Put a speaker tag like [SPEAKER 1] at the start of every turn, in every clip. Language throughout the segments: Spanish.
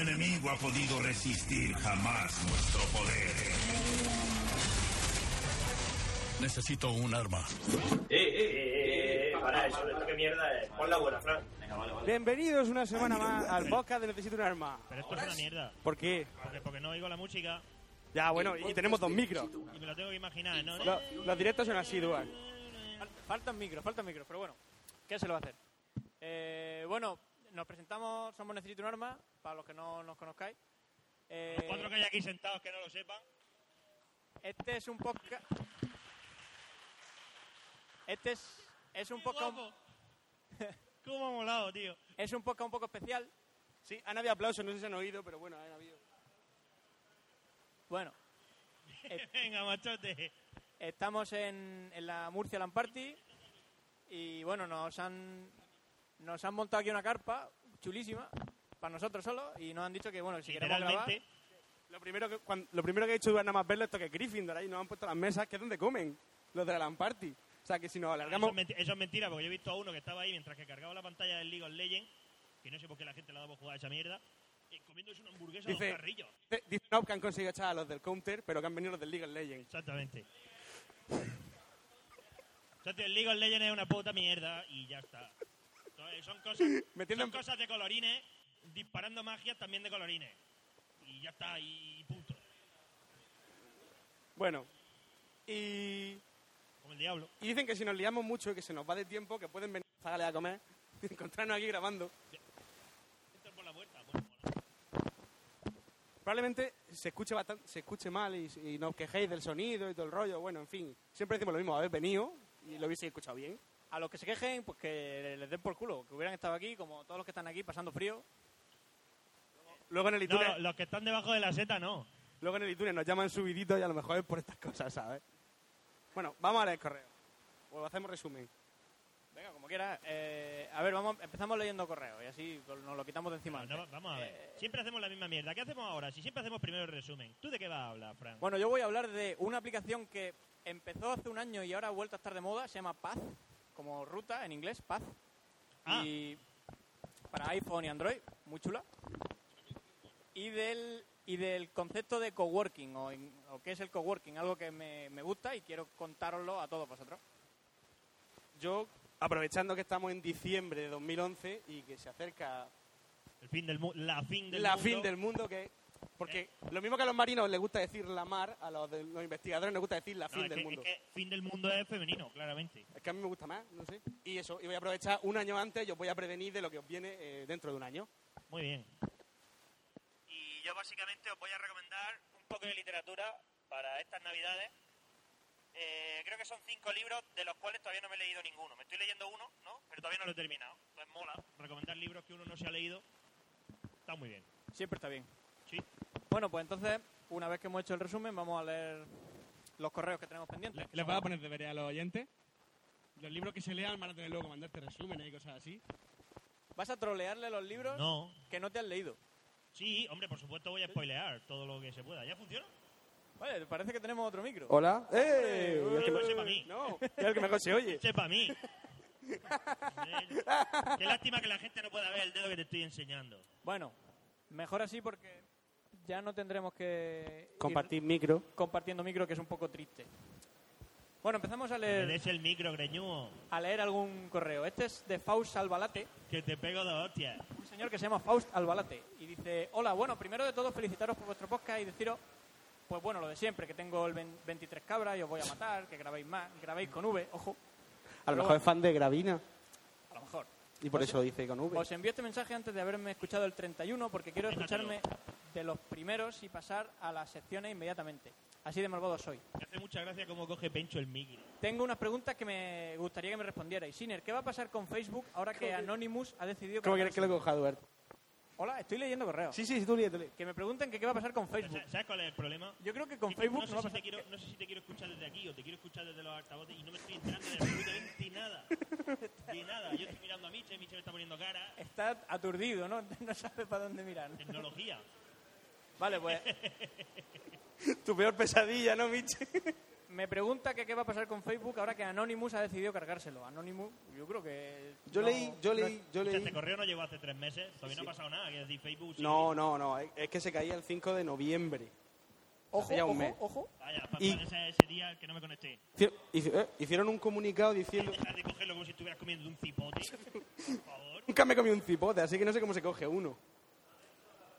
[SPEAKER 1] enemigo ha podido resistir jamás nuestro poder.
[SPEAKER 2] Necesito un arma.
[SPEAKER 3] Eh, eh, eh, eh, para eso, esto qué mierda es. Pon la buena, Fran. Venga, vale, vale.
[SPEAKER 4] Bienvenidos una semana más al podcast de Necesito un arma.
[SPEAKER 5] Pero esto es una mierda.
[SPEAKER 4] ¿Por qué?
[SPEAKER 5] Porque, porque no oigo la música
[SPEAKER 4] Ya, bueno, y tenemos dos micros.
[SPEAKER 5] y me lo tengo que imaginar, ¿no?
[SPEAKER 4] Lo- los directos son así, Dual.
[SPEAKER 6] Faltan micros, faltan micros, pero bueno, ¿qué se lo va a hacer? Eh, bueno, nos presentamos, somos Necesito un Arma, para los que no nos conozcáis. Eh,
[SPEAKER 5] Los cuatro que hay aquí sentados que no lo sepan.
[SPEAKER 6] este es un podcast... Este es, es un podcast...
[SPEAKER 5] Guapo. ¿Cómo ha molado, tío?
[SPEAKER 6] Es un podcast un poco especial.
[SPEAKER 4] Sí, han habido aplausos, no sé si han oído, pero bueno, han habido.
[SPEAKER 6] Bueno, Eh.
[SPEAKER 5] Venga, machote.
[SPEAKER 6] estamos en, en la Murcia Land Party y bueno, nos han, nos han montado aquí una carpa chulísima para nosotros solo y nos han dicho que bueno, si queremos grabar...
[SPEAKER 5] Literalmente.
[SPEAKER 4] Lo primero que, cuan- lo primero que he hecho Dual nada más verlo es que es Gryffindor ahí nos han puesto las mesas, que es donde comen los de la LAN Party. O sea, que si nos
[SPEAKER 5] Eso
[SPEAKER 4] alargamos...
[SPEAKER 5] es, menti- eso es mentira, porque yo he visto a uno que estaba ahí mientras que cargaba la pantalla del League of Legends, que no sé por qué la gente le ha dado por jugar a esa mierda, y comiéndose una hamburguesa a
[SPEAKER 4] Dice-
[SPEAKER 5] dos carrillos.
[SPEAKER 4] Dice dice Nob que han conseguido echar a los del Counter, pero que han venido los del League of Legends.
[SPEAKER 5] Exactamente. O sea, tío, el League of Legends es una puta mierda y ya está. Entonces, son cosas,
[SPEAKER 4] Metiendo
[SPEAKER 5] son
[SPEAKER 4] en-
[SPEAKER 5] cosas de colorines, disparando magias también de colorines. Y ya está, y, punto.
[SPEAKER 4] Bueno, y...
[SPEAKER 5] Como el diablo.
[SPEAKER 4] Y dicen que si nos liamos mucho y que se nos va de tiempo, que pueden venir a Zagales a comer y encontrarnos aquí grabando.
[SPEAKER 5] Entra por la puerta. por favor.
[SPEAKER 4] Probablemente se escuche, bastan- se escuche mal y, y nos quejéis del sonido y todo el rollo. Bueno, en fin, siempre decimos lo mismo, habéis venido y lo hubiese escuchado bien.
[SPEAKER 6] A los que se quejen, pues que les den por culo, que hubieran estado aquí, como todos los que están aquí pasando frío.
[SPEAKER 4] Luego en el iTunes,
[SPEAKER 5] No, los que están debajo de la seta no.
[SPEAKER 4] luego en el iTunes nos llaman subiditos y a lo mejor es por estas cosas, ¿sabes? Bueno, vamos a leer el correo. O hacemos resumen.
[SPEAKER 6] Venga, como quiera. Eh, a ver, vamos, empezamos leyendo correos y así pues, nos lo quitamos de encima.
[SPEAKER 5] No, vamos a
[SPEAKER 4] Eh.
[SPEAKER 5] ver. Siempre hacemos la misma mierda. ¿Qué hacemos ahora? Si siempre hacemos primero el resumen. ¿Tú de qué vas a hablar, Frank?
[SPEAKER 6] Bueno, yo voy a hablar de una aplicación que empezó hace un año y ahora ha vuelto a estar de moda. Se llama Path, como ruta en inglés, Path.
[SPEAKER 5] Ah.
[SPEAKER 6] Y para iPhone y Android, muy chula. Y del, y del concepto de coworking, o, en- o qué es el coworking, algo que me, me gusta y quiero contároslo a todos vosotros.
[SPEAKER 4] Yo, aprovechando que estamos en diciembre de 2011 y que se acerca
[SPEAKER 5] El fin del mu- la fin del
[SPEAKER 4] la
[SPEAKER 5] mundo.
[SPEAKER 4] fin del mundo que porque lo mismo que a los marinos les gusta decir la mar a los, de- los investigadores les gusta decir la
[SPEAKER 5] No,
[SPEAKER 4] fin
[SPEAKER 5] es
[SPEAKER 4] del
[SPEAKER 5] que-
[SPEAKER 4] mundo
[SPEAKER 5] Es que fin del mundo es femenino, claramente.
[SPEAKER 4] es que a mí me gusta más no sé y eso y voy a aprovechar un año antes y os voy a prevenir de lo que os viene eh, dentro de un año
[SPEAKER 5] Muy bien. Y yo básicamente os voy a recomendar un poco de literatura para estas navidades. Eh, creo que son cinco libros de los cuales todavía no me he leído ninguno. Me estoy leyendo uno, ¿no? Pero todavía no lo he terminado. Entonces mola recomendar libros que uno no se ha leído. Está muy bien.
[SPEAKER 6] Siempre está bien.
[SPEAKER 5] Sí.
[SPEAKER 6] Bueno, pues entonces, una vez que hemos hecho el resumen, vamos a leer los correos que tenemos pendientes.
[SPEAKER 7] Le- ¿Les vas a poner deberes a los oyentes? Los libros que se lean van a tener luego que mandarte resúmenes y cosas así.
[SPEAKER 6] Vas a trolearle los libros
[SPEAKER 5] No.
[SPEAKER 6] que no te han leído.
[SPEAKER 5] Sí, hombre, por supuesto voy a spoilear todo lo que se pueda. ¿Ya funciona?
[SPEAKER 6] Vale, parece que tenemos otro micro.
[SPEAKER 4] hola ¡Eh!
[SPEAKER 5] el que me- Ese pa' pues, mí.
[SPEAKER 4] no es el que mejor se oye
[SPEAKER 5] Sepa a mí. Eh, Qué lástima que la gente no pueda ver el dedo que te estoy enseñando.
[SPEAKER 6] Bueno, mejor así porque ya no tendremos que ir
[SPEAKER 4] compartir micro
[SPEAKER 6] compartiendo micro, que es un poco triste. Bueno, empezamos a
[SPEAKER 5] Me
[SPEAKER 6] leer,
[SPEAKER 5] des el micro, greñúo,
[SPEAKER 6] a leer algún correo. Este es de Faust Albalate,
[SPEAKER 5] que te pego dos hostias.
[SPEAKER 6] un señor que se llama Faust Albalate. Y dice, hola, bueno, primero de todo felicitaros por vuestro podcast y deciros, pues bueno, lo de siempre, que tengo el 20 23 cabras y os voy a matar, que grabéis más, grabéis con V, ojo,
[SPEAKER 4] a lo mejor es fan de Gravina
[SPEAKER 6] a lo mejor.
[SPEAKER 4] y por
[SPEAKER 6] Pues-
[SPEAKER 4] eso dice con V
[SPEAKER 6] Os envío este mensaje antes de haberme escuchado el 31 porque quiero escucharme de los primeros y pasar a las secciones inmediatamente. Así de malvado soy.
[SPEAKER 5] Me hace mucha gracia cómo coge Pencho el micro.
[SPEAKER 6] Tengo unas preguntas que me gustaría que me respondierais. Siner, ¿qué va a pasar con Facebook ahora que Anonymous ha decidido...
[SPEAKER 4] ¿cómo quieres
[SPEAKER 6] cargarse-
[SPEAKER 4] que lo coja Duarte?
[SPEAKER 6] Hola, estoy leyendo correo.
[SPEAKER 4] sí sí sí, tú lee, tú lee.
[SPEAKER 6] Que me pregunten que qué va a pasar con Facebook.
[SPEAKER 5] ¿Sabes cuál es el problema?
[SPEAKER 6] Yo creo que con
[SPEAKER 5] Es que
[SPEAKER 6] Facebook
[SPEAKER 5] no sé,
[SPEAKER 6] no va a
[SPEAKER 5] si te
[SPEAKER 6] pasar...
[SPEAKER 5] quiero, no sé si te quiero escuchar desde aquí o te quiero escuchar desde los altavoces y no me estoy enterando de absolutamente nada. De nada. Yo estoy mirando a Miche, Miche me está poniendo cara.
[SPEAKER 6] Está aturdido, ¿no? No sabe para dónde mirar.
[SPEAKER 5] Tecnología.
[SPEAKER 6] Vale, pues
[SPEAKER 4] tu peor pesadilla no Miche
[SPEAKER 6] Me pregunta que qué va a pasar con Facebook ahora que Anonymous ha decidido cargárselo. Anonymous, yo creo que...
[SPEAKER 8] Yo
[SPEAKER 6] no-
[SPEAKER 8] leí, yo
[SPEAKER 6] no es-
[SPEAKER 8] leí, yo
[SPEAKER 5] Este
[SPEAKER 8] leí.
[SPEAKER 5] correo no llegó hace tres meses, todavía no ha pasado nada. Quiero decir, Facebook sigue-
[SPEAKER 4] No, no, no. Es es que se caía el 5 de noviembre.
[SPEAKER 6] Ojo,
[SPEAKER 4] hace ya un
[SPEAKER 6] ojo,
[SPEAKER 4] mes.
[SPEAKER 6] ojo.
[SPEAKER 5] Vaya, para
[SPEAKER 4] Y-
[SPEAKER 5] ese, ese día que no me conecté.
[SPEAKER 4] Hici- hici- eh, Hicieron un comunicado diciendo...
[SPEAKER 5] Dejar de cogerlo como si estuvieras comiendo un cipote. Por favor.
[SPEAKER 4] Nunca me comí un cipote, así que no sé cómo se coge uno.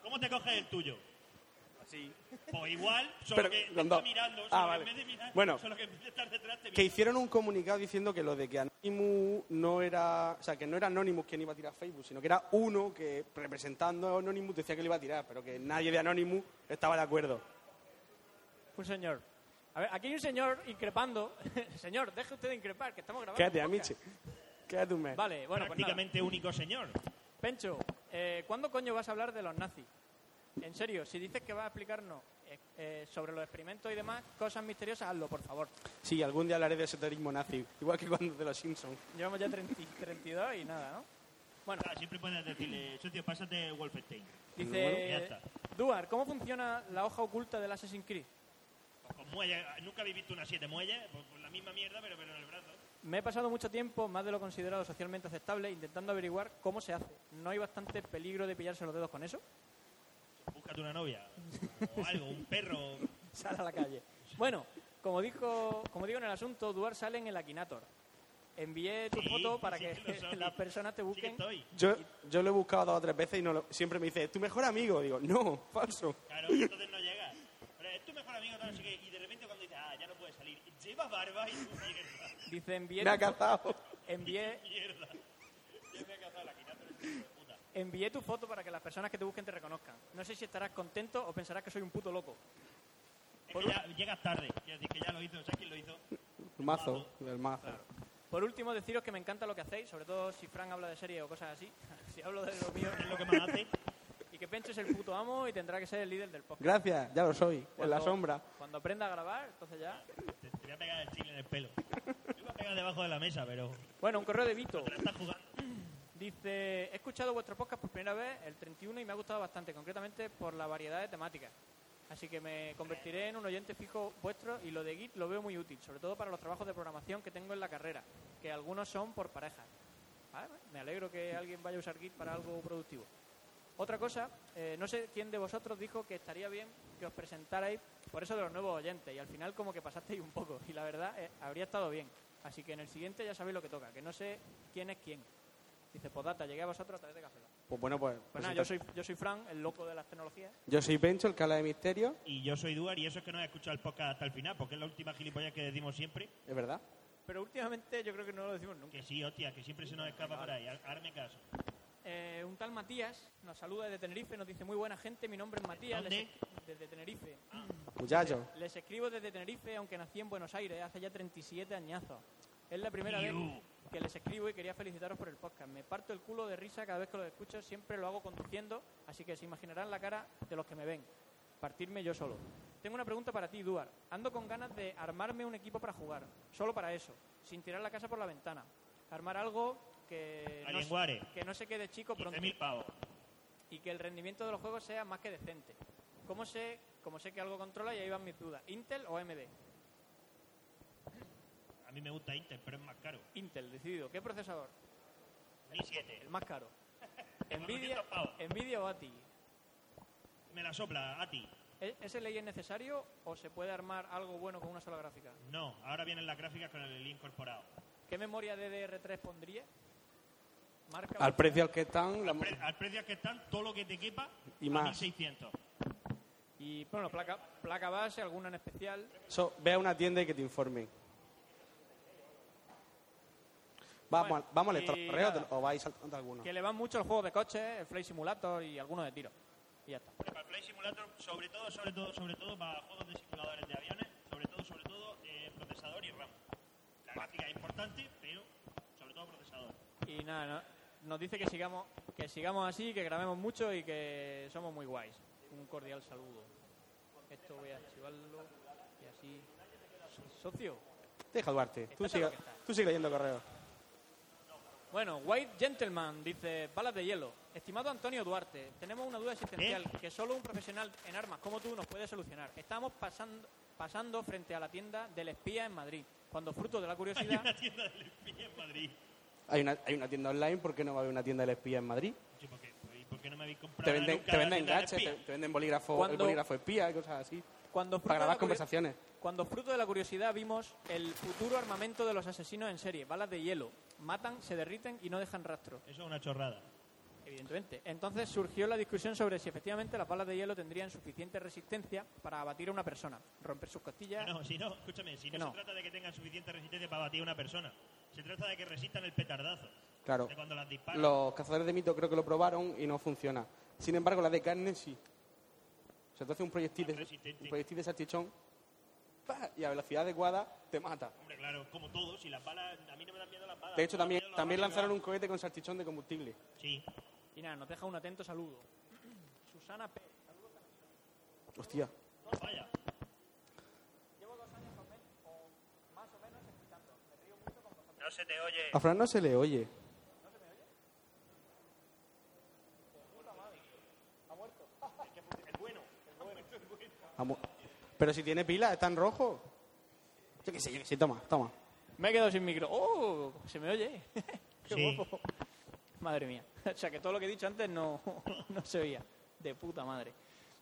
[SPEAKER 5] ¿Cómo te coges el tuyo?
[SPEAKER 4] Así.
[SPEAKER 5] Pues igual, solo
[SPEAKER 4] Pero
[SPEAKER 5] que te
[SPEAKER 4] con dos.
[SPEAKER 5] está mirando.
[SPEAKER 4] Ah,
[SPEAKER 5] solo que
[SPEAKER 4] vale.
[SPEAKER 5] en vez de mirar,
[SPEAKER 4] Bueno.
[SPEAKER 5] solo que en vez de estar detrás te
[SPEAKER 4] Que
[SPEAKER 5] mira.
[SPEAKER 4] hicieron un comunicado diciendo que lo de que Anonymous no era... O sea, que no era Anonymous quien iba a tirar Facebook, sino que era uno que, representando a Anonymous, decía que lo iba a tirar, pero que nadie de Anonymous estaba de acuerdo.
[SPEAKER 6] Un señor. A ver, aquí hay un señor increpando. señor, deje usted de increpar, que estamos grabando.
[SPEAKER 4] Quédate,
[SPEAKER 6] un
[SPEAKER 4] Amiche.
[SPEAKER 6] podcast.
[SPEAKER 4] Quédate un mes.
[SPEAKER 6] Vale, bueno, pues nada.
[SPEAKER 5] Prácticamente único señor.
[SPEAKER 6] Pencho, eh, ¿cuándo coño vas a hablar de los nazis? En serio, si dices que vas a explicarnos eh, eh, sobre los experimentos y demás cosas misteriosas, hazlo, por favor.
[SPEAKER 4] Sí, algún día hablaré de esoterismo nazi, igual que cuando de los Simpsons.
[SPEAKER 6] Llevamos ya 30 y 32 y nada, ¿no? Bueno,
[SPEAKER 5] Ah, siempre puedes decirle, socio, pásate Wolfenstein. ya
[SPEAKER 6] dice
[SPEAKER 5] está.
[SPEAKER 6] Duar, ¿cómo funciona la hoja oculta del Assassin's Creed?
[SPEAKER 5] Pues con muelles. Nunca habéis visto una siete muelles, pues, pues la misma mierda, pero, pero en el brazo.
[SPEAKER 6] Me he pasado mucho tiempo, más de lo considerado socialmente aceptable, intentando averiguar cómo se hace. ¿No hay bastante peligro de pillarse los dedos con eso?
[SPEAKER 5] Búscate una novia. O algo, un perro.
[SPEAKER 6] Sal a la calle. Bueno, como dijo, como digo en el asunto, Duar sale en el Akinator. Envié tu
[SPEAKER 5] Sí,
[SPEAKER 6] foto para
[SPEAKER 5] sí
[SPEAKER 6] que,
[SPEAKER 5] que lo soy.
[SPEAKER 6] las personas te
[SPEAKER 5] Sí que
[SPEAKER 6] busquen.
[SPEAKER 5] estoy.
[SPEAKER 4] Yo, yo lo he buscado dos o tres veces y no lo- siempre me dice, ¿tu mejor amigo? Digo, no, falso.
[SPEAKER 5] Claro, entonces no llega. Pero es tu mejor amigo, tal, no sé qué. Y de repente cuando dices, ah, ya no puedes salir, lleva barba y tú mierda.
[SPEAKER 6] Dice, envié,
[SPEAKER 4] Me ha
[SPEAKER 6] tu-
[SPEAKER 4] cazado.
[SPEAKER 6] envié,
[SPEAKER 5] Mierda. Ya me ha cazado la quinata, pero es de puta.
[SPEAKER 6] envié tu foto para que las personas que te busquen te reconozcan. No sé si estarás contento o pensarás que soy un puto loco.
[SPEAKER 5] Es que ya llegas tarde. Quiero decir que ya lo hizo. ¿Sabes quién lo hizo?
[SPEAKER 4] El mazo, el mazo.
[SPEAKER 6] Por último, deciros que me encanta lo que hacéis, sobre todo si Fran habla de serie o cosas así. si hablo de lo mío,
[SPEAKER 5] Es lo que más hace.
[SPEAKER 6] Y que Pencho es el puto amo y tendrá que ser el líder del podcast.
[SPEAKER 4] Gracias, ya lo soy, en la
[SPEAKER 6] Cuando-
[SPEAKER 4] sombra.
[SPEAKER 6] Cuando aprenda a grabar, entonces ya...
[SPEAKER 5] Te, te voy a pegar el chicle en el pelo. Te voy a pegar debajo de la mesa, pero
[SPEAKER 6] Bueno, un correo de Vito.
[SPEAKER 5] te la estás jugando.
[SPEAKER 6] Dice, he escuchado vuestro podcast por primera vez, el 31, y me ha gustado bastante, concretamente por la variedad de temáticas. Así que me convertiré en un oyente fijo vuestro y lo de Git lo veo muy útil, sobre todo para los trabajos de programación que tengo en la carrera, que algunos son por pareja. Vale, me alegro que alguien vaya a usar Git para algo productivo. Otra cosa, eh, no sé quién de vosotros dijo que estaría bien que os presentarais por eso de los nuevos oyentes y al final como que pasasteis un poco y la verdad eh, habría estado bien. Así que en el siguiente ya sabéis lo que toca, que no sé quién es quién. Dice, Podata, llegué a vosotros a través de Café Lock".
[SPEAKER 4] Pues bueno, pues...
[SPEAKER 6] Pues nada,
[SPEAKER 4] presenta-
[SPEAKER 6] yo soy, yo soy Fran, el loco de las tecnologías.
[SPEAKER 4] yo soy Pencho, el que habla de misterio.
[SPEAKER 5] Y yo soy Duar y eso es que no he escuchado el podcast hasta el final, porque es la última gilipollas que decimos siempre.
[SPEAKER 4] Es verdad.
[SPEAKER 6] Pero últimamente yo creo que no lo decimos nunca.
[SPEAKER 5] Que sí, hostia, que siempre se nos escapa por ahí. Ar- Arme caso.
[SPEAKER 6] Eh, un tal Matías nos saluda desde Tenerife, nos dice, muy buena gente, mi nombre es Matías, les
[SPEAKER 5] dónde?
[SPEAKER 6] es- desde Tenerife.
[SPEAKER 4] Muchacho.
[SPEAKER 6] Les escribo desde Tenerife, aunque nací en Buenos Aires, hace ya 37 añazos. Es la primera vez que les escribo y quería felicitaros por el podcast. Me parto el culo de risa cada vez que los escucho, siempre lo hago conduciendo, así que se imaginarán la cara de los que me ven. Partirme yo solo. Tengo una pregunta para ti, Duar. Ando con ganas de armarme un equipo para jugar, solo para eso, sin tirar la casa por la ventana. Armar algo que no,
[SPEAKER 5] Alienware.
[SPEAKER 6] que no se quede chico pronto
[SPEAKER 5] 15.000 pavos.
[SPEAKER 6] y que el rendimiento de los juegos sea más que decente. ¿Cómo sé, como sé que algo controla? Y ahí van mis dudas. ¿Intel o AMD?
[SPEAKER 5] A mí me gusta Intel, pero es más caro.
[SPEAKER 6] Intel, decidido. ¿Qué procesador?
[SPEAKER 5] 1007.
[SPEAKER 6] El más caro.
[SPEAKER 5] 400
[SPEAKER 6] ¿Nvidia,
[SPEAKER 5] pavos.
[SPEAKER 6] Nvidia o ATI?
[SPEAKER 5] Me la sopla, a ti.
[SPEAKER 6] ¿E- ¿Ese ley es necesario o se puede armar algo bueno con una sola gráfica?
[SPEAKER 5] No, ahora vienen las gráficas con el incorporado.
[SPEAKER 6] ¿Qué memoria DDR3 pondría? Marca
[SPEAKER 4] Al precio al que están... la-
[SPEAKER 5] Pre- al precio al que están, todo lo que te quepa,
[SPEAKER 4] Y
[SPEAKER 5] a
[SPEAKER 4] más.
[SPEAKER 5] 1600.
[SPEAKER 6] Y bueno, placa, placa base, alguna en especial.
[SPEAKER 4] So, ve a una tienda y que te informen. Vamos,
[SPEAKER 6] Bueno,
[SPEAKER 4] a- vamos a
[SPEAKER 6] y
[SPEAKER 4] leer los correos
[SPEAKER 6] nada.
[SPEAKER 4] te- o vais saltando alguno.
[SPEAKER 6] Que le van mucho los juegos de coches, el Flight Simulator y algunos de tiro. Y ya está.
[SPEAKER 5] Para el Flight Simulator, sobre todo, sobre todo, sobre todo, para juegos de simuladores de aviones, sobre todo, sobre todo, eh, procesador y RAM. La gráfica es importante, pero sobre todo procesador.
[SPEAKER 6] Y nada, no- nos dice que sigamos, que sigamos así, que grabemos mucho y que somos muy guays. Un cordial saludo. Esto voy a archivarlo y así. Socio,
[SPEAKER 4] Deja Duarte.
[SPEAKER 6] Está
[SPEAKER 4] Tú
[SPEAKER 6] todo
[SPEAKER 4] sigue,
[SPEAKER 6] lo que está.
[SPEAKER 4] tú sigue leyendo correos.
[SPEAKER 6] Bueno, White Gentleman dice, balas de hielo. Estimado Antonio Duarte, tenemos una duda existencial que solo un profesional en armas como tú nos puede solucionar. Estamos pasando, pasando frente a la tienda del espía en Madrid, cuando fruto de la curiosidad...
[SPEAKER 8] Una tienda del espía en Madrid.
[SPEAKER 4] Hay una, hay una tienda online, ¿por qué no va a haber una tienda del espía en Madrid?
[SPEAKER 8] Yo, ¿por, qué, ¿Y por qué no me habéis comprado
[SPEAKER 4] Te venden,
[SPEAKER 8] nunca
[SPEAKER 4] te
[SPEAKER 8] la
[SPEAKER 4] venden
[SPEAKER 8] tienda del
[SPEAKER 4] enganches,
[SPEAKER 8] espía?
[SPEAKER 4] te, te venden bolígrafo, el
[SPEAKER 6] Cuando-
[SPEAKER 4] bolígrafo espía y cosas así.
[SPEAKER 6] Cuando fruto
[SPEAKER 4] Para
[SPEAKER 6] de la
[SPEAKER 4] grabar
[SPEAKER 6] curio-
[SPEAKER 4] conversaciones.
[SPEAKER 6] Cuando fruto de la curiosidad vimos el futuro armamento de los asesinos en serie, balas de hielo. Matan, se derriten y no dejan rastro,
[SPEAKER 8] Eso es una chorrada.
[SPEAKER 6] evidentemente. Entonces surgió la discusión sobre si efectivamente las balas de hielo tendrían suficiente resistencia para abatir a una persona, romper sus costillas.
[SPEAKER 8] No, si no, escúchame, si
[SPEAKER 6] Que
[SPEAKER 8] no,
[SPEAKER 6] no.
[SPEAKER 8] se trata de que tengan suficiente resistencia para batir a una persona, se trata de que resistan el petardazo.
[SPEAKER 4] Claro.
[SPEAKER 8] De cuando las disparan.
[SPEAKER 4] Los cazadores de mito creo que lo probaron y no funciona. Sin embargo, la de carne sí. O sea, tú haces un proyectil
[SPEAKER 8] Más
[SPEAKER 4] de,
[SPEAKER 8] resistente.
[SPEAKER 4] un proyectil de salchichón ¡pa! y a velocidad adecuada te mata.
[SPEAKER 8] Hombre, claro, como todos, y las balas, a mí no me dan miedo las balas.
[SPEAKER 4] De hecho,
[SPEAKER 5] Ah,
[SPEAKER 8] me
[SPEAKER 4] también,
[SPEAKER 8] dan miedo las
[SPEAKER 4] también
[SPEAKER 8] balas,
[SPEAKER 4] lanzaron
[SPEAKER 8] ¿no?
[SPEAKER 4] un cohete con salchichón de combustible.
[SPEAKER 8] Sí,
[SPEAKER 6] Y nada, nos deja un atento saludo. Susana P.
[SPEAKER 4] Hostia.
[SPEAKER 8] vaya.
[SPEAKER 5] No se te oye.
[SPEAKER 4] A Fran no se le oye. Ha mu- Pero si tiene pila, está en rojo. Yo qué sé, yo qué sé. Toma, toma.
[SPEAKER 6] Me he quedado sin micro. ¡Oh! Se me oye. ¡Qué
[SPEAKER 8] Sí.
[SPEAKER 6] guapo! Madre mía. O sea, que todo lo que he dicho antes no, no se oía. De puta madre.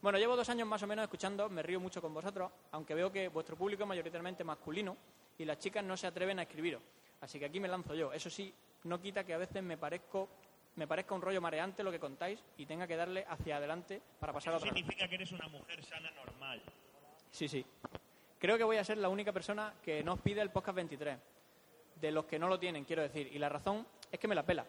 [SPEAKER 6] Bueno, llevo dos años más o menos escuchando, me río mucho con vosotros, aunque veo que vuestro público es mayoritariamente masculino y las chicas no se atreven a escribiros. Así que aquí me lanzo yo. Eso sí, no quita que a veces me parezco me parezca un rollo mareante lo que contáis y tenga que darle hacia adelante para pasar a
[SPEAKER 8] Eso
[SPEAKER 6] otra. cosa.
[SPEAKER 8] significa que eres una mujer sana normal.
[SPEAKER 6] Sí, sí. Creo que voy a ser la única persona que no os pide el podcast 23. De los que no lo tienen, quiero decir. Y la razón es que me la pela.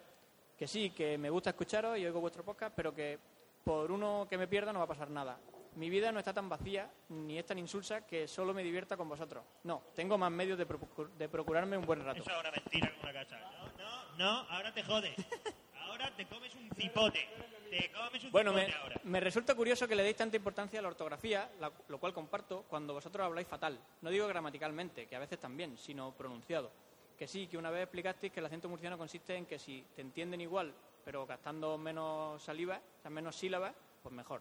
[SPEAKER 6] Que sí, que me gusta escucharos y oigo vuestro podcast, pero que por uno que me pierda no va a pasar nada. Mi vida no está tan vacía ni es tan insulsa que solo me divierta con vosotros. No, tengo más medios de, procu- de procurarme un buen rato.
[SPEAKER 8] Eso es una mentira como una casa. No, no, no, ahora te jodes. Ahora te comes un cipote. Te comes un
[SPEAKER 6] Bueno, me,
[SPEAKER 8] cipote ahora.
[SPEAKER 6] me resulta curioso que le deis tanta importancia a la ortografía, la- lo cual comparto, cuando vosotros habláis fatal. No digo gramaticalmente, que a veces también, sino pronunciado. Que sí, que una vez explicasteis que el acento murciano consiste en que si te entienden igual, pero gastando menos saliva, o sea, menos sílabas, pues mejor.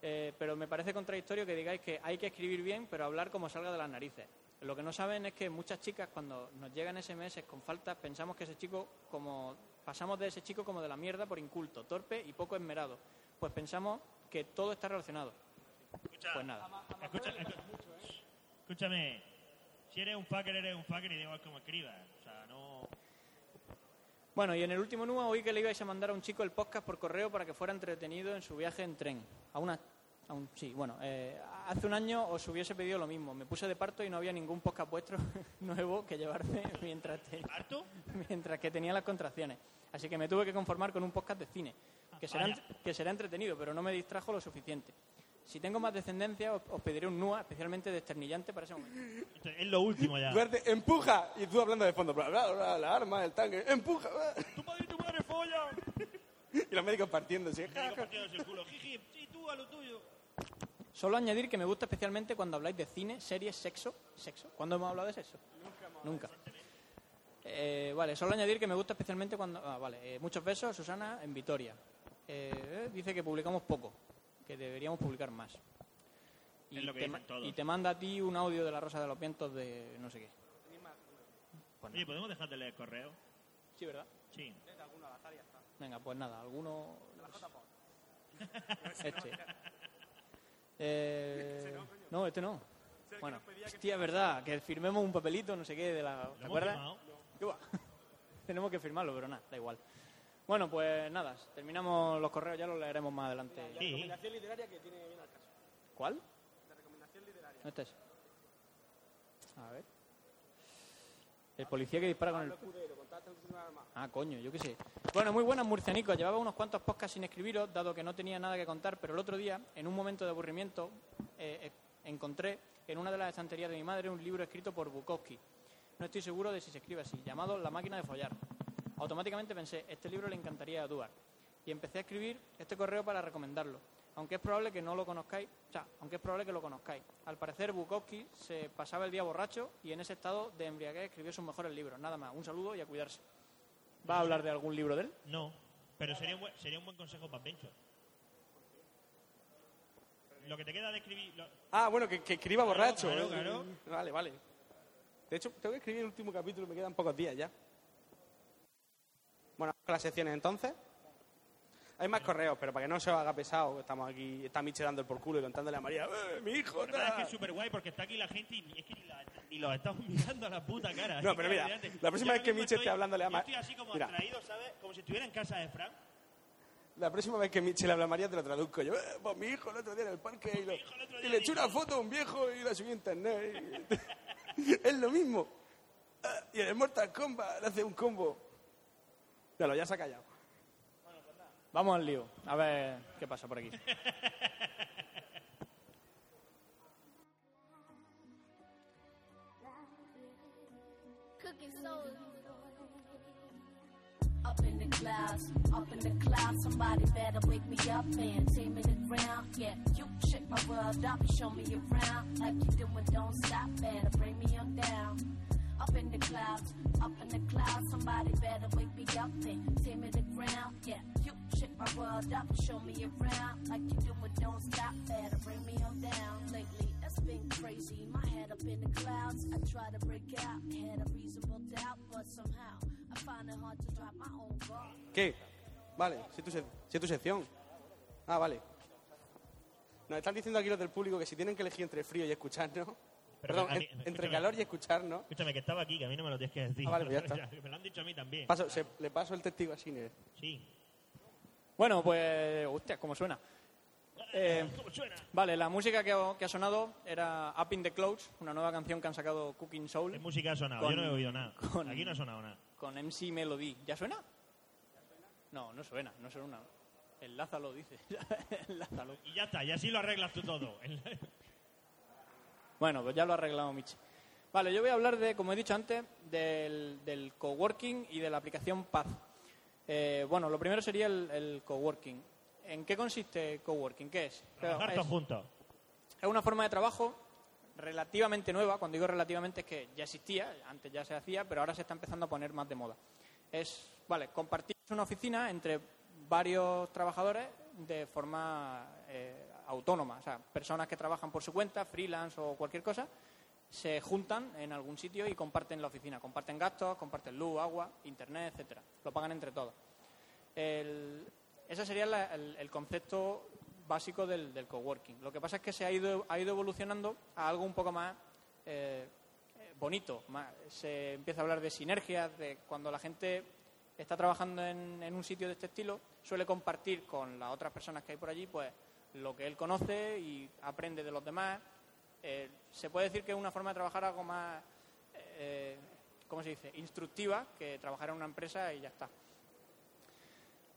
[SPEAKER 6] Eh, pero me parece contradictorio que digáis que hay que escribir bien, pero hablar como salga de las narices. Lo que no saben es que muchas chicas cuando nos llegan SMS con faltas pensamos que ese chico como pasamos de ese chico como de la mierda por inculto, torpe y poco esmerado. Pues pensamos que todo está relacionado.
[SPEAKER 8] Escucha,
[SPEAKER 6] Pues nada.
[SPEAKER 8] escucha, escu- escúchame. Si eres un fucker, eres un fucker y da igual como escribas. O sea, no...
[SPEAKER 6] Bueno, y en el último NUA oí que le ibais a mandar a un chico el podcast por correo para que fuera entretenido en su viaje en tren. A una. a un- sí, bueno, eh, hace un año os hubiese pedido lo mismo. Me puse de parto y no había ningún podcast vuestro nuevo que llevarme mientras, te-
[SPEAKER 8] ¿Harto?
[SPEAKER 6] mientras que tenía las contracciones. Así que me tuve que conformar con un podcast de cine, que será,
[SPEAKER 8] vaya.
[SPEAKER 6] que será entretenido, pero no me distrajo lo suficiente. Si tengo más descendencia, os, os pediré un NUA especialmente desternillante para ese momento.
[SPEAKER 8] Esto es lo último ya.
[SPEAKER 4] Duarte, empuja. Y tú hablando de fondo. Bla, bla, bla, la arma, el tanque. Empuja. bla.
[SPEAKER 8] ¡Tu padre y tu madre follan!
[SPEAKER 4] Y los médicos partiendo. sí.
[SPEAKER 8] Te digo partiéndose el culo. Jiji, sí, tú a lo tuyo.
[SPEAKER 6] Solo añadir que me gusta especialmente cuando habláis de cine, series, sexo. ¿Sexo? ¿Cuándo hemos hablado de sexo? Nunca. Eh, vale, solo añadir que me gusta especialmente cuando... Ah, vale. eh, muchos besos, Susana, en Vitoria. Eh, eh, dice que publicamos poco, que deberíamos publicar más. Y,
[SPEAKER 8] Es lo que
[SPEAKER 6] te,
[SPEAKER 8] dicen
[SPEAKER 6] ma-
[SPEAKER 8] todos.
[SPEAKER 6] y te manda a ti un audio de La Rosa de los Vientos de no sé qué. Pues
[SPEAKER 8] Oye,
[SPEAKER 6] nada.
[SPEAKER 8] ¿podemos dejar de leer correo?
[SPEAKER 6] Sí, ¿verdad?
[SPEAKER 8] Sí.
[SPEAKER 6] Venga, pues nada, alguno... Este. Eh, no, este no. Bueno, hostia, es verdad, que firmemos un papelito, no sé qué, de la... ¿Te
[SPEAKER 8] ¿Lo hemos
[SPEAKER 6] acuerdas?
[SPEAKER 8] firmado?
[SPEAKER 6] ¿Qué va? Tenemos que firmarlo, pero nada, da igual. Bueno, pues nada, terminamos los correos, ya los leeremos más adelante.
[SPEAKER 8] Sí.
[SPEAKER 6] ¿Cuál? La recomendación literaria. ¿No está ese? A ver. El policía que dispara con el... Ah, coño, yo qué sé. Bueno, muy buenas, murcianicos. Llevaba unos cuantos podcasts sin escribiros, dado que no tenía nada que contar, pero el otro día, en un momento de aburrimiento, eh, eh, encontré en una de las estanterías de mi madre un libro escrito por Bukowski. No estoy seguro de si se escribe así, llamado La máquina de follar. Automáticamente pensé, este libro le encantaría a Duar. Y empecé a escribir este correo para recomendarlo, aunque es probable que no lo conozcáis, o sea, aunque es probable que lo conozcáis. Al parecer, Bukowski se pasaba el día borracho y en ese estado de embriaguez escribió sus mejores libros. Nada más, un saludo y a cuidarse. ¿Va a hablar de algún libro de él?
[SPEAKER 5] No, pero sería un buen, sería un buen consejo para Venture. Lo que te queda de escribir... lo-
[SPEAKER 4] Ah, bueno, que, que escriba borracho.
[SPEAKER 5] claro,
[SPEAKER 4] ¿eh?
[SPEAKER 5] claro.
[SPEAKER 4] Vale, vale. De hecho, tengo que escribir el último capítulo, me quedan pocos días ya. Bueno, vamos con las secciones entonces. Hay más correos, pero para que no se os haga pesado, estamos aquí, está Miche dando el por culo y contándole a María, "Eh, mi hijo,
[SPEAKER 5] La verdad es que
[SPEAKER 4] tal".
[SPEAKER 5] es súper guay porque está aquí la gente y es que ni, la- ni los estamos mirando a la puta cara.
[SPEAKER 4] No,
[SPEAKER 5] Es
[SPEAKER 4] pero mira,
[SPEAKER 5] adelante.
[SPEAKER 4] la
[SPEAKER 5] Yo
[SPEAKER 4] próxima vez que
[SPEAKER 5] mismo
[SPEAKER 4] Mitch esté
[SPEAKER 5] estoy-
[SPEAKER 4] hablándole a
[SPEAKER 5] yo
[SPEAKER 4] Ma-
[SPEAKER 5] Estoy así como
[SPEAKER 4] Mira.
[SPEAKER 5] atraído, ¿sabes? Como si estuviera en casa de Frank.
[SPEAKER 4] La próxima vez que Miche le habla a María te lo traduzco yo. "Eh, pues mi hijo el otro día en el parque y, lo-
[SPEAKER 5] hijo el otro
[SPEAKER 4] y
[SPEAKER 5] día
[SPEAKER 4] le eché
[SPEAKER 5] dijo-
[SPEAKER 4] una foto a un viejo y la subí a internet. es lo mismo. Ah, Y en el Mortal Kombat le hace un combo. Ya lo, ya se ha callado.
[SPEAKER 6] Vamos al lío. A ver qué pasa por aquí.
[SPEAKER 9] Cooking soul. Up in the clouds, up in the clouds, somebody better wake me up and take me to the ground. Yeah, you can shake my world up and show me around. Like you doing, don't stop, better bring me on down. Up in the clouds, up in the clouds, somebody better wake me up and take me to the ground. Yeah, you can shake my world up and show me around. Like you doing, don't stop, better bring me on down. Lately, it's been crazy, my head up in the clouds. I try to break out, had a reasonable doubt, but somehow I find it hard to drop my own guard.
[SPEAKER 4] ¿Qué? Vale, si es tu, sec- si es tu sección. Ah, vale. Nos están diciendo aquí los del público que si tienen que elegir entre frío y escucharnos. Perdón,
[SPEAKER 5] a mí-
[SPEAKER 4] en- entre
[SPEAKER 5] escúchame.
[SPEAKER 4] calor y escucharnos.
[SPEAKER 5] Escúchame, que estaba aquí, que a mí no me lo tienes que decir.
[SPEAKER 4] Ah, vale, pues ya
[SPEAKER 5] Me lo han dicho a mí también.
[SPEAKER 4] Paso- se- le paso el testigo a Siner.
[SPEAKER 5] Sí.
[SPEAKER 6] Bueno, pues. Hostia, cómo suena. Eh,
[SPEAKER 5] ¿Cómo suena?
[SPEAKER 6] vale, la música que ha, que ha sonado era Up in the Clouds, una nueva canción que han sacado Cooking Soul
[SPEAKER 5] ¿Qué música ha sonado?
[SPEAKER 6] Con-
[SPEAKER 5] Yo no he oído nada.
[SPEAKER 6] con-
[SPEAKER 5] Aquí no ha sonado nada.
[SPEAKER 6] con MC Melody. ¿Ya suena? No, no suena, no suena. Enlázalo, dice. Enlázalo.
[SPEAKER 5] Y ya está, y así lo arreglas tú todo.
[SPEAKER 6] Bueno, pues ya lo ha arreglado Michi. Vale, yo voy a hablar de, como he dicho antes, del, del coworking y de la aplicación Paz. Eh, bueno, lo primero sería el, el coworking. ¿En qué consiste coworking? ¿Qué es?
[SPEAKER 5] Trabajar
[SPEAKER 6] Es-
[SPEAKER 5] todos juntos.
[SPEAKER 6] Es una forma de trabajo relativamente nueva. Cuando digo relativamente es que ya existía, antes ya se hacía, pero ahora se está empezando a poner más de moda. Es, vale, compartir una oficina entre varios trabajadores de forma eh, autónoma. O sea, personas que trabajan por su cuenta, freelance o cualquier cosa, se juntan en algún sitio y comparten la oficina. Comparten gastos, comparten luz, agua, internet, etcétera. Lo pagan entre todos. El- ese sería la- el, el concepto básico del, del coworking. Lo que pasa es que se ha ido, ha ido evolucionando a algo un poco más eh, eh, bonito. más- se empieza a hablar de sinergias, de cuando la gente está trabajando en, en un sitio de este estilo, suele compartir con las otras personas que hay por allí pues lo que él conoce y aprende de los demás. Eh, se puede decir que es una forma de trabajar algo más, eh, ¿cómo se dice?, instructiva que trabajar en una empresa y ya está.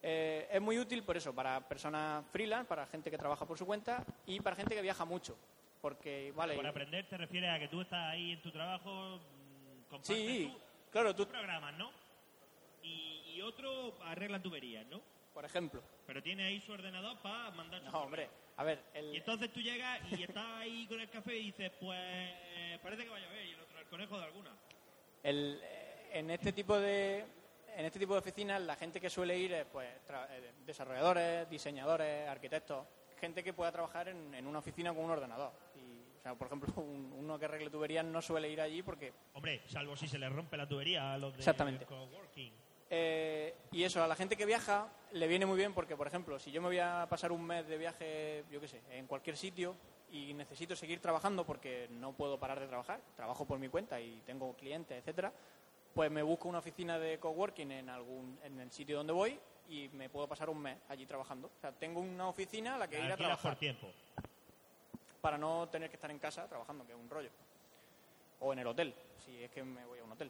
[SPEAKER 6] Eh, es muy útil por eso, para personas freelance, para gente que trabaja por su cuenta y para gente que viaja mucho. Porque, vale.
[SPEAKER 5] Por aprender te refieres a que tú estás ahí en tu trabajo, mm, compartes
[SPEAKER 6] Sí,
[SPEAKER 5] tú-
[SPEAKER 6] claro, tú-
[SPEAKER 5] tú programas, ¿no? Y, y otro arregla tuberías, ¿no?
[SPEAKER 6] Por ejemplo.
[SPEAKER 5] Pero tiene ahí su ordenador para mandar su
[SPEAKER 6] No, hombre. A ver,
[SPEAKER 5] Y
[SPEAKER 6] el,
[SPEAKER 5] entonces tú llegas y estás ahí con el café y dices, pues eh, parece que va a llover y el otro, el conejo de alguna.
[SPEAKER 6] el- eh, en este tipo de en este tipo de oficinas la gente que suele ir es pues tra- eh, desarrolladores, diseñadores, arquitectos, gente que pueda trabajar en, en una oficina con un ordenador. Y, o sea, por ejemplo, un- uno que arregle tuberías no suele ir allí porque
[SPEAKER 5] Hombre, salvo si se le rompe la tubería a los de
[SPEAKER 6] Exactamente.
[SPEAKER 5] coworking.
[SPEAKER 6] Eh, y eso, a la gente que viaja le viene muy bien porque, por ejemplo, si yo me voy a pasar un mes de viaje, yo qué sé, en cualquier sitio y necesito seguir trabajando porque no puedo parar de trabajar, trabajo por mi cuenta y tengo clientes, etcétera, pues me busco una oficina de coworking en algún en el sitio donde voy y me puedo pasar un mes allí trabajando. O sea, tengo una oficina a la que ir a
[SPEAKER 5] Alquilas
[SPEAKER 6] trabajar
[SPEAKER 5] por tiempo.
[SPEAKER 6] para no tener que estar en casa trabajando, que es un rollo. O en el hotel, si es que me voy a un hotel.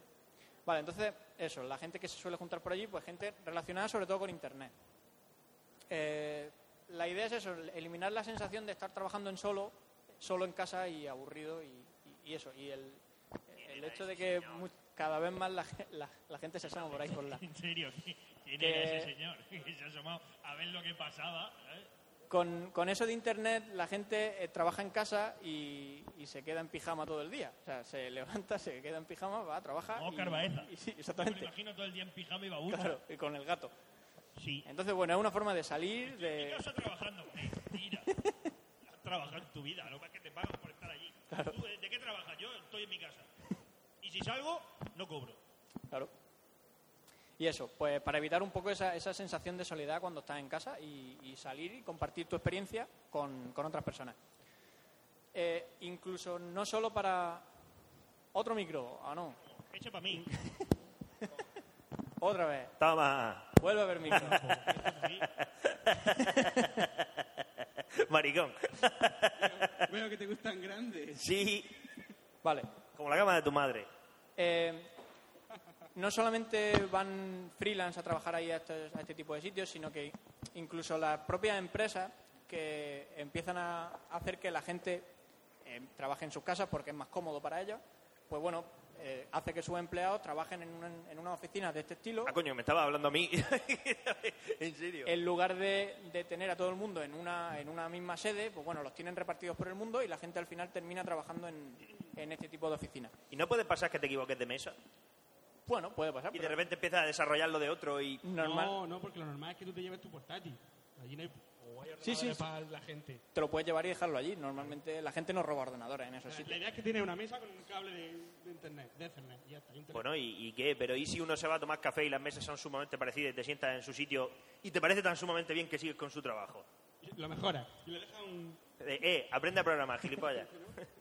[SPEAKER 6] Vale, entonces, eso, la gente que se suele juntar por allí, pues gente relacionada sobre todo con Internet. Eh, la idea es eso, eliminar la sensación de estar trabajando en solo, solo en casa y aburrido y, y- y eso. Y el, el hecho de que mu- cada vez más la, ge- la- la gente se asoma por ahí por la...
[SPEAKER 5] En serio, ¿quién
[SPEAKER 6] Que-
[SPEAKER 5] era ese señor que se ha asomado a ver lo que pasaba? ¿eh?
[SPEAKER 6] con, con eso de internet la gente eh, trabaja en casa y, y se queda en pijama todo el día. O sea, se levanta, se queda en pijama, va a trabajar.
[SPEAKER 8] Como
[SPEAKER 6] y-
[SPEAKER 8] Carvaeza.
[SPEAKER 6] y sí,
[SPEAKER 8] Oh, Me lo
[SPEAKER 6] exactamente.
[SPEAKER 8] imagino todo el día en pijama y babucha.
[SPEAKER 6] Claro, y con el gato.
[SPEAKER 8] Sí.
[SPEAKER 6] Entonces, bueno, es una forma de salir,
[SPEAKER 8] ¿Qué
[SPEAKER 6] de...
[SPEAKER 8] estás trabajando? Mentira. Has trabajado en tu vida, lo más que te pagan por estar allí. ¿Tú, eh, ¿De qué trabajas? Yo estoy en mi casa. Y si salgo, no cobro.
[SPEAKER 6] Claro. Y eso, pues para evitar un poco esa, esa sensación de soledad cuando estás en casa y, y salir y compartir tu experiencia con, con otras personas. Eh, incluso no solo para... Otro micro, ah, no.
[SPEAKER 8] Echa para mí.
[SPEAKER 6] Otra vez.
[SPEAKER 10] Toma,
[SPEAKER 6] Vuelve a haber micro.
[SPEAKER 10] maricón.
[SPEAKER 7] Veo que te gustan grandes.
[SPEAKER 10] Sí,
[SPEAKER 6] Vale.
[SPEAKER 10] como la cama de tu madre.
[SPEAKER 6] Eh, no solamente van freelance a trabajar ahí a este, a este tipo de sitios, sino que incluso las propias empresas que empiezan a hacer que la gente eh, trabaje en sus casas porque es más cómodo para ellos, pues bueno, eh, hace que sus empleados trabajen en, una, en unas oficinas de este estilo
[SPEAKER 10] Ah, coño, me estaba hablando a mí. en serio.
[SPEAKER 6] en lugar de, de tener a todo el mundo en una, en una misma sede, pues bueno, los tienen repartidos por el mundo y la gente al final termina trabajando en, en este tipo de oficinas.
[SPEAKER 10] ¿Y no puede pasar que te equivoques de mesa?
[SPEAKER 6] Bueno, puede pasar.
[SPEAKER 10] Y de
[SPEAKER 6] pero
[SPEAKER 10] repente empiezas a desarrollar lo de otro y...
[SPEAKER 6] normal.
[SPEAKER 7] No, no, porque lo normal es que tú te lleves tu portátil. Allí no hay... O hay
[SPEAKER 6] Sí, sí,
[SPEAKER 7] ordenadores
[SPEAKER 6] sí.
[SPEAKER 7] para Ah, la gente.
[SPEAKER 6] te lo puedes llevar y dejarlo allí. Normalmente la gente no roba ordenadores en esos
[SPEAKER 7] La
[SPEAKER 6] sitios.
[SPEAKER 7] idea es que tiene una mesa con un cable de, de internet, de Ethernet, y ya está. y un teléfono.
[SPEAKER 10] Bueno, ¿y, y qué? Pero ¿y si uno se va a tomar café y las mesas son sumamente parecidas y te sientas en su sitio y te parece tan sumamente bien que sigues con su trabajo?
[SPEAKER 7] Y Lo mejora. Y le deja un...
[SPEAKER 10] De, eh, aprende a programar, gilipollas.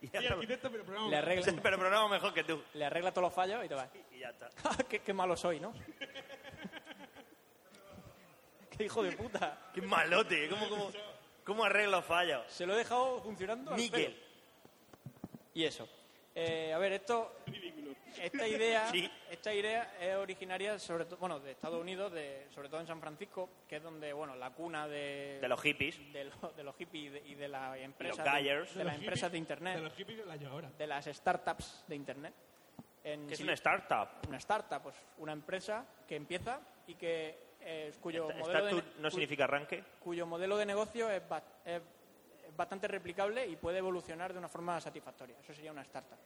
[SPEAKER 10] Y ya
[SPEAKER 7] Sí,
[SPEAKER 10] está.
[SPEAKER 7] arquitecto, pero programa.
[SPEAKER 6] Le arregla,
[SPEAKER 10] Pero programo mejor que tú.
[SPEAKER 6] le arregla todos los fallos y te vas.
[SPEAKER 10] Y ya está.
[SPEAKER 6] qué, qué malo soy, ¿no? qué hijo de puta.
[SPEAKER 10] Qué malote. ¿eh? ¿Cómo, cómo, cómo arreglo fallos?
[SPEAKER 6] Se lo he dejado funcionando. al
[SPEAKER 10] Níquel.
[SPEAKER 6] pelo. Y eso. Eh, a ver, esto, esta idea,
[SPEAKER 10] Sí.
[SPEAKER 6] esta idea es originaria sobre todo, bueno, de Estados Unidos, de, sobre todo en San Francisco, que es donde, bueno, la cuna de,
[SPEAKER 10] De los hippies.
[SPEAKER 6] de, los- de los hippies y de, y de las empresas,
[SPEAKER 10] gallers.
[SPEAKER 6] de, de las empresas de internet.
[SPEAKER 7] De los hippies de la ahora.
[SPEAKER 6] de las startups de Internet. En
[SPEAKER 10] Que es
[SPEAKER 6] sí-
[SPEAKER 10] una startup.
[SPEAKER 6] una startup, pues una empresa que empieza y que eh, cuyo, modelo de,
[SPEAKER 10] Startup
[SPEAKER 6] ne-
[SPEAKER 10] no
[SPEAKER 6] cu-
[SPEAKER 10] significa arranque.
[SPEAKER 6] cuyo modelo de negocio es, ba- es- es bastante replicable y puede evolucionar de una forma satisfactoria. Eso sería una startup.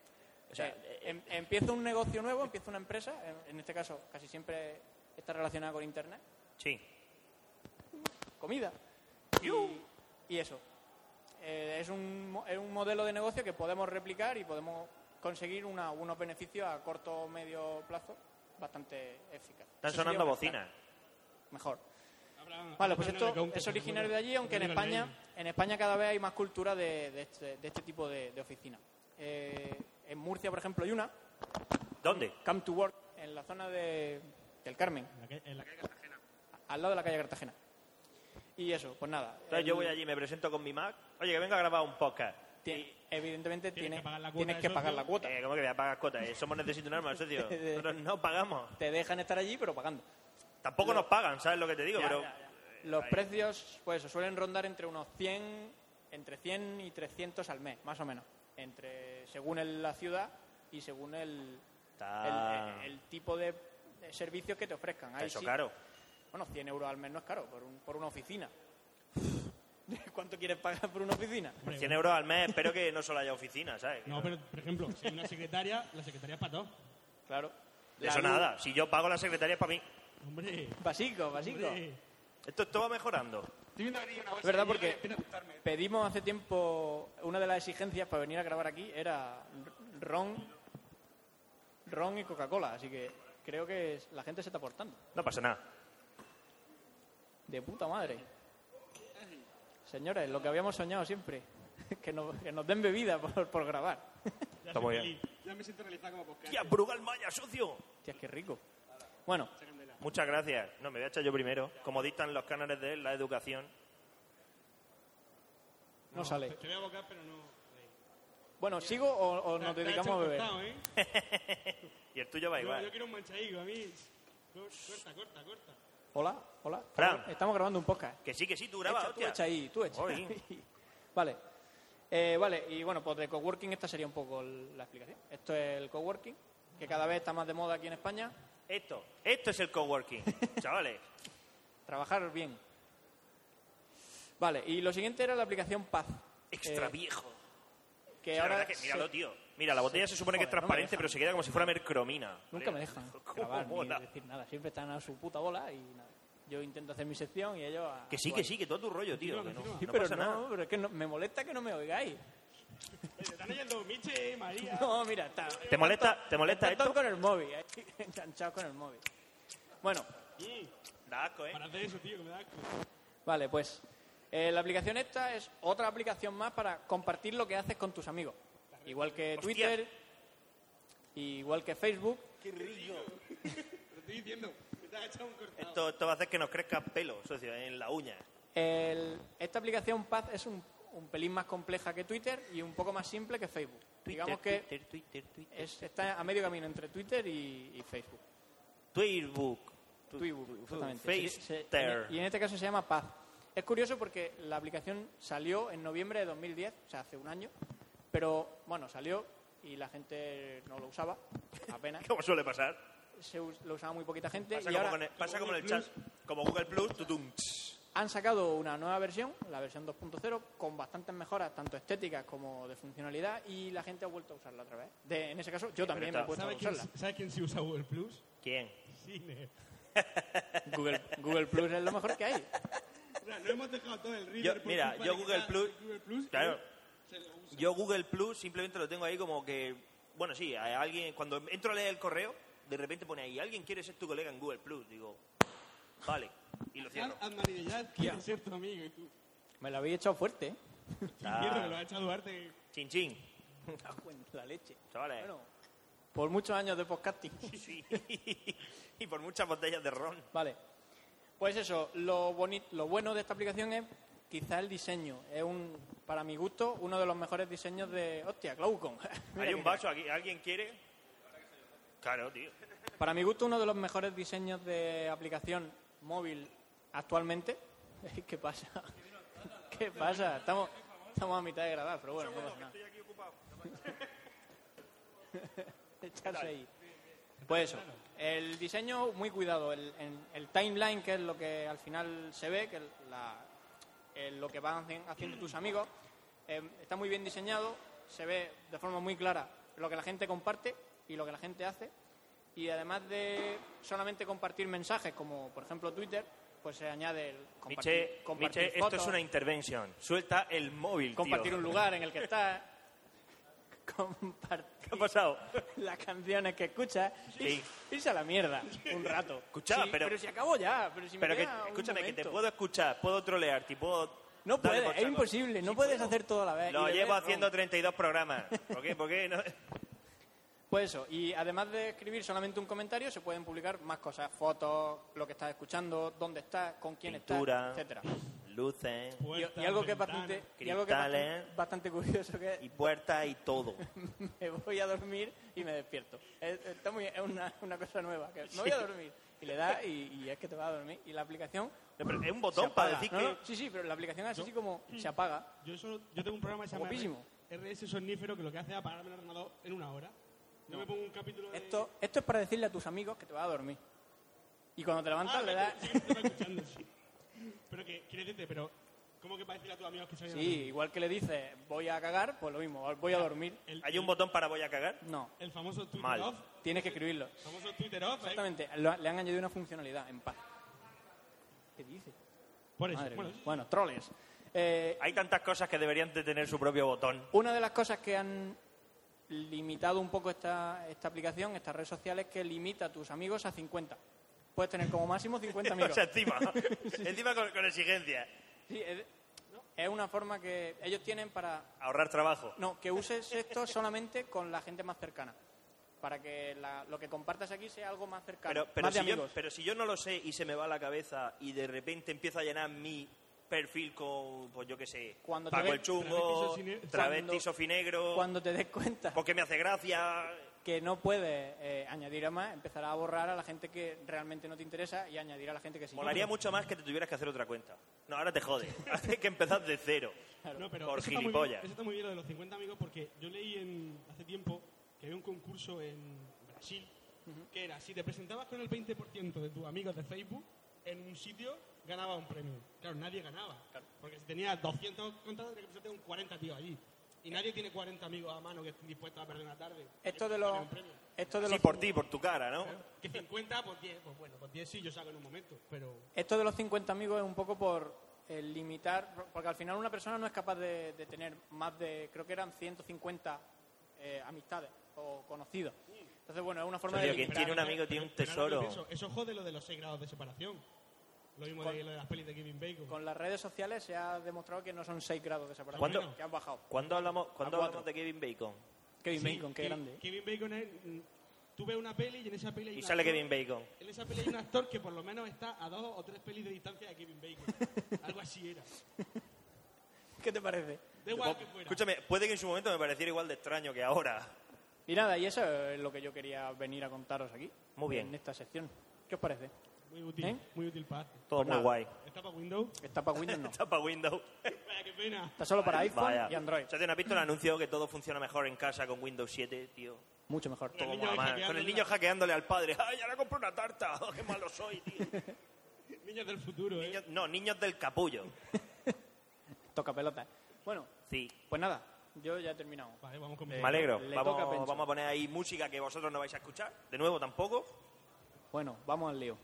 [SPEAKER 10] O sea,
[SPEAKER 6] Eh, em- empieza un negocio nuevo, empieza una empresa, en, en este caso casi siempre está relacionada con Internet,
[SPEAKER 10] Sí.
[SPEAKER 6] comida. Y, y eso. Eh, es, un, mo- es un modelo de negocio que podemos replicar y podemos conseguir una- unos beneficios a corto o medio plazo bastante eficaz. Eso
[SPEAKER 10] Están
[SPEAKER 6] sería
[SPEAKER 10] sonando
[SPEAKER 6] una
[SPEAKER 10] bocinas.
[SPEAKER 6] startup. Mejor.
[SPEAKER 7] Habrá-
[SPEAKER 6] Vale,
[SPEAKER 7] habrá
[SPEAKER 6] pues
[SPEAKER 7] hablado
[SPEAKER 6] esto
[SPEAKER 7] Gonca,
[SPEAKER 6] es
[SPEAKER 7] seguro.
[SPEAKER 6] originario de allí, aunque en
[SPEAKER 7] Seguro que
[SPEAKER 6] España,
[SPEAKER 7] leí.
[SPEAKER 6] en España cada vez hay más cultura de, de este, de este tipo de, de oficina. Eh, en Murcia, por ejemplo, hay una,
[SPEAKER 10] ¿Dónde?
[SPEAKER 6] Come to Work, en la zona de, del Carmen,
[SPEAKER 7] En la calle- en la calle Cartagena.
[SPEAKER 6] al lado de la calle Cartagena. Y eso, pues nada.
[SPEAKER 10] Entonces
[SPEAKER 6] el-
[SPEAKER 10] yo voy allí, me presento con mi Mac. Oye, que venga a grabar un podcast.
[SPEAKER 6] Tien- evidentemente
[SPEAKER 7] Tienes
[SPEAKER 6] tienes,
[SPEAKER 7] que pagar la cuota
[SPEAKER 6] tienes
[SPEAKER 7] de
[SPEAKER 6] que pagar
[SPEAKER 7] socio.
[SPEAKER 6] la cuota.
[SPEAKER 10] Eh, ¿Cómo que voy a pagar cuotas? Eh, Somos necesito un arma, socio. Nosotros no pagamos.
[SPEAKER 6] Te dejan estar allí, pero pagando.
[SPEAKER 10] Tampoco nos pagan, ¿sabes lo que te digo?
[SPEAKER 6] Ya,
[SPEAKER 10] Pero
[SPEAKER 6] ya, ya. Los precios, pues eso, suelen rondar entre unos 100, entre 100 y 300 al mes, más o menos. Entre, según el- la ciudad y según el,
[SPEAKER 10] Está-
[SPEAKER 6] el, el tipo de, de servicios que te ofrezcan.
[SPEAKER 10] está
[SPEAKER 6] Hay
[SPEAKER 10] eso
[SPEAKER 6] sí-
[SPEAKER 10] caro.
[SPEAKER 6] Bueno, 100 euros al mes no es caro, por, un- por una oficina. ¿Cuánto quieres pagar por una oficina?
[SPEAKER 10] 100 euros al mes, espero que no solo haya oficina, ¿sabes?
[SPEAKER 7] No, pero, por ejemplo, si hay una secretaria, la secretaria es para todo.
[SPEAKER 6] Claro.
[SPEAKER 10] De
[SPEAKER 6] La
[SPEAKER 10] eso
[SPEAKER 6] luz-
[SPEAKER 10] nada. Si yo pago la secretaria es para mí.
[SPEAKER 7] Hombre,
[SPEAKER 6] Básico, básico.
[SPEAKER 7] hombre.
[SPEAKER 10] Esto, esto va mejorando.
[SPEAKER 7] Estoy viendo aquí una bolsa
[SPEAKER 6] Es verdad,
[SPEAKER 7] de
[SPEAKER 6] porque-
[SPEAKER 7] hielos, empieza a gustarme.
[SPEAKER 6] Pedimos hace tiempo, una de las exigencias para venir a grabar aquí era ron, ron y Coca-Cola, así que creo que es- la gente se está portando.
[SPEAKER 10] No pasa nada.
[SPEAKER 6] De puta madre. Señores, lo que habíamos soñado siempre, que nos, que nos den bebida por, por grabar.
[SPEAKER 10] Está muy bien.
[SPEAKER 7] Ya me siento realizado como podcast.
[SPEAKER 10] ¡Tía, Brugal Maya, socio!
[SPEAKER 6] Hostia, qué rico. Bueno,
[SPEAKER 10] Muchas gracias. No, me voy a echar yo primero. Como dictan los cánones de la educación.
[SPEAKER 6] no sale.
[SPEAKER 7] Te voy a abocar, pero no...
[SPEAKER 6] Bueno, ¿sigo o, o nos
[SPEAKER 7] Te- te ha
[SPEAKER 6] dedicamos
[SPEAKER 7] hecho
[SPEAKER 6] a
[SPEAKER 7] el
[SPEAKER 6] beber?
[SPEAKER 7] cortado, ¿eh?
[SPEAKER 10] Y el tuyo va
[SPEAKER 7] Yo, yo
[SPEAKER 10] igual.
[SPEAKER 7] quiero un manchaigo, a mí... Corta, corta, corta.
[SPEAKER 6] Hola, hola.
[SPEAKER 10] Fran.
[SPEAKER 6] Estamos grabando un podcast.
[SPEAKER 10] Que sí, que sí, tú
[SPEAKER 6] Echa,
[SPEAKER 10] grabas,
[SPEAKER 6] tú echa
[SPEAKER 10] hostia.
[SPEAKER 6] ahí, tú echa.
[SPEAKER 10] Oy.
[SPEAKER 6] vale. Eh, vale, y bueno, pues de coworking esta sería un poco el- la explicación. Esto es el coworking, que cada vez está más de moda aquí en España.
[SPEAKER 10] Esto, esto es el coworking, chavales.
[SPEAKER 6] Trabajar bien. Vale, y lo siguiente era la aplicación Paz.
[SPEAKER 10] Extra
[SPEAKER 6] Eh,
[SPEAKER 10] viejo.
[SPEAKER 6] que
[SPEAKER 10] Sí, la
[SPEAKER 6] ahora
[SPEAKER 10] verdad que-
[SPEAKER 6] se-
[SPEAKER 10] míralo, tío. Mira, la botella se supone que es
[SPEAKER 6] Joder, no me
[SPEAKER 10] transparente,
[SPEAKER 6] dejan.
[SPEAKER 10] pero se queda como si fuera mercromina.
[SPEAKER 6] Nunca me dejan
[SPEAKER 10] ¿Cómo
[SPEAKER 6] grabar ni
[SPEAKER 10] mola?
[SPEAKER 6] decir nada. Siempre están a su puta bola y nada. Yo intento hacer mi sección y ellos... a-
[SPEAKER 10] Que sí, que sí, que todo tu rollo, tío. que no,
[SPEAKER 6] Sí,
[SPEAKER 10] no
[SPEAKER 6] pero
[SPEAKER 10] pasa
[SPEAKER 6] no,
[SPEAKER 10] nada.
[SPEAKER 6] pero es que no- me molesta que no me oigáis.
[SPEAKER 7] Están oyendo Miche, María.
[SPEAKER 6] No, mmira, está...
[SPEAKER 10] ¿Te molesta, te molesta
[SPEAKER 6] está todo
[SPEAKER 10] esto?
[SPEAKER 6] con el móvil, ahí, enganchado con el móvil. Bueno,
[SPEAKER 10] Da asco, ¿eh?
[SPEAKER 7] Para hacer eso, tío, que me da asco.
[SPEAKER 6] Vale, pues eh, la aplicación esta es otra aplicación más para compartir lo que haces con tus amigos. Igual que
[SPEAKER 10] Hostia.
[SPEAKER 6] Twitter, igual que Facebook.
[SPEAKER 7] Te estoy diciendo, que te has echado un cortado.
[SPEAKER 10] Esto, esto va a hacer que nos crezca pelo, socio, en la uña.
[SPEAKER 6] El- esta aplicación Paz es un, un pelín más compleja que Twitter y un poco más simple que Facebook. Digamos que
[SPEAKER 10] Twitter, Twitter, Twitter.
[SPEAKER 6] es- está a medio camino entre Twitter y, y Facebook.
[SPEAKER 10] Tweetbook. Tu-
[SPEAKER 6] Tweetbook,
[SPEAKER 10] tu-
[SPEAKER 6] exactamente. Se- se-
[SPEAKER 10] Facester.
[SPEAKER 6] y en este caso se llama Paz. Es curioso porque la aplicación salió en noviembre de 2010, o sea, hace un año, pero bueno, salió y la gente no lo usaba apenas.
[SPEAKER 10] ¿Cómo suele pasar?
[SPEAKER 6] Se us- lo usaba muy poquita gente
[SPEAKER 10] Pasa
[SPEAKER 6] y
[SPEAKER 10] como,
[SPEAKER 6] ahora
[SPEAKER 10] con el, pasa como en el chat. Como Google Plus, tutum. tss.
[SPEAKER 6] han sacado una nueva versión, la versión 2.0, con bastantes mejoras, tanto estéticas como de funcionalidad, y la gente ha vuelto a usarla otra vez. De- en ese caso, yo también me
[SPEAKER 10] está-
[SPEAKER 6] he puesto a
[SPEAKER 7] ¿Sabes quién,
[SPEAKER 6] usarla.
[SPEAKER 7] ¿Sabes quién sí usa Google Plus?
[SPEAKER 10] ¿Quién?
[SPEAKER 7] Cine.
[SPEAKER 6] Google, Google Plus es lo mejor que hay.
[SPEAKER 7] O sea, no hemos dejado todo el River
[SPEAKER 10] Yo-
[SPEAKER 7] por
[SPEAKER 10] mira,
[SPEAKER 7] culpa
[SPEAKER 10] yo
[SPEAKER 7] de que
[SPEAKER 10] Google
[SPEAKER 7] está-
[SPEAKER 10] Plus-
[SPEAKER 7] Google Plus.
[SPEAKER 10] Claro.
[SPEAKER 7] se lo usa.
[SPEAKER 10] Yo Google Plus simplemente lo tengo ahí como que, bueno, sí, a alguien, cuando entro a leer el correo, de repente pone ahí, alguien quiere ser tu colega en Google Plus. Digo, vale, y lo cierro.
[SPEAKER 7] Ad- Admaridellaz quiere ser tu amigo y tú.
[SPEAKER 6] Me la habéis echado fuerte, ¿eh?
[SPEAKER 10] Ah.
[SPEAKER 7] Entiendo que lo ha echado Duarte.
[SPEAKER 10] Chin, chin,
[SPEAKER 6] Cago en la leche.
[SPEAKER 10] chavales.
[SPEAKER 6] Bueno, por muchos años de podcasting.
[SPEAKER 10] Sí. y por muchas botellas de ron.
[SPEAKER 6] Vale. Pues eso, lo, boni- lo bueno de esta aplicación es quizá el diseño. Es un, para mi gusto, uno de los mejores diseños de. ¡Hostia, Glaucon! Mira
[SPEAKER 10] Hay
[SPEAKER 6] qué
[SPEAKER 10] un vaso aquí, ¿alguien quiere? Claro, tío.
[SPEAKER 6] crack. Para mi gusto, uno de los mejores diseños de aplicación móvil actualmente. ¿Qué pasa? ¿Qué pasa? Estamos, estamos a mitad de grabar, pero bueno, no pasa nada. Echarse ahí. Pues eso, el diseño muy cuidado, el, en- el timeline que es lo que al final se ve, que el- la- el- lo que van hacen- haciendo tus amigos, eh, está muy bien diseñado, se ve de forma muy clara lo que la gente comparte y lo que la gente hace. Y además de solamente compartir mensajes, como por ejemplo Twitter, pues se añade el compartir,
[SPEAKER 10] Miche,
[SPEAKER 6] compartir
[SPEAKER 10] Miche, esto
[SPEAKER 6] fotos,
[SPEAKER 10] es una intervención. Suelta el móvil,
[SPEAKER 6] compartir
[SPEAKER 10] tío.
[SPEAKER 6] un lugar en el que estás, compartir
[SPEAKER 10] ¿Qué ha pasado?
[SPEAKER 6] las canciones que escuchas
[SPEAKER 10] Sí.
[SPEAKER 6] y irse a la mierda un rato.
[SPEAKER 10] Escucha,
[SPEAKER 6] Sí,
[SPEAKER 10] pero-
[SPEAKER 6] si acabo ya, pero si me
[SPEAKER 10] Pero que,
[SPEAKER 6] queda un
[SPEAKER 10] escúchame, que te
[SPEAKER 6] momento.
[SPEAKER 10] puedo escuchar, puedo trolearte, puedo...
[SPEAKER 6] No
[SPEAKER 10] darle
[SPEAKER 6] puedes,
[SPEAKER 10] por
[SPEAKER 6] es
[SPEAKER 10] saco.
[SPEAKER 6] imposible, no
[SPEAKER 10] Sí
[SPEAKER 6] puedes
[SPEAKER 10] puedo.
[SPEAKER 6] hacer todo a la vez.
[SPEAKER 10] Lo
[SPEAKER 6] Y
[SPEAKER 10] llevo
[SPEAKER 6] beber
[SPEAKER 10] haciendo
[SPEAKER 6] ron.
[SPEAKER 10] 32 programas. ¿Por qué? ¿Por qué? No?
[SPEAKER 6] Pues eso, y además de escribir solamente un comentario, se pueden publicar más cosas, fotos, lo que estás escuchando, dónde estás, con quién
[SPEAKER 10] Pintura.
[SPEAKER 6] estás, etcétera.
[SPEAKER 10] Luces
[SPEAKER 6] Y,
[SPEAKER 7] Puertas,
[SPEAKER 6] y algo que es
[SPEAKER 7] ventanas.
[SPEAKER 6] bastante, y algo que es bastante,
[SPEAKER 10] cristales.
[SPEAKER 6] bastante curioso que es,
[SPEAKER 10] y puertas y todo.
[SPEAKER 6] me voy a dormir y me despierto. Es, está muy- es una, una cosa nueva, que me voy a dormir y le das y, y es que te vas a dormir. Y la aplicación
[SPEAKER 10] No, pero es un
[SPEAKER 6] se
[SPEAKER 10] botón
[SPEAKER 6] apaga.
[SPEAKER 10] para decir
[SPEAKER 6] No, no,
[SPEAKER 10] que...
[SPEAKER 6] Sí, sí, pero la aplicación es así como se apaga.
[SPEAKER 7] Yo, solo, yo tengo un programa que se llama
[SPEAKER 6] Guapísimo.
[SPEAKER 7] RS Somnífero que lo que hace es apagarme el ordenador en una hora. Yo me pongo un capítulo de...
[SPEAKER 6] Esto, esto es para decirle a tus amigos que te vas a dormir. Y cuando te levantas
[SPEAKER 7] Ah,
[SPEAKER 6] le das...
[SPEAKER 7] sí, estaba escuchando, sí. Pero que, quiere decirte, pero... ¿Cómo que para decirle a tus amigos que soy
[SPEAKER 6] Sí, igual que le dices voy a cagar, pues lo mismo, voy a dormir.
[SPEAKER 7] El,
[SPEAKER 10] ¿Hay un botón para voy a cagar?
[SPEAKER 6] No,
[SPEAKER 7] el famoso Twitter
[SPEAKER 10] Mal.
[SPEAKER 7] off.
[SPEAKER 6] tienes que escribirlo.
[SPEAKER 7] Famoso Twitter off, ¿eh?
[SPEAKER 6] Exactamente, lo- le han añadido una funcionalidad en paz. ¿Qué dices?
[SPEAKER 7] Por eso.
[SPEAKER 6] Madre
[SPEAKER 7] Pues, bueno,
[SPEAKER 6] mía. Bueno, troles. Eh,
[SPEAKER 10] Hay tantas cosas que deberían de tener su propio botón.
[SPEAKER 6] Una de las cosas que han limitado un poco esta, esta aplicación, esta red social, es que limita a tus amigos a 50. Puedes tener como máximo 50
[SPEAKER 10] O
[SPEAKER 6] amigos.
[SPEAKER 10] sea, encima. Encima con, con exigencia.
[SPEAKER 6] Sí, es, es una forma que ellos tienen para...
[SPEAKER 10] Ahorrar trabajo.
[SPEAKER 6] No, que uses esto solamente con la gente más cercana. Para que la- lo que compartas aquí sea algo más cercano,
[SPEAKER 10] Pero, pero
[SPEAKER 6] más de
[SPEAKER 10] si yo,
[SPEAKER 6] amigos.
[SPEAKER 10] pero si yo no lo sé y se me va la cabeza y de repente empiezo a llenar mi perfil con, pues yo qué sé,
[SPEAKER 6] Cuando te
[SPEAKER 10] Paco
[SPEAKER 6] ven-
[SPEAKER 10] el Chungo,
[SPEAKER 7] Travesti Sofine-
[SPEAKER 10] Travesti
[SPEAKER 6] Cuando-
[SPEAKER 10] Sofinegro,
[SPEAKER 6] Cuando te des cuenta
[SPEAKER 10] porque me hace gracia.
[SPEAKER 6] que no puedes eh, añadir a más, empezarás a borrar a la gente que realmente no te interesa y añadir a la gente que sí.
[SPEAKER 10] Molaría mucho más que te tuvieras que hacer otra cuenta. No, ahora te jode. Ahora hay que empezar de cero.
[SPEAKER 7] No, pero
[SPEAKER 10] Por
[SPEAKER 7] eso está muy bien-
[SPEAKER 10] gilipollas.
[SPEAKER 7] eso está muy bien lo de los 50 amigos porque yo leí en- hace tiempo que había un concurso en Brasil que era si te presentabas con el 20% de tus amigos de Facebook en un sitio ganaba un premio. Claro, nadie ganaba. Porque si tenía 200 contratos, tenía que pensarte un 40 tíos allí. Y nadie tiene 40 amigos a mano que estén dispuestos a perder una tarde.
[SPEAKER 6] Esto de
[SPEAKER 7] Para
[SPEAKER 6] los.
[SPEAKER 7] un premio.
[SPEAKER 6] Esto de
[SPEAKER 10] Sí,
[SPEAKER 6] los
[SPEAKER 10] por ti, por tu cara, ¿no?
[SPEAKER 7] Que 50 por 10, pues bueno, por 10 sí yo saco en un momento, pero...
[SPEAKER 6] Esto de los 50 amigos es un poco por eh, limitar, porque al final una persona no es capaz de, de tener más de, creo que eran 150 eh, amistades o conocidos. Entonces, bueno, es una forma
[SPEAKER 10] Tío,
[SPEAKER 6] de...
[SPEAKER 10] ¿quién
[SPEAKER 6] limitar.
[SPEAKER 10] tiene un
[SPEAKER 7] Pero,
[SPEAKER 10] amigo tiene un
[SPEAKER 7] pero ahora que
[SPEAKER 10] tesoro?
[SPEAKER 7] lo pienso, eso jode lo de los 6 grados de separación. Lo mismo
[SPEAKER 6] Con-
[SPEAKER 7] de lo de las pelis de Kevin Bacon.
[SPEAKER 6] Con las redes sociales se ha demostrado que no son 6 grados de separación,
[SPEAKER 10] ¿Cuánto?
[SPEAKER 6] que han bajado.
[SPEAKER 10] ¿Cuándo hablamos, ¿cuándo
[SPEAKER 6] A cuatro.
[SPEAKER 10] hablamos de Kevin Bacon?
[SPEAKER 6] Kevin
[SPEAKER 7] Sí,
[SPEAKER 6] Bacon, qué
[SPEAKER 7] Ke-
[SPEAKER 6] grande. ¿eh?
[SPEAKER 7] Kevin Bacon es... mm, Tú ves una peli y en esa peli hay
[SPEAKER 10] Y
[SPEAKER 7] un
[SPEAKER 10] sale
[SPEAKER 7] actor-
[SPEAKER 10] Kevin Bacon.
[SPEAKER 7] En esa peli hay un actor que por lo menos está a dos o tres pelis de distancia de Kevin Bacon. Algo así era.
[SPEAKER 6] ¿Qué te parece?
[SPEAKER 7] Da igual que fuera.
[SPEAKER 10] Escúchame, puede que en su momento me pareciera igual de extraño que ahora.
[SPEAKER 6] Y nada, y eso es lo que yo quería venir a contaros aquí.
[SPEAKER 10] Muy bien.
[SPEAKER 6] En esta sección. ¿Qué os parece?
[SPEAKER 7] Muy útil,
[SPEAKER 6] ¿Eh?
[SPEAKER 7] muy útil para hacer.
[SPEAKER 10] Todo muy
[SPEAKER 6] nada.
[SPEAKER 10] guay.
[SPEAKER 7] ¿Está para Windows?
[SPEAKER 6] Está para Windows, no.
[SPEAKER 10] Está para Windows.
[SPEAKER 7] Vaya, qué pena.
[SPEAKER 6] Está solo para iPhone
[SPEAKER 10] Vaya.
[SPEAKER 6] y Android.
[SPEAKER 10] O sea, ¿no has visto el anuncio que todo funciona mejor en casa con Windows 7, tío?
[SPEAKER 6] Mucho mejor.
[SPEAKER 10] Todo
[SPEAKER 7] niño
[SPEAKER 10] mola más.
[SPEAKER 7] hackeándole
[SPEAKER 10] Con el niño
[SPEAKER 7] la-
[SPEAKER 10] hackeándole al padre. ¡Ay, ahora compro una tarta! Oh, ¡Qué malo soy, tío!
[SPEAKER 7] Niños del futuro, ¿eh?
[SPEAKER 10] Niños- no, niños del capullo.
[SPEAKER 6] Toca pelota. Bueno,
[SPEAKER 10] Sí.
[SPEAKER 6] pues nada, yo ya he terminado.
[SPEAKER 7] Vale, vamos con
[SPEAKER 10] Me alegro.
[SPEAKER 6] le toca
[SPEAKER 10] Vamos,
[SPEAKER 6] Pencho.
[SPEAKER 10] vamos a poner ahí música que vosotros no vais a escuchar. De nuevo, tampoco.
[SPEAKER 6] Bueno, vamos al lío.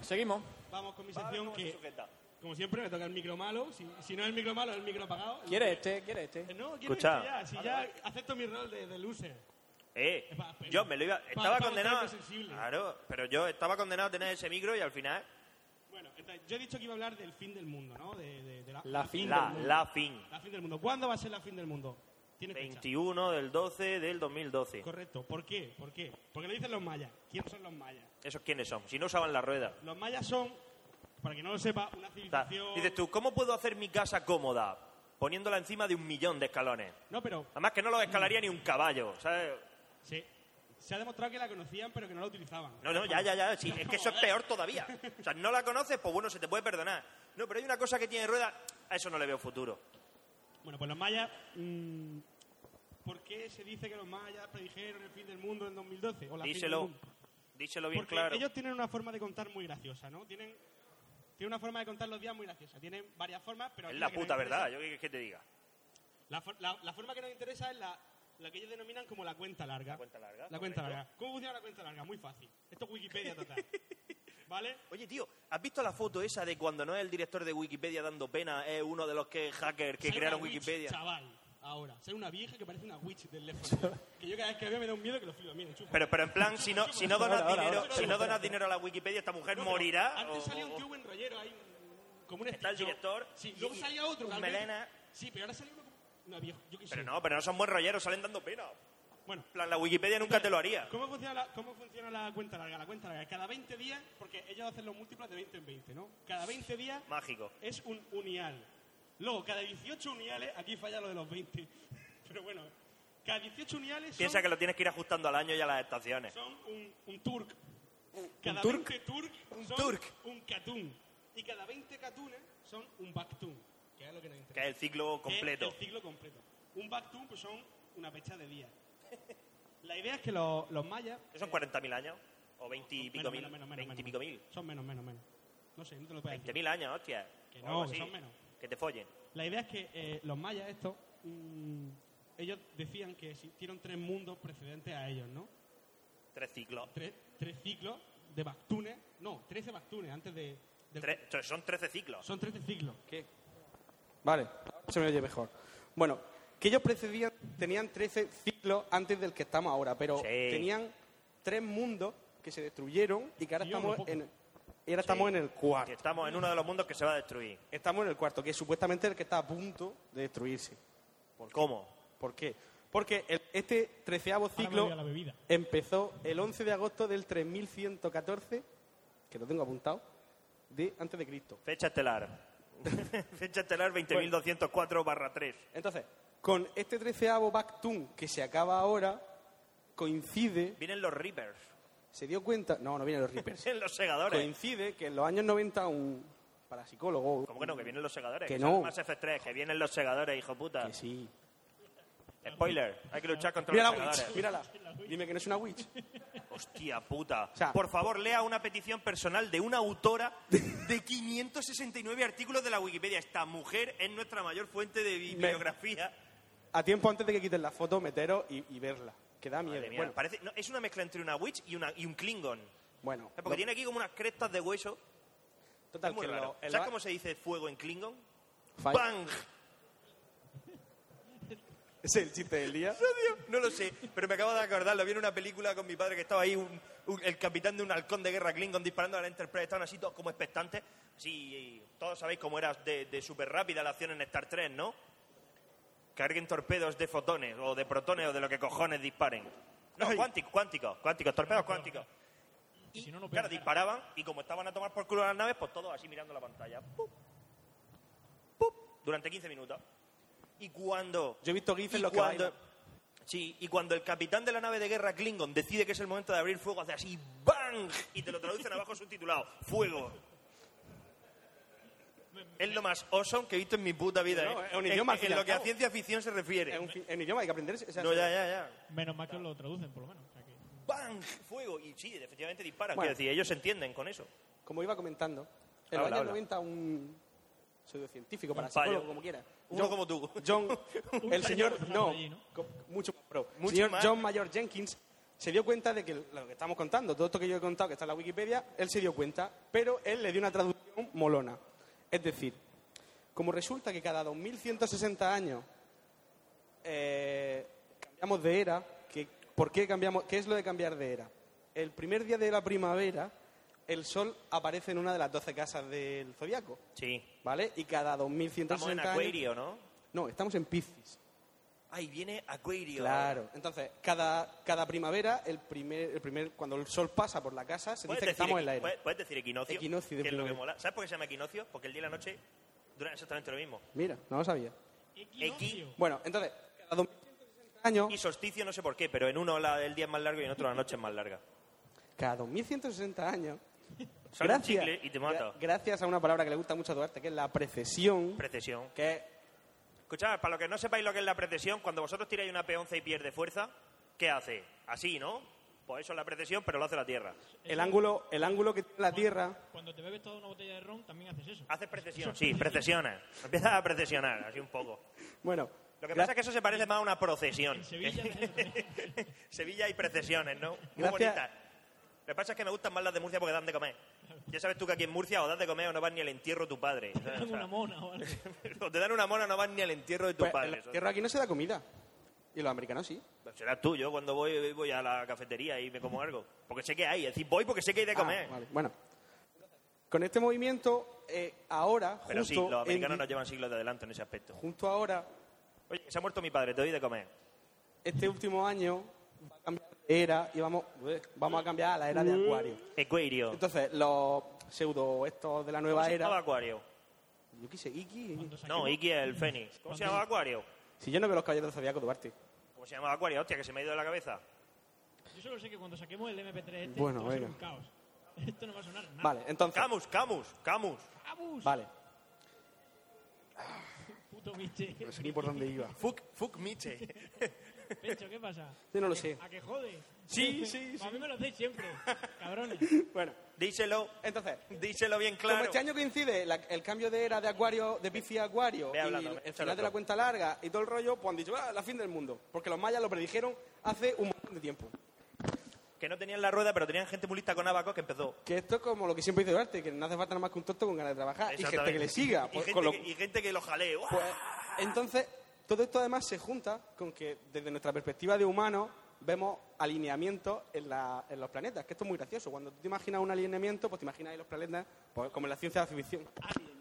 [SPEAKER 6] Seguimos.
[SPEAKER 7] Vamos con mi
[SPEAKER 10] ¿Cómo
[SPEAKER 7] sección
[SPEAKER 6] pues
[SPEAKER 10] se
[SPEAKER 7] que,
[SPEAKER 10] sujeta?
[SPEAKER 7] como siempre, me toca el micro malo. Si, si no es el micro malo, es el micro apagado.
[SPEAKER 6] ¿Quiere este? ¿Quiere
[SPEAKER 7] Eh,
[SPEAKER 6] este?
[SPEAKER 7] No, quiero
[SPEAKER 10] Escucha.
[SPEAKER 7] este ya. Si
[SPEAKER 10] Vale,
[SPEAKER 7] ya
[SPEAKER 10] vale.
[SPEAKER 7] acepto mi rol de, de loser.
[SPEAKER 10] Eh,
[SPEAKER 7] Es para- pero-
[SPEAKER 10] yo me lo iba...
[SPEAKER 7] para-
[SPEAKER 10] Estaba
[SPEAKER 7] para
[SPEAKER 10] condenado...
[SPEAKER 7] bastante sensible.
[SPEAKER 10] Claro, pero yo estaba condenado a tener ese micro y al final...
[SPEAKER 7] Bueno, entonces, yo he dicho que iba a hablar del fin del mundo, ¿no? De, de- de la,
[SPEAKER 6] La
[SPEAKER 7] el
[SPEAKER 6] fin
[SPEAKER 10] La,
[SPEAKER 7] del mundo.
[SPEAKER 10] la fin.
[SPEAKER 7] La fin del mundo. ¿Cuándo va a ser la fin del mundo? Tiene fecha.
[SPEAKER 10] 21 del 12 del 2012.
[SPEAKER 7] Correcto. ¿Por qué? ¿Por qué? Porque lo dicen los mayas. ¿Quiénes son los mayas?
[SPEAKER 10] ¿Esos quiénes son? Si no usaban la rueda.
[SPEAKER 7] Los mayas son, para que no lo sepa, una
[SPEAKER 10] O sea,
[SPEAKER 7] civilización...
[SPEAKER 10] dices tú, ¿cómo puedo hacer mi casa cómoda? Poniéndola encima de un millón de escalones.
[SPEAKER 7] No, pero
[SPEAKER 10] Además que no los escalaría ni un caballo, ¿sabes?
[SPEAKER 7] se, se ha demostrado que la conocían, pero que no la utilizaban.
[SPEAKER 10] No, no, ya, ya, ya. sí, es que eso es peor todavía. O sea, no la conoces, pues bueno, se te puede perdonar. No, pero hay una cosa que tiene rueda, a eso no le veo futuro.
[SPEAKER 7] Bueno, pues los mayas... mm, ¿Por qué se dice que los mayas predijeron el fin del mundo en 2012? O la fin del
[SPEAKER 10] Díselo.
[SPEAKER 7] mundo?
[SPEAKER 10] Díselo bien
[SPEAKER 7] Porque
[SPEAKER 10] claro.
[SPEAKER 7] ellos tienen una forma de contar muy graciosa, ¿no? Tienen, tienen una forma de contar los días muy graciosa. Tienen varias formas, pero...
[SPEAKER 10] Es
[SPEAKER 7] aquí
[SPEAKER 10] la
[SPEAKER 7] que nos
[SPEAKER 10] puta
[SPEAKER 7] interesa-
[SPEAKER 10] verdad, yo qué quieres que te diga.
[SPEAKER 7] La, for- la- la forma que nos interesa es la, la que ellos denominan como la cuenta larga. ¿La
[SPEAKER 10] cuenta larga,
[SPEAKER 7] La cuenta
[SPEAKER 10] correcto.
[SPEAKER 7] larga. ¿Cómo funciona la cuenta larga? Muy fácil. Esto es Wikipedia total. ¿Vale?
[SPEAKER 10] Oye, tío, ¿has visto la foto esa de cuando no es el director de Wikipedia dando pena, es uno de los que hackers que
[SPEAKER 7] Ser
[SPEAKER 10] crearon
[SPEAKER 7] una witch,
[SPEAKER 10] Wikipedia?
[SPEAKER 7] chaval, ahora. Ser una vieja que parece una witch del Left 4 Dead. Que yo cada vez que veo me da un miedo que lo flipo. Mira, chupa.
[SPEAKER 10] Pero, pero en plan, si no, si no donas
[SPEAKER 6] Ahora, ahora,
[SPEAKER 10] dinero,
[SPEAKER 6] ahora.
[SPEAKER 10] si no donas dinero a la Wikipedia, esta mujer
[SPEAKER 7] No, pero
[SPEAKER 10] morirá.
[SPEAKER 7] Antes
[SPEAKER 10] o-
[SPEAKER 7] salía un
[SPEAKER 10] o-
[SPEAKER 7] tío buen rollero ahí. un- Como un
[SPEAKER 10] Está el
[SPEAKER 7] Steve Jobs.
[SPEAKER 10] director,
[SPEAKER 7] Sí,
[SPEAKER 10] y-
[SPEAKER 7] luego salía otro.
[SPEAKER 10] un
[SPEAKER 7] tal vez.
[SPEAKER 10] melena.
[SPEAKER 7] Sí, pero ahora salió uno como- Una vieja. Yo qué sé.
[SPEAKER 10] pero no, pero no son buen rolleros, salen dando pena. En
[SPEAKER 7] Bueno,
[SPEAKER 10] plan, la Wikipedia nunca te lo haría.
[SPEAKER 7] ¿Cómo funciona, la, ¿Cómo funciona la cuenta larga? La cuenta larga, cada 20 días, porque ellos hacen los múltiplos de 20 en 20, ¿no? Cada 20 días
[SPEAKER 10] Mágico.
[SPEAKER 7] es un unial. Luego, cada 18 uniales, aquí falla lo de los 20, pero bueno, cada 18 uniales son,
[SPEAKER 10] Piensa que lo tienes que ir ajustando al año y a las estaciones.
[SPEAKER 7] son un, un turk. Cada
[SPEAKER 6] turk?
[SPEAKER 7] 20 turk son
[SPEAKER 10] turk.
[SPEAKER 7] un katun. Y cada 20 katunes son un baktun, que es lo que nos interesa.
[SPEAKER 10] Que es el ciclo
[SPEAKER 7] Que es
[SPEAKER 10] completo.
[SPEAKER 7] El ciclo completo. Un baktun pues son una fecha de días. La idea es que los, los mayas
[SPEAKER 10] Que son 40.000 años. O 20 y pico
[SPEAKER 7] Menos,
[SPEAKER 10] mil.
[SPEAKER 7] menos, menos, menos,
[SPEAKER 10] 20 y
[SPEAKER 7] menos.
[SPEAKER 10] pico mil.
[SPEAKER 7] Son menos, menos, menos. No sé, no te lo puedo decir.
[SPEAKER 10] 20.000 años, hostia.
[SPEAKER 7] Que
[SPEAKER 10] O
[SPEAKER 7] no,
[SPEAKER 10] algo
[SPEAKER 7] que
[SPEAKER 10] así.
[SPEAKER 7] son menos.
[SPEAKER 10] Que te follen.
[SPEAKER 7] La idea es que eh, los mayas estos, mm, ellos decían que existieron tres mundos precedentes a ellos, ¿no?
[SPEAKER 10] Tres ciclos.
[SPEAKER 7] Tres, tres ciclos de Bactunes. No, 13 Bactunes antes de... del-
[SPEAKER 10] Tres- tre- son 13 ciclos.
[SPEAKER 7] Son 13 ciclos.
[SPEAKER 4] Vale, se me oye mejor. Bueno, que ellos precedían, tenían 13 ciclos antes del que estamos ahora, pero
[SPEAKER 10] Sí.
[SPEAKER 4] tenían tres mundos que se destruyeron y que ahora
[SPEAKER 7] Sí, yo
[SPEAKER 4] estamos
[SPEAKER 7] un poco.
[SPEAKER 4] en... Y ahora estamos en el cuarto.
[SPEAKER 10] Que estamos en uno de los mundos que se va a destruir.
[SPEAKER 4] Estamos en el cuarto, que es supuestamente el que está a punto de destruirse. ¿Por qué?
[SPEAKER 10] ¿Cómo?
[SPEAKER 4] ¿Por qué? Porque el- este treceavo
[SPEAKER 7] me
[SPEAKER 4] ciclo
[SPEAKER 7] voy a la bebida.
[SPEAKER 4] empezó el 11 de agosto del 3114, que lo tengo apuntado, de antes de Cristo.
[SPEAKER 10] Fecha estelar. Fecha estelar 20.204 barra 3.
[SPEAKER 4] Entonces, con este treceavo Bactun que se acaba ahora, coincide,
[SPEAKER 10] Vienen los Reapers.
[SPEAKER 4] se dio cuenta, no, no vienen los Reapers,
[SPEAKER 10] Vienen los segadores.
[SPEAKER 4] coincide que en los años 90 un parapsicólogo...
[SPEAKER 10] ¿Cómo que no? Que vienen los segadores.
[SPEAKER 4] Que
[SPEAKER 10] son
[SPEAKER 4] no.
[SPEAKER 10] Más F3, que vienen los segadores, hijo puta.
[SPEAKER 4] Que sí.
[SPEAKER 10] Spoiler. Hay que luchar contra
[SPEAKER 4] Mira la
[SPEAKER 10] los
[SPEAKER 4] witch,
[SPEAKER 10] segadores.
[SPEAKER 4] mírala. Dime que no es una witch.
[SPEAKER 10] Hostia puta.
[SPEAKER 4] sea-
[SPEAKER 10] Por favor, lea una petición personal de una autora de 569 artículos de la Wikipedia. Esta mujer es nuestra mayor fuente de bi-
[SPEAKER 4] Me-
[SPEAKER 10] bibliografía.
[SPEAKER 4] A tiempo antes de que quiten la foto, meteros y, y verla. Que da miedo.
[SPEAKER 10] Madre mía,
[SPEAKER 4] Bueno,
[SPEAKER 10] parece- no, es una mezcla entre una witch y, una, y un klingon.
[SPEAKER 4] bueno,
[SPEAKER 10] Porque
[SPEAKER 4] lo-
[SPEAKER 10] tiene aquí como unas crestas de hueso.
[SPEAKER 4] total,
[SPEAKER 10] es muy
[SPEAKER 4] que lo-
[SPEAKER 10] raro.
[SPEAKER 4] el
[SPEAKER 10] ¿Sabes
[SPEAKER 4] ba-
[SPEAKER 10] cómo se dice fuego en klingon?
[SPEAKER 4] Fire.
[SPEAKER 10] ¡Bang!
[SPEAKER 4] Ese es el chiste del día.
[SPEAKER 10] No lo sé, pero me acabo de acordar. Lo vi en una película con mi padre que estaba ahí, un- un- el capitán de un halcón de guerra Klingon disparando a la Enterprise. Estaban así todos como expectantes. Así, y todos sabéis cómo era de, de súper rápida la acción en Star Trek, ¿no? Carguen torpedos de fotones o de protones o de lo que cojones disparen. No, cuánticos, cuánticos, cuánticos, torpedos cuánticos. Y,
[SPEAKER 8] si no, no
[SPEAKER 10] claro,
[SPEAKER 8] pegan.
[SPEAKER 10] disparaban y como estaban a tomar por culo las naves, pues todos así mirando la pantalla. ¡Pup! ¡Pup! Durante 15 minutos. Y cuando...
[SPEAKER 4] Yo he visto gifs en
[SPEAKER 10] y
[SPEAKER 4] los que
[SPEAKER 10] cuando,
[SPEAKER 4] bailan.
[SPEAKER 10] Sí, y cuando el capitán de la nave de guerra Klingon decide que es el momento de abrir fuego, hace así ¡bang! Y te lo traducen abajo subtitulado, ¡fuego! Es lo más awesome que he visto en mi puta vida.
[SPEAKER 4] No,
[SPEAKER 10] ¿eh?
[SPEAKER 4] es un
[SPEAKER 10] En-
[SPEAKER 4] idioma, al
[SPEAKER 10] En,
[SPEAKER 4] fin y
[SPEAKER 10] lo
[SPEAKER 4] al
[SPEAKER 10] que a
[SPEAKER 4] cabo.
[SPEAKER 10] ciencia ficción se refiere.
[SPEAKER 4] Es un, fi- es un idioma, hay que aprenderse. o sea,
[SPEAKER 10] No,
[SPEAKER 4] se-
[SPEAKER 10] ya, ya, ya.
[SPEAKER 8] Menos mal que lo traducen, por lo menos. O sea que-
[SPEAKER 10] ¡Bang! ¡Fuego! Y sí, efectivamente disparan.
[SPEAKER 4] Bueno.
[SPEAKER 10] Quiero decir, ellos se entienden con eso.
[SPEAKER 4] Como iba comentando, en los
[SPEAKER 10] Habla,
[SPEAKER 4] años
[SPEAKER 10] habla.
[SPEAKER 4] 90 un pseudocientífico, para
[SPEAKER 10] payo.
[SPEAKER 4] como quiera.
[SPEAKER 10] Uno
[SPEAKER 4] John-
[SPEAKER 10] como tú.
[SPEAKER 4] John,
[SPEAKER 8] Un
[SPEAKER 4] el
[SPEAKER 8] payo
[SPEAKER 4] señor,
[SPEAKER 8] profesional
[SPEAKER 4] no,
[SPEAKER 8] allí, ¿no?
[SPEAKER 4] co- mucho más pro.
[SPEAKER 10] Mucho
[SPEAKER 4] señor
[SPEAKER 10] más.
[SPEAKER 4] John Mayor Jenkins se dio cuenta de que lo que estamos contando, todo esto que yo he contado, que está en la Wikipedia, él se dio cuenta, pero él le dio una traducción molona. Es decir, como resulta que cada 2.160 años eh, cambiamos de era, que, ¿por qué cambiamos? ¿Qué es lo de cambiar de era? El primer día de la primavera, el sol aparece en una de las 12 casas del zodiaco,
[SPEAKER 10] Sí.
[SPEAKER 4] ¿vale? Y cada 2.160
[SPEAKER 10] Estamos en
[SPEAKER 4] años-
[SPEAKER 10] Acuario, ¿no?
[SPEAKER 4] No, estamos en Piscis.
[SPEAKER 10] Ahí viene Acuario.
[SPEAKER 4] Claro. Entonces, cada, cada primavera, el primer, el primer, cuando el sol pasa por la casa, se
[SPEAKER 10] ¿Puedes
[SPEAKER 4] dice que
[SPEAKER 10] decir
[SPEAKER 4] estamos
[SPEAKER 10] equi-
[SPEAKER 4] en la era.
[SPEAKER 10] puedes- Puedes decir equinoccio.
[SPEAKER 4] Equinoccio de
[SPEAKER 10] que es lo que
[SPEAKER 4] primavera.
[SPEAKER 10] mola. ¿Sabes por qué se llama equinoccio? Porque el día y la noche duran exactamente lo mismo.
[SPEAKER 4] Mira, no lo sabía.
[SPEAKER 10] Equi
[SPEAKER 4] Bueno, entonces, cada 2.160 años...
[SPEAKER 10] y solsticio, no sé por qué, pero en uno la, el día es más largo y en otro la noche es más larga.
[SPEAKER 4] Cada 2.160 años...
[SPEAKER 10] Sale un
[SPEAKER 4] Gracias,
[SPEAKER 10] chicle y te mata.
[SPEAKER 4] gra- gracias a una palabra que le gusta mucho a Duarte, que es la precesión,
[SPEAKER 10] Precesión.
[SPEAKER 4] que es
[SPEAKER 10] Escuchad, para los que no sepáis lo que es la precesión, cuando vosotros tiráis una P11 y pierde fuerza, ¿qué hace? Así, ¿no? Pues eso es la precesión, pero lo hace la Tierra.
[SPEAKER 4] el ángulo, el ángulo que tiene la Tierra
[SPEAKER 8] Cuando te bebes toda una botella de ron, también haces eso.
[SPEAKER 10] Haces precesión, sí, precesiona. Empiezas a precesionar, así un poco.
[SPEAKER 4] Bueno,
[SPEAKER 10] Lo que
[SPEAKER 4] gra-
[SPEAKER 10] pasa es que eso se parece más a una procesión.
[SPEAKER 8] En Sevilla haces eso también.
[SPEAKER 10] Sevilla y precesiones, ¿no? Muy
[SPEAKER 4] Gracias.
[SPEAKER 10] bonitas. Lo que pasa es que me gustan más las de Murcia porque dan de comer. Ya sabes tú que aquí en Murcia o das de comer o no vas ni al entierro de tu padre. O sea,
[SPEAKER 8] Tengo una mona o algo.
[SPEAKER 10] o te dan una mona o no vas ni al entierro de tu
[SPEAKER 4] pues, en
[SPEAKER 10] padre.
[SPEAKER 4] la tierra aquí no se da comida. Y los americanos sí.
[SPEAKER 10] Será tuyo cuando voy, voy a la cafetería y me como algo. Porque sé que hay. Es decir, voy porque sé que hay de comer.
[SPEAKER 4] Ah, vale. Bueno, con este movimiento, eh, ahora,
[SPEAKER 10] Pero sí,
[SPEAKER 4] justo,
[SPEAKER 10] los
[SPEAKER 4] en
[SPEAKER 10] americanos
[SPEAKER 4] di-
[SPEAKER 10] nos llevan siglos de adelanto en ese aspecto.
[SPEAKER 4] justo ahora,
[SPEAKER 10] Oye, se ha muerto mi padre, te doy de comer.
[SPEAKER 4] este último año, va a cambiar de era y vamos, eh, vamos a cambiar a la era
[SPEAKER 10] Mm.
[SPEAKER 4] de Acuario.
[SPEAKER 10] Ecuario.
[SPEAKER 4] Entonces, los pseudo estos de la
[SPEAKER 10] ¿Cómo
[SPEAKER 4] nueva
[SPEAKER 10] se llamaba
[SPEAKER 4] era...
[SPEAKER 10] Acuario?
[SPEAKER 4] Yo quise Iki. eh.
[SPEAKER 10] No, Iki es el Fénix. ¿Cómo se llamaba Acuario?
[SPEAKER 4] Si yo no veo los caballeros del Zodíaco, Duarte.
[SPEAKER 10] ¿Cómo se llamaba Acuario? Hostia, que se me ha ido de la cabeza.
[SPEAKER 8] Yo solo sé que cuando saquemos el MP3 este,
[SPEAKER 4] Bueno,
[SPEAKER 8] esto va a ser
[SPEAKER 4] venga.
[SPEAKER 8] un caos. Esto no va a sonar nada.
[SPEAKER 4] Vale, entonces...
[SPEAKER 10] Camus, Camus, Camus.
[SPEAKER 8] ¡Cabus!
[SPEAKER 4] Vale.
[SPEAKER 8] Puto Miche.
[SPEAKER 4] No sé ni por dónde iba.
[SPEAKER 10] Fuck, fuck Miche.
[SPEAKER 8] Pecho, ¿qué pasa?
[SPEAKER 4] Yo no lo sé.
[SPEAKER 8] ¿A que jode?
[SPEAKER 10] Sí, sí,
[SPEAKER 8] A mí me lo hacéis siempre, cabrones.
[SPEAKER 4] Bueno,
[SPEAKER 10] díselo,
[SPEAKER 4] entonces...
[SPEAKER 10] díselo bien
[SPEAKER 4] Como
[SPEAKER 10] claro.
[SPEAKER 4] este año coincide la- el cambio de era de acuario, de Piscis a acuario,
[SPEAKER 10] Ve hablando,
[SPEAKER 4] y
[SPEAKER 10] ve,
[SPEAKER 4] el
[SPEAKER 10] échalo
[SPEAKER 4] final de la
[SPEAKER 10] tú.
[SPEAKER 4] cuenta larga y todo el rollo, pues han dicho, ah, la fin del mundo. Porque los mayas lo predijeron hace un montón de tiempo.
[SPEAKER 10] Que no tenían la rueda, pero tenían gente muy lista con abaco que empezó.
[SPEAKER 4] Que esto es como lo que siempre dice Duarte, que no hace falta nada más que un tonto con ganas de trabajar y gente que le siga.
[SPEAKER 10] Y,
[SPEAKER 4] pues,
[SPEAKER 10] gente,
[SPEAKER 4] con lo-
[SPEAKER 10] que, y gente que lo jalee. ¡Uah!
[SPEAKER 4] pues, entonces, todo esto además se junta con que desde nuestra perspectiva de humanos vemos alineamientos en, la- en los planetas, que esto es muy gracioso. Cuando tú te imaginas un alineamiento, pues te imaginas ahí los planetas, pues, como en la ciencia ficción.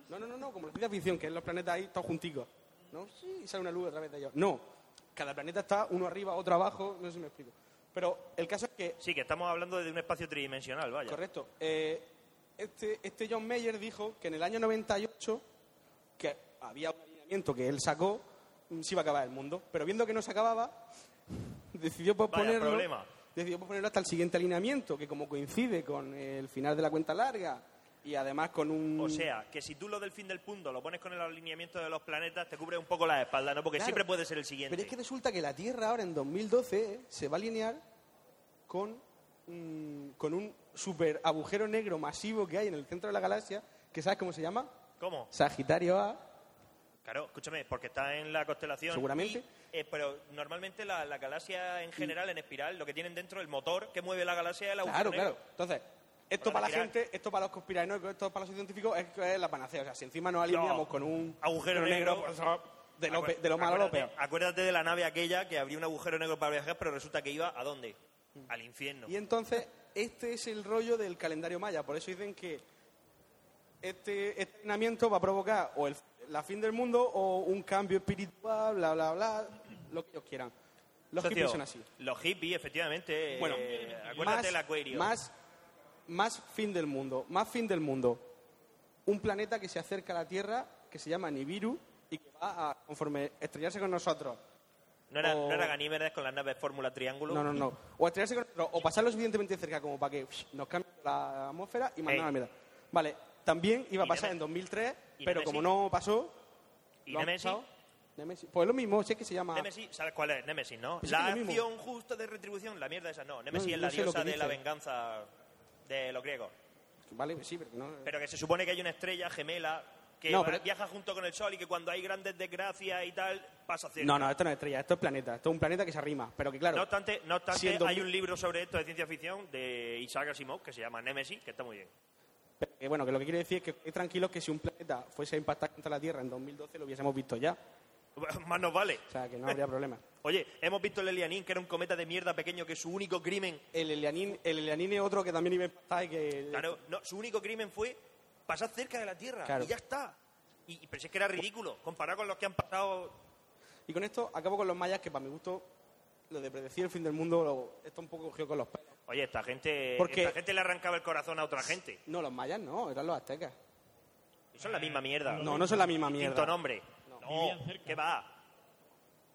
[SPEAKER 4] No, no, no, no, como en la ciencia ficción, que es los planetas ahí todos junticos. ¿No? Sí, y sale una luz a través de ellos. No, cada planeta está uno arriba, otro abajo, no sé si me explico. Pero el caso es que
[SPEAKER 10] Sí, que estamos hablando de un espacio tridimensional, vaya.
[SPEAKER 4] Correcto. Eh, este, este John Mayer dijo que en el año 98, que había un alineamiento que él sacó, mm, se iba a acabar el mundo. Pero viendo que no se acababa, decidió posponerlo,
[SPEAKER 10] problema.
[SPEAKER 4] decidió posponerlo hasta el siguiente alineamiento, que como coincide con el final de la cuenta larga y además con un...
[SPEAKER 10] O sea, que si tú lo del fin del punto lo pones con el alineamiento de los planetas, te cubre un poco la espalda, ¿no? Porque
[SPEAKER 4] Claro.
[SPEAKER 10] siempre puede ser el siguiente.
[SPEAKER 4] Pero es que resulta que la Tierra ahora en 2012 eh, se va a alinear con, mm, con un super agujero negro masivo que hay en el centro de la galaxia, que ¿sabes cómo se llama?
[SPEAKER 10] ¿Cómo?
[SPEAKER 4] Sagitario A.
[SPEAKER 10] Claro, escúchame, porque está en la constelación.
[SPEAKER 4] Seguramente.
[SPEAKER 10] y, eh, pero normalmente la, la galaxia en general, en espiral, lo que tienen dentro, el motor que mueve la galaxia es el agujero
[SPEAKER 4] Claro,
[SPEAKER 10] negro.
[SPEAKER 4] claro. Entonces, esto
[SPEAKER 10] Para
[SPEAKER 4] para la
[SPEAKER 10] girar.
[SPEAKER 4] gente, esto para los conspiranoicos, esto para los científicos es, es la panacea. O sea, si encima nos alineamos con un
[SPEAKER 10] agujero negro,
[SPEAKER 4] pues, ah, de, lo, pe-
[SPEAKER 10] Acuer-
[SPEAKER 4] de lo malo a lo
[SPEAKER 10] acuérdate-
[SPEAKER 4] peor.
[SPEAKER 10] Acuérdate de la nave aquella que abrió un agujero negro para viajar, pero resulta que iba a dónde? Al infierno.
[SPEAKER 4] Mm. Y entonces, este es el rollo del calendario maya. Por eso dicen que este este entrenamiento va a provocar o el- la fin del mundo o un cambio espiritual, bla, bla, bla, lo que ellos quieran. Los
[SPEAKER 10] Socio,
[SPEAKER 4] hippies son así.
[SPEAKER 10] Los hippies, efectivamente.
[SPEAKER 4] Bueno,
[SPEAKER 10] eh, acuérdate
[SPEAKER 4] más,
[SPEAKER 10] del acuario.
[SPEAKER 4] Más, más fin del mundo, más fin del mundo. Un planeta que se acerca a la Tierra, que se llama Nibiru, y que va a, conforme estrellarse con nosotros.
[SPEAKER 10] ¿No, era,
[SPEAKER 4] o-
[SPEAKER 10] ¿No era Ganímedes con las naves Fórmula Triángulo?
[SPEAKER 4] No, no, no. O estrellarse con nosotros, o pasar lo suficientemente cerca como para que uff, nos cambie la atmósfera y mandar
[SPEAKER 10] Ey.
[SPEAKER 4] a la mierda. Vale, también iba a
[SPEAKER 10] ¿Y
[SPEAKER 4] pasar
[SPEAKER 10] Nemesis?
[SPEAKER 4] en 2003,
[SPEAKER 10] ¿Y
[SPEAKER 4] pero
[SPEAKER 10] Nemesis?
[SPEAKER 4] como no pasó...
[SPEAKER 10] ¿Y
[SPEAKER 4] lo han
[SPEAKER 10] Nemesis?
[SPEAKER 4] pasado. Nemesis. Pues lo mismo, sé que se llama...
[SPEAKER 10] Nemesis, ¿sabes cuál es? Nemesis, ¿no?
[SPEAKER 4] Pues sí,
[SPEAKER 10] la
[SPEAKER 4] lo mismo.
[SPEAKER 10] acción justa de retribución, la mierda esa. No, Nemesis
[SPEAKER 4] No,
[SPEAKER 10] es
[SPEAKER 4] no
[SPEAKER 10] la
[SPEAKER 4] sé lo
[SPEAKER 10] diosa
[SPEAKER 4] que
[SPEAKER 10] de la
[SPEAKER 4] dice.
[SPEAKER 10] venganza de los griegos.
[SPEAKER 4] Vale, pues sí, pero no...
[SPEAKER 10] Pero que se supone que hay una estrella gemela que
[SPEAKER 4] No,
[SPEAKER 10] va-
[SPEAKER 4] pero-
[SPEAKER 10] viaja junto con el sol y que cuando hay grandes desgracias y tal, pasa cerca.
[SPEAKER 4] No, no, esto no es estrella, esto es planeta. Esto es un planeta que se arrima, pero que claro...
[SPEAKER 10] No obstante, no obstante,
[SPEAKER 4] Si en dos
[SPEAKER 10] hay
[SPEAKER 4] mil-
[SPEAKER 10] un libro sobre esto de ciencia ficción de Isaac Asimov que se llama Nemesis, que está muy bien.
[SPEAKER 4] Pero que, bueno, que lo que quiero decir es que quedéis tranquilos que si un planeta fuese a impactar contra la Tierra en 2012 lo hubiésemos visto ya.
[SPEAKER 10] Más nos vale.
[SPEAKER 4] O sea, que no habría problema.
[SPEAKER 10] Oye, hemos visto el Elianín, que era un cometa de mierda pequeño que su único crimen...
[SPEAKER 4] El Elianín, el Elianín es otro que también iba a impactar y que...
[SPEAKER 10] Claro, no, su único crimen fue pasar cerca de la Tierra
[SPEAKER 4] Claro.
[SPEAKER 10] y ya está. Y, y- pero si es que era ridículo, comparado con los que han pasado...
[SPEAKER 4] Y con esto acabo con los mayas, que para mi gusto, lo de predecir el fin del mundo, lo- esto un poco cogido con los pelos.
[SPEAKER 10] Oye, esta gente,
[SPEAKER 4] Porque-
[SPEAKER 10] esta gente le arrancaba el corazón a otra gente.
[SPEAKER 4] No, los mayas no, eran los aztecas.
[SPEAKER 10] Son la misma mierda.
[SPEAKER 4] No, no son la misma
[SPEAKER 10] Distinto
[SPEAKER 4] mierda.
[SPEAKER 10] nombre. No,
[SPEAKER 8] Eh, Vivían cerca.
[SPEAKER 10] ¿qué va?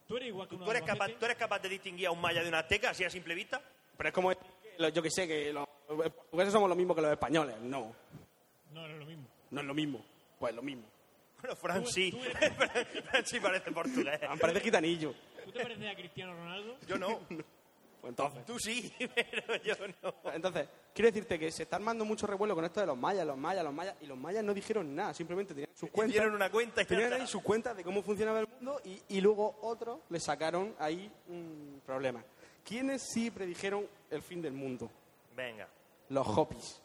[SPEAKER 8] Tú eres igual que uno
[SPEAKER 10] ¿Tú eres,
[SPEAKER 8] de
[SPEAKER 10] capaz,
[SPEAKER 8] Albacete.
[SPEAKER 10] ¿Tú eres capaz de distinguir a un maya de una azteca así a simple vista?
[SPEAKER 4] Pero es como, decir que los- yo que sé, que los portugueses somos lo mismo que los españoles. No,
[SPEAKER 8] No, no es lo mismo.
[SPEAKER 4] no es lo mismo. Pues lo mismo.
[SPEAKER 10] Bueno, Fran sí. Fran sí parece portugués.
[SPEAKER 4] Me parece gitanillo.
[SPEAKER 8] ¿Tú te pareces a Cristiano Ronaldo?
[SPEAKER 10] Yo no.
[SPEAKER 4] Pues entonces...
[SPEAKER 10] Tú sí, pero yo no.
[SPEAKER 4] Entonces, quiero decirte que se está armando mucho revuelo con esto de los mayas, los mayas, los mayas, y los mayas no dijeron nada, simplemente tenían sus cuentas.
[SPEAKER 10] Hicieron una cuenta y ya
[SPEAKER 4] Tenían
[SPEAKER 10] está.
[SPEAKER 4] ahí sus cuentas de cómo funcionaba el mundo y, y luego otros le sacaron ahí un problema. ¿Quiénes sí predijeron el fin del mundo?
[SPEAKER 10] Venga.
[SPEAKER 4] Los hopis.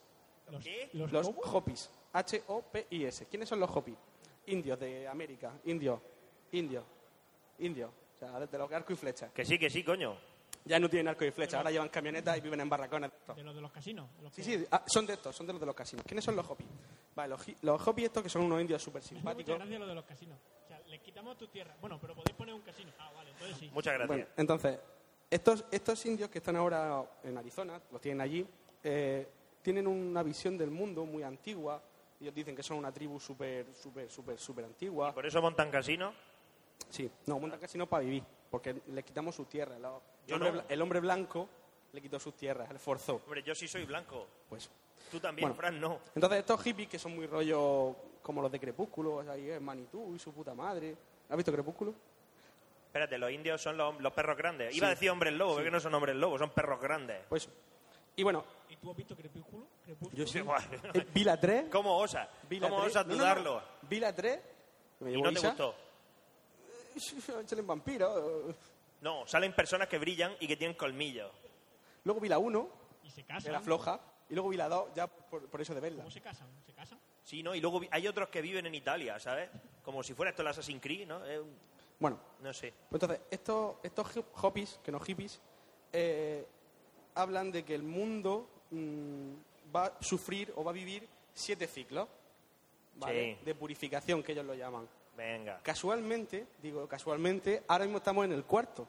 [SPEAKER 8] Los,
[SPEAKER 10] ¿Qué?
[SPEAKER 8] los-
[SPEAKER 4] Los hopis. H-O-P-I-S. ¿Quiénes son los hopis? Indios de América. Indios. Indios. Indios. O sea, desde los arco y flechas.
[SPEAKER 10] Que sí, que sí, coño.
[SPEAKER 4] Ya no tienen arco y flechas, ahora llevan camionetas y viven en barracones. de estos.
[SPEAKER 8] de los de los casinos. de los
[SPEAKER 4] Sí,
[SPEAKER 8] que-
[SPEAKER 4] sí, ah, son de estos, son de los de los casinos. ¿Quiénes son los hopis? Vale, los, hi- los hopis estos que son unos indios súper
[SPEAKER 8] Me hace mucha
[SPEAKER 4] simpáticos.
[SPEAKER 8] gracia lo de los casinos. O sea, les quitamos tu tierra. Bueno, pero podéis poner un casino. Ah, vale, entonces sí.
[SPEAKER 10] Muchas gracias.
[SPEAKER 4] Bueno, entonces, estos, estos indios que están ahora en Arizona, los tienen allí, eh, tienen una visión del mundo muy antigua. Ellos dicen que son una tribu súper, súper, súper, súper antigua.
[SPEAKER 10] Por eso montan casino.
[SPEAKER 4] Sí, no, montan casinos para vivir, porque les quitamos sus tierras. Los- el,
[SPEAKER 10] Yo
[SPEAKER 4] hombre,
[SPEAKER 10] no.
[SPEAKER 4] bla- el hombre blanco le quitó sus tierras, le forzó.
[SPEAKER 10] Hombre, yo sí soy blanco.
[SPEAKER 4] Pues
[SPEAKER 10] Tú también,
[SPEAKER 4] Bueno.
[SPEAKER 10] Fran, no.
[SPEAKER 4] Entonces estos hippies que son muy rollo como los de Crepúsculo, o sea, ahí es Manitou y su puta madre. ¿Has visto Crepúsculo?
[SPEAKER 10] Espérate, los indios son los, los perros grandes. Iba a decir hombres lobos, es que no son hombres lobos, son perros grandes.
[SPEAKER 4] Pues y bueno,
[SPEAKER 8] ¿Y tú has visto Crepúsculo? Crepúsculo.
[SPEAKER 4] yo sí.
[SPEAKER 10] Guau.
[SPEAKER 4] Eh, Vi la 3.
[SPEAKER 10] ¿Cómo osas?
[SPEAKER 4] vi la
[SPEAKER 10] ¿Cómo
[SPEAKER 4] 3,
[SPEAKER 10] osas
[SPEAKER 4] no, no,
[SPEAKER 10] dudarlo?
[SPEAKER 4] no, Vi la 3. Me
[SPEAKER 10] Y
[SPEAKER 4] llevó
[SPEAKER 10] no te
[SPEAKER 4] Isa.
[SPEAKER 10] gustó.
[SPEAKER 4] Salen vampiros. eh.
[SPEAKER 10] No, salen personas que brillan y que tienen colmillos.
[SPEAKER 4] Luego vi la 1,
[SPEAKER 8] Y se
[SPEAKER 4] que
[SPEAKER 8] casan.
[SPEAKER 4] era floja. Y luego vi la 2, ya por, por eso de verla.
[SPEAKER 8] ¿Cómo se casan? ¿Se casan?
[SPEAKER 10] Sí, ¿no? Y luego vi- hay otros que viven en Italia, ¿sabes? Como si fuera esto el Assassin's Creed, ¿no? Es un-
[SPEAKER 4] Bueno,
[SPEAKER 10] no sé.
[SPEAKER 4] pues entonces, estos, estos hip- hoppies, que no hippies, eh, hablan de que el mundo mm, va a sufrir o va a vivir siete ciclos ¿vale?
[SPEAKER 10] Sí.
[SPEAKER 4] de purificación, que ellos lo llaman.
[SPEAKER 10] Venga.
[SPEAKER 4] Casualmente, digo casualmente, ahora mismo estamos en el cuarto.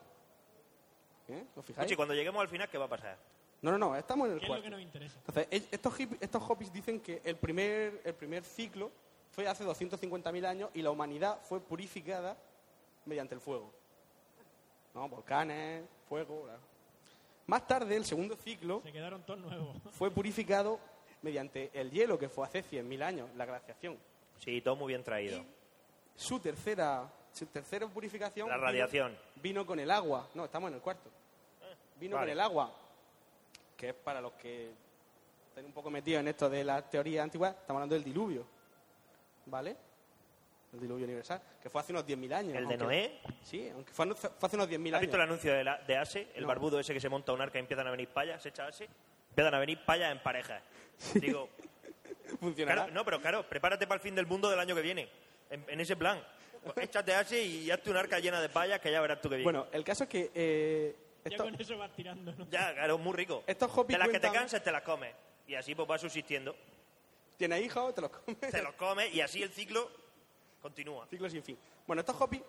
[SPEAKER 4] ¿Eh? ¿Lo fijáis?
[SPEAKER 10] Oye, cuando lleguemos al final, ¿qué va a pasar?
[SPEAKER 4] No, no, no, estamos en el
[SPEAKER 8] ¿Qué es lo
[SPEAKER 4] cuarto.
[SPEAKER 8] que nos interesa?
[SPEAKER 4] Entonces, ell- estos, hip- estos hoppies dicen que el primer, el primer ciclo fue hace 250.000 años y la humanidad fue purificada mediante el fuego. ¿No? Volcanes, fuego. bla. Más tarde, el segundo ciclo
[SPEAKER 8] Se quedaron todos nuevos.
[SPEAKER 4] fue purificado mediante el hielo, que fue hace 100.000 años, la glaciación.
[SPEAKER 10] Sí, todo muy bien traído.
[SPEAKER 4] Su tercera, su tercera purificación...
[SPEAKER 10] La
[SPEAKER 4] vino-
[SPEAKER 10] radiación. Eh,
[SPEAKER 4] Vino con el agua. No, estamos en el cuarto. Vino
[SPEAKER 10] vale.
[SPEAKER 4] con el agua, que es para los que estén un poco metidos en esto de las teorías antiguas, estamos hablando del diluvio. ¿Vale? El diluvio universal, que fue hace unos 10.000 años.
[SPEAKER 10] ¿El de
[SPEAKER 4] aunque-
[SPEAKER 10] Noé?
[SPEAKER 4] Sí, aunque fue, fue hace unos 10.000
[SPEAKER 10] ¿Has visto el
[SPEAKER 4] años.
[SPEAKER 10] anuncio de, la- de Ase? El
[SPEAKER 4] No.
[SPEAKER 10] barbudo ese que se monta un arca y empiezan a venir payas, se echa Ase. Empiezan a venir payas en pareja. Digo,
[SPEAKER 4] Funcionará.
[SPEAKER 10] claro, no, pero claro, prepárate para el fin del mundo del año que viene. En, en ese plan. Pues Échate Ase y hazte un arca llena de payas que ya verás tú que viene.
[SPEAKER 4] Bueno, el caso es que... eh,
[SPEAKER 8] Ya
[SPEAKER 4] esto-
[SPEAKER 8] con eso vas tirando, ¿no?
[SPEAKER 10] Ya, claro, muy rico.
[SPEAKER 4] Estos hobbies
[SPEAKER 10] de las que te
[SPEAKER 4] cuentan-
[SPEAKER 10] cansas, te las comes. Y así pues vas subsistiendo.
[SPEAKER 4] Tienes hijos, te los comes.
[SPEAKER 10] Te los comes y así el ciclo continúa.
[SPEAKER 4] Ciclo sin fin. Bueno, estos hoppies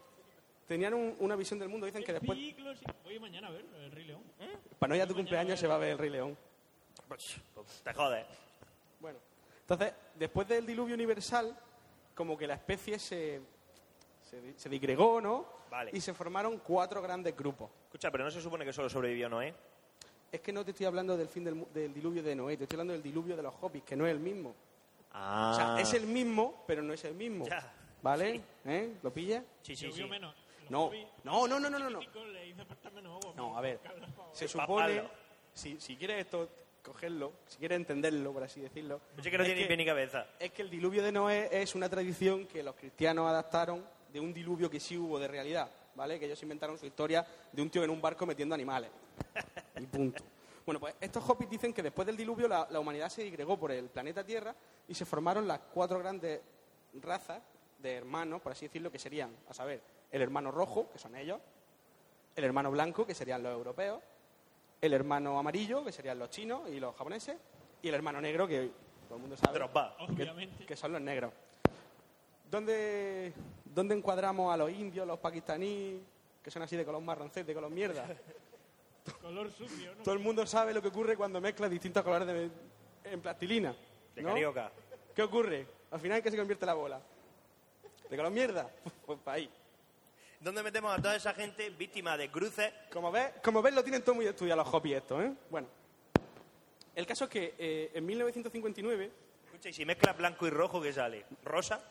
[SPEAKER 4] tenían un- una visión del mundo. Dicen que después, ¿Eh?
[SPEAKER 8] Ciclo, sí. Voy mañana a ver el Rey León.
[SPEAKER 4] para no ir a tu cumpleaños, se va a ver el Rey León.
[SPEAKER 10] Pues, pues, te jodes.
[SPEAKER 4] Bueno, entonces, después del diluvio universal, como que la especie se, se, di- se digregó, ¿no?
[SPEAKER 10] Vale.
[SPEAKER 4] Y se formaron cuatro grandes grupos.
[SPEAKER 10] Escucha, pero no se supone que solo sobrevivió Noé.
[SPEAKER 4] Es que no te estoy hablando del fin del, mu- del diluvio de Noé, te estoy hablando del diluvio de los hoppies, que no es el mismo.
[SPEAKER 10] Ah.
[SPEAKER 4] O sea, es el mismo, pero no es el mismo.
[SPEAKER 10] Ya.
[SPEAKER 4] ¿Vale? ¿Eh? ¿Lo pillas?
[SPEAKER 10] Sí, sí, sí.
[SPEAKER 8] Llovió menos. Los
[SPEAKER 4] No.
[SPEAKER 8] hobbies
[SPEAKER 4] No, no, no, no, no. no.
[SPEAKER 8] chicos le hizo faltar menos agua.
[SPEAKER 4] No, a ver, se
[SPEAKER 10] Papalo.
[SPEAKER 4] supone, si, si quieres esto, cogerlo, si quieres entenderlo, por así decirlo,
[SPEAKER 10] Pensé que no
[SPEAKER 4] Es
[SPEAKER 10] tiene ni
[SPEAKER 4] que-
[SPEAKER 10] pie ni cabeza.
[SPEAKER 4] es que el diluvio de Noé es una tradición que los cristianos adaptaron de un diluvio que sí hubo de realidad, ¿vale? Que ellos inventaron su historia de un tío en un barco metiendo animales. Y punto. Bueno, pues estos hoppies dicen que después del diluvio la, la humanidad se digregó por el planeta Tierra y se formaron las cuatro grandes razas de hermanos, por así decirlo, que serían, a saber, el hermano rojo, que son ellos, el hermano blanco, que serían los europeos, el hermano amarillo, que serían los chinos y los japoneses, y el hermano negro, que todo el mundo sabe
[SPEAKER 10] Drogba.
[SPEAKER 8] Obviamente.
[SPEAKER 4] que son los negros. ¿Dónde, dónde encuadramos a los indios, los pakistaníes, que son así de color marroncete, de color mierda?
[SPEAKER 8] Color sucio, ¿no?
[SPEAKER 4] Todo el mundo sabe lo que ocurre cuando mezclas distintos colores de- en plastilina.
[SPEAKER 10] De
[SPEAKER 4] ¿no?
[SPEAKER 10] carioca.
[SPEAKER 4] ¿Qué ocurre? Al final, ¿en ¿qué se convierte la bola? ¿De color mierda? Pues para ahí.
[SPEAKER 10] ¿Dónde metemos a toda esa gente víctima de cruces?
[SPEAKER 4] Como ves, como ves, lo tienen todo muy estudiado los hoppies estos, ¿eh? Bueno. El caso es que eh, en 1959,
[SPEAKER 10] Escucha, y si mezclas blanco y rojo, ¿qué sale? ¿Rosa?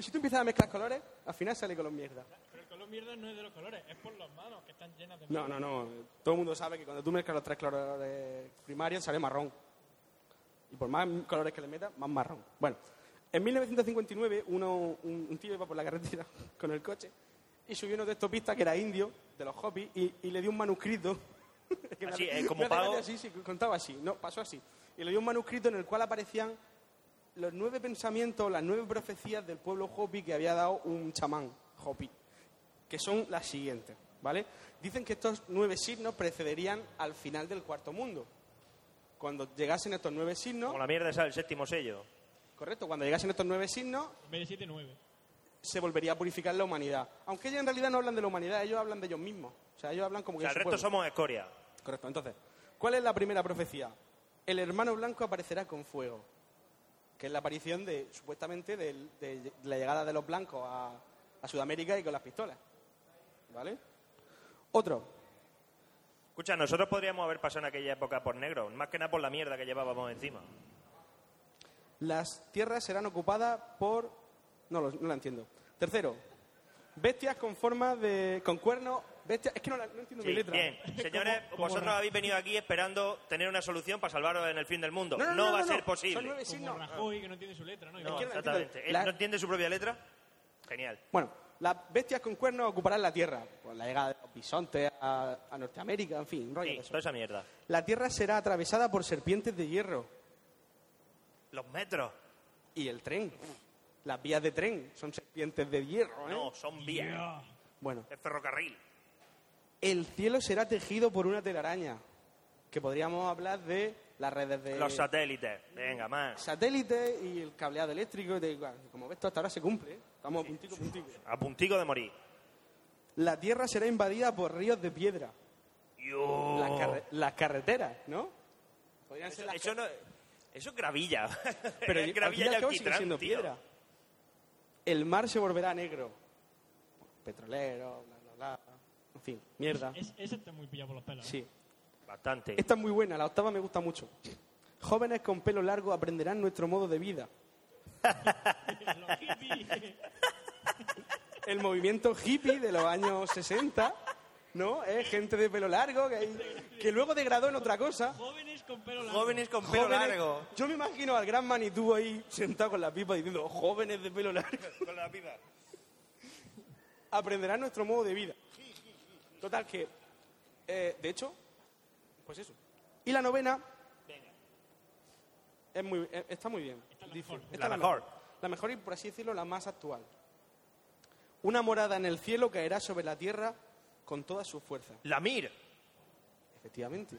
[SPEAKER 4] si tú empiezas a mezclar colores, al final sale color mierda.
[SPEAKER 8] Pero el color mierda no es de los colores, es por las manos que están llenas de
[SPEAKER 4] No, no, no. Todo el mundo sabe que cuando tú mezclas los tres colores primarios sale marrón. Y por más colores que le metas, más marrón. Bueno, en 1959 uno, un, un tío iba por la carretera con el coche y subió uno de estos pistas que era indio, de los hoppies, y, y le dio un manuscrito. Que me
[SPEAKER 10] Así,
[SPEAKER 4] hace-
[SPEAKER 10] eh, como
[SPEAKER 4] me hace
[SPEAKER 10] pago.
[SPEAKER 4] gracia, Sí, sí, contaba así. No, pasó así. Y le dio un manuscrito en el cual aparecían los nueve pensamientos, las nueve profecías del pueblo hopi que había dado un chamán hopi, que son las siguientes, ¿vale? Dicen que estos nueve signos precederían al final del cuarto mundo. Cuando llegasen estos nueve signos,
[SPEAKER 10] Como la mierda esa del séptimo sello.
[SPEAKER 4] correcto, cuando llegasen estos nueve signos,
[SPEAKER 8] En vez de 7, 9.
[SPEAKER 4] se volvería a purificar la humanidad. Aunque ellos en realidad no hablan de la humanidad, ellos hablan de ellos mismos. O sea, ellos hablan como
[SPEAKER 10] O
[SPEAKER 4] que
[SPEAKER 10] sea, el
[SPEAKER 4] es su
[SPEAKER 10] resto
[SPEAKER 4] pueblo.
[SPEAKER 10] somos escoria.
[SPEAKER 4] Correcto, entonces, ¿cuál es la primera profecía? El hermano blanco aparecerá con fuego, que es la aparición de, supuestamente, del- de, la llegada de los blancos a, a Sudamérica y con las pistolas. ¿Vale? Otro,
[SPEAKER 10] Escucha, nosotros podríamos haber pasado en aquella época por negros, más que nada por la mierda que llevábamos encima.
[SPEAKER 4] las tierras serán ocupadas por. No, lo- no la entiendo. Tercero, bestias con forma de. con cuernos. Bestias. Es que no, la- no entiendo
[SPEAKER 10] Sí,
[SPEAKER 4] mi letra.
[SPEAKER 10] bien, señores,
[SPEAKER 8] Como- como
[SPEAKER 10] vosotros
[SPEAKER 8] ra-
[SPEAKER 10] habéis venido aquí esperando tener una solución para salvaros en el fin del mundo. No, va a
[SPEAKER 4] no, no.
[SPEAKER 10] ser
[SPEAKER 4] Son
[SPEAKER 10] posible.
[SPEAKER 4] nueve
[SPEAKER 8] Como
[SPEAKER 4] signos.
[SPEAKER 8] Rajoy, que no tiene su letra, ¿no?
[SPEAKER 10] No,
[SPEAKER 4] Es que no
[SPEAKER 10] exactamente.
[SPEAKER 4] entiendo.
[SPEAKER 10] Él
[SPEAKER 4] La-
[SPEAKER 10] ¿No entiende su propia letra? Genial.
[SPEAKER 4] Bueno, las bestias con cuernos ocuparán la tierra. Con la llegada de los bisontes a, a Norteamérica, en fin, un rollo
[SPEAKER 10] Sí, pues.
[SPEAKER 4] de eso.
[SPEAKER 10] toda esa mierda.
[SPEAKER 4] La tierra será atravesada por serpientes de hierro
[SPEAKER 10] Los metros.
[SPEAKER 4] ¿Eh? y el tren. Las vías de tren son serpientes de hierro. ¿eh?
[SPEAKER 10] No, son vías.
[SPEAKER 8] Ya.
[SPEAKER 4] Bueno,
[SPEAKER 10] Es ferrocarril.
[SPEAKER 4] el cielo será tejido por una telaraña. que podríamos hablar de las redes de
[SPEAKER 10] Los satélites. Venga, más.
[SPEAKER 4] satélites y el cableado eléctrico. y de- como ves, todo hasta ahora se cumple. ¿eh? Estamos a puntico, puntico.
[SPEAKER 10] A puntico de morir.
[SPEAKER 4] La Tierra será invadida por ríos de piedra.
[SPEAKER 10] Yo.
[SPEAKER 4] Las, carre- las carreteras, ¿no? Podrían ser
[SPEAKER 10] Oh. Eso,
[SPEAKER 4] las
[SPEAKER 10] eso no- eso es gravilla.
[SPEAKER 4] Pero
[SPEAKER 10] es
[SPEAKER 4] yo- al fin y
[SPEAKER 10] gravilla
[SPEAKER 4] al
[SPEAKER 10] y
[SPEAKER 4] cabo sigue
[SPEAKER 10] alquitrán,
[SPEAKER 4] siendo
[SPEAKER 10] tío.
[SPEAKER 4] piedra. El mar se volverá negro. Petrolero, bla, bla, bla. En fin, mierda.
[SPEAKER 8] Es, ese está muy pillado por los pelos. ¿eh?
[SPEAKER 4] Sí.
[SPEAKER 10] Bastante.
[SPEAKER 4] Esta es muy buena, la octava me gusta mucho. Jóvenes con pelo largo aprenderán nuestro modo de vida.
[SPEAKER 8] Los hippies.
[SPEAKER 4] El movimiento hippie de los años 60, ¿no? Es gente de pelo largo que, que luego degradó en otra cosa.
[SPEAKER 8] Jóvenes con pelo largo.
[SPEAKER 10] Jóvenes con pelo
[SPEAKER 4] Jóvenes-
[SPEAKER 10] largo.
[SPEAKER 4] Yo me imagino al gran Manitou ahí sentado con la pipa diciendo, jóvenes de pelo largo.
[SPEAKER 10] Con la piba.
[SPEAKER 4] aprenderán nuestro modo de vida. Total que, eh, de hecho, pues eso. Y la novena es muy, eh, está muy bien. Dice, esta
[SPEAKER 10] La
[SPEAKER 4] es
[SPEAKER 10] mejor.
[SPEAKER 4] La mejor y, por así decirlo, la más actual. Una morada en el cielo caerá sobre la tierra con toda su fuerza.
[SPEAKER 10] La mir.
[SPEAKER 4] Efectivamente.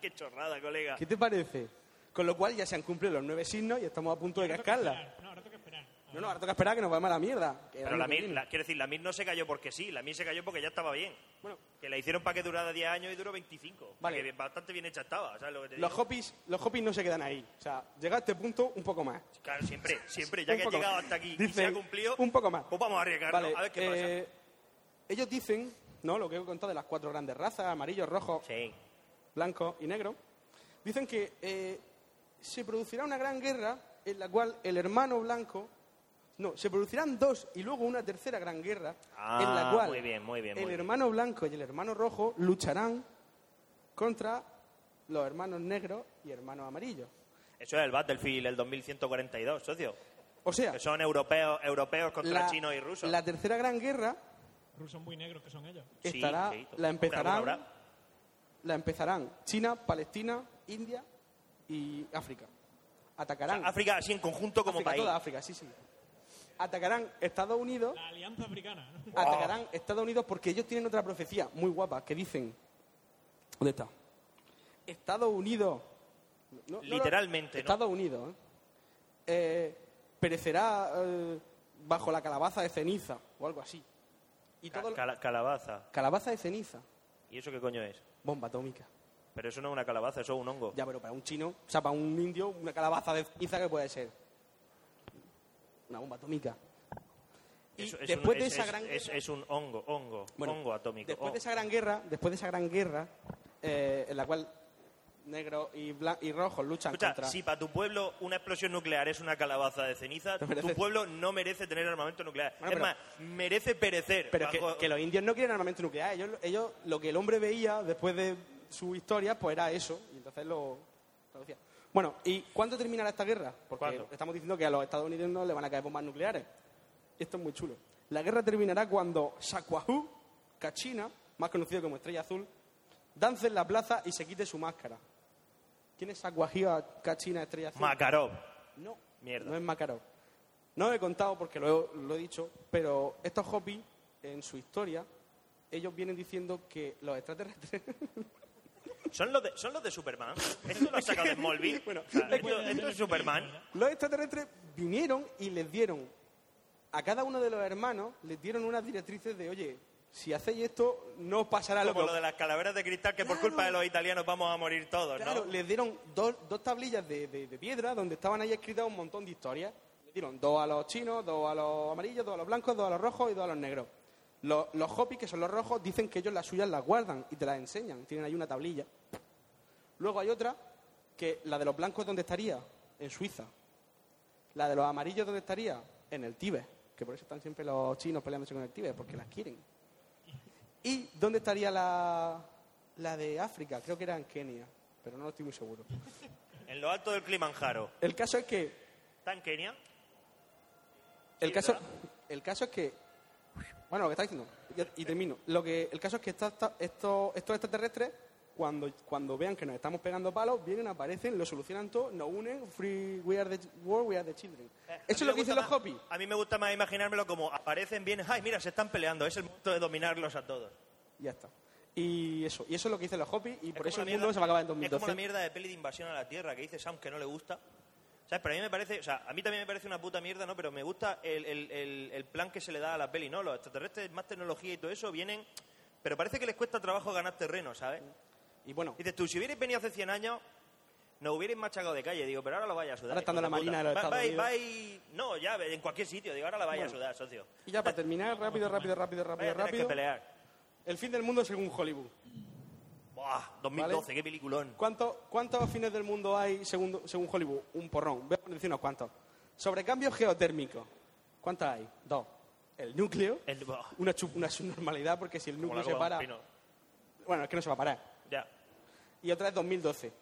[SPEAKER 10] Qué chorrada, colega.
[SPEAKER 4] ¿Qué te parece? Con lo cual ya se han cumplido los nueve signos y estamos a punto de cascarla.
[SPEAKER 8] No, ahora tengo que esperar.
[SPEAKER 4] No, no, ahora toca esperar que nos vamos a la mierda. que el
[SPEAKER 10] Pero
[SPEAKER 4] año
[SPEAKER 10] la
[SPEAKER 4] que
[SPEAKER 10] mir,
[SPEAKER 4] viene.
[SPEAKER 10] la- quiero decir, la mir no se cayó porque sí. La mir se cayó porque ya estaba bien.
[SPEAKER 4] Bueno,
[SPEAKER 10] Que la hicieron para que durara 10 años y duró 25.
[SPEAKER 4] Vale.
[SPEAKER 10] Que bien- bastante bien hecha estaba. ¿sabes lo que te
[SPEAKER 4] los
[SPEAKER 10] digo?
[SPEAKER 4] hopis, los hopis no se quedan ahí. O sea, llega a este punto un poco más.
[SPEAKER 10] Claro, siempre, siempre. Ya
[SPEAKER 4] Un
[SPEAKER 10] que ha
[SPEAKER 4] poco
[SPEAKER 10] llegado
[SPEAKER 4] más.
[SPEAKER 10] hasta aquí y
[SPEAKER 4] Dice,
[SPEAKER 10] se ha cumplido,
[SPEAKER 4] Un poco más.
[SPEAKER 10] pues vamos a arriesgarnos.
[SPEAKER 4] Vale,
[SPEAKER 10] a ver qué
[SPEAKER 4] eh, Ellos dicen, ¿no? Lo que he contado de las cuatro grandes razas, amarillo, rojo,
[SPEAKER 10] pasa. Sí.
[SPEAKER 4] blanco y negro. Dicen que eh, se producirá una gran guerra en la cual el hermano blanco... No, se producirán dos y luego una tercera gran guerra
[SPEAKER 10] Ah,
[SPEAKER 4] en la cual
[SPEAKER 10] muy bien, muy bien,
[SPEAKER 4] el
[SPEAKER 10] muy bien.
[SPEAKER 4] hermano blanco y el hermano rojo lucharán contra los hermanos negros y hermanos amarillos.
[SPEAKER 10] Eso es el Battlefield, el 2142, socio.
[SPEAKER 4] O sea,
[SPEAKER 10] Que son europeos, europeos contra
[SPEAKER 4] la,
[SPEAKER 10] chinos y rusos.
[SPEAKER 4] la tercera gran guerra
[SPEAKER 8] Rusos muy negros que son ellos.
[SPEAKER 10] Sí,
[SPEAKER 4] estará,
[SPEAKER 10] sí,
[SPEAKER 4] la
[SPEAKER 10] habrá,
[SPEAKER 4] empezarán,
[SPEAKER 10] habrá.
[SPEAKER 4] la empezarán China, Palestina, India y África.
[SPEAKER 10] O sea,
[SPEAKER 4] Atacarán
[SPEAKER 10] África así en conjunto como
[SPEAKER 4] África,
[SPEAKER 10] país.
[SPEAKER 4] toda África, sí, sí. Atacarán Estados Unidos,
[SPEAKER 8] La alianza africana. ¿no?
[SPEAKER 4] atacarán Estados Unidos porque ellos tienen otra profecía muy guapa que dicen ¿Dónde está? Estados Unidos. no, no, no,
[SPEAKER 10] Literalmente, ¿no?
[SPEAKER 4] Estados Unidos. ¿eh? Eh, perecerá eh, bajo la calabaza de ceniza o algo así. Y todo lo-
[SPEAKER 10] Cala- calabaza.
[SPEAKER 4] calabaza de ceniza,
[SPEAKER 10] ¿Y eso qué coño es?
[SPEAKER 4] bomba atómica.
[SPEAKER 10] Pero eso no es una calabaza, eso es un hongo.
[SPEAKER 4] Ya, pero para un chino, o sea, para un indio, una calabaza de ceniza que puede ser una bomba atómica. Y
[SPEAKER 10] Eso- es un-
[SPEAKER 4] después de
[SPEAKER 10] es-
[SPEAKER 4] esa
[SPEAKER 10] es-
[SPEAKER 4] gran guerra,
[SPEAKER 10] es, es un hongo, hongo,
[SPEAKER 4] bueno,
[SPEAKER 10] hongo atómico.
[SPEAKER 4] Después
[SPEAKER 10] Oh,
[SPEAKER 4] de esa gran guerra, después de esa gran guerra, eh, en la cual negro y blan- y rojos luchan
[SPEAKER 10] Escucha,
[SPEAKER 4] contra.
[SPEAKER 10] si para tu pueblo una explosión nuclear es una calabaza de ceniza,
[SPEAKER 4] No merece-
[SPEAKER 10] tu pueblo no merece tener armamento nuclear.
[SPEAKER 4] Bueno,
[SPEAKER 10] es
[SPEAKER 4] pero-
[SPEAKER 10] más, merece perecer.
[SPEAKER 4] pero que,
[SPEAKER 10] bajo-
[SPEAKER 4] que los indios no quieren armamento nuclear. Ellos, ellos, lo que el hombre veía después de su historia, pues era eso. Y entonces lo traducía. Bueno, ¿y cuándo terminará esta guerra? Porque
[SPEAKER 10] ¿Cuándo?
[SPEAKER 4] estamos diciendo que a los Estados Unidos no le van a caer bombas nucleares. Esto es muy chulo. La guerra terminará cuando Shaquahu, Cachina, más conocido como Estrella Azul, dance en la plaza y se quite su máscara. ¿Quién es Shaquahu, Cachina, Estrella Azul?
[SPEAKER 10] Makarov.
[SPEAKER 4] No.
[SPEAKER 10] Mierda.
[SPEAKER 4] No es Makarov. No lo he contado porque lo he, lo he dicho, pero estos hopis, en su historia, ellos vienen diciendo que los extraterrestres...
[SPEAKER 10] ¿Son los, de, ¿Son los de Superman? ¿Esto lo has sacado de Smallville?
[SPEAKER 4] Bueno,
[SPEAKER 10] O sea, esto, esto es Superman.
[SPEAKER 4] los extraterrestres vinieron y les dieron... A cada uno de los hermanos les dieron unas directrices de, oye, si hacéis esto, no os pasará lo que...
[SPEAKER 10] Como
[SPEAKER 4] os
[SPEAKER 10] lo de las calaveras de cristal, que por
[SPEAKER 4] Ah, Claro.
[SPEAKER 10] culpa de los italianos vamos a morir todos,
[SPEAKER 4] Claro,
[SPEAKER 10] ¿no?
[SPEAKER 4] les dieron dos, dos tablillas de, de- de piedra donde estaban ahí escritas un montón de historias. Le dieron dos a los chinos, dos a los amarillos, dos a los blancos, dos a los rojos y dos a los negros. Los, los hopis, que son los rojos, dicen que ellos las suyas las guardan y te las enseñan. Tienen ahí una tablilla. Luego hay otra, que la de los blancos, ¿dónde estaría? En Suiza. La de los amarillos, ¿dónde estaría? En el Tíbet. Que por eso están siempre los chinos peleándose con el Tíbet, porque las quieren. ¿Y dónde estaría la, la de África? Creo que era en Kenia, pero no lo estoy muy seguro.
[SPEAKER 10] En lo alto del Kilimanjaro.
[SPEAKER 4] El caso es que.
[SPEAKER 10] ¿Está en Kenia?
[SPEAKER 4] El
[SPEAKER 10] Sí,
[SPEAKER 4] caso,
[SPEAKER 10] ¿verdad?
[SPEAKER 4] el caso es que. Bueno, lo que está diciendo, y, y termino. Lo que, el caso es que esta- esta- estos, estos extraterrestres, cuando, cuando vean que nos estamos pegando palos, vienen, aparecen, lo solucionan todo, nos unen, free, we are the world, we are the children.
[SPEAKER 10] Eh, a mí
[SPEAKER 4] Eso es
[SPEAKER 10] me
[SPEAKER 4] lo que dicen
[SPEAKER 10] gusta
[SPEAKER 4] los
[SPEAKER 10] más-
[SPEAKER 4] hopis.
[SPEAKER 10] A mí me gusta más imaginármelo como aparecen bien. ¡Ay, mira, se están peleando! Es el momento de dominarlos a todos.
[SPEAKER 4] Ya está. Y eso, y eso es lo que dicen los hobbies y por
[SPEAKER 10] como
[SPEAKER 4] eso
[SPEAKER 10] la
[SPEAKER 4] el mundo
[SPEAKER 10] mierda-
[SPEAKER 4] se va a acabar en
[SPEAKER 10] Es como
[SPEAKER 4] 2012.
[SPEAKER 10] la mierda de peli de invasión a la Tierra que dice Sam que no le gusta. ¿Sabes? Pero a mí me parece, o sea, a mí también me parece una puta mierda, ¿no? Pero me gusta el, el- el- el plan que se le da a la peli, ¿no? Los extraterrestres, más tecnología y todo eso, vienen... Pero parece que les cuesta trabajo ganar terreno, ¿sabes?
[SPEAKER 4] Y bueno,
[SPEAKER 10] Dices tú, si hubierais venido hace 100 años, nos hubierais machacado de calle. Digo, pero ahora lo vaya a sudar.
[SPEAKER 4] Ahora estando
[SPEAKER 10] hijo
[SPEAKER 4] la
[SPEAKER 10] puta.
[SPEAKER 4] Marina de los
[SPEAKER 10] Va-
[SPEAKER 4] Estados
[SPEAKER 10] vais-
[SPEAKER 4] Unidos.
[SPEAKER 10] vais- No, ya, en cualquier sitio. Digo, ahora la vaya
[SPEAKER 4] Bueno.
[SPEAKER 10] a sudar, socio.
[SPEAKER 4] y ya para terminar, rápido, rápido, rápido, rápido,
[SPEAKER 10] Vaya a tener que
[SPEAKER 4] rápido.
[SPEAKER 10] pelear.
[SPEAKER 4] El fin del mundo según Hollywood.
[SPEAKER 10] Buah, 2012, qué peliculón.
[SPEAKER 4] ¿Cuánto- ¿Cuántos fines del mundo hay según, según Hollywood? Un porrón. Voy a poner unos cuantos. Sobre cambio geotérmico. ¿Cuántos hay? Dos. El núcleo.
[SPEAKER 10] El- buah,
[SPEAKER 4] Una, chu- una subnormalidad porque si el
[SPEAKER 10] Eh. como
[SPEAKER 4] núcleo
[SPEAKER 10] la
[SPEAKER 4] se
[SPEAKER 10] copa de
[SPEAKER 4] para...
[SPEAKER 10] un pino.
[SPEAKER 4] Bueno, es que no se va a parar.
[SPEAKER 10] Ya.
[SPEAKER 4] Y otra es 2012,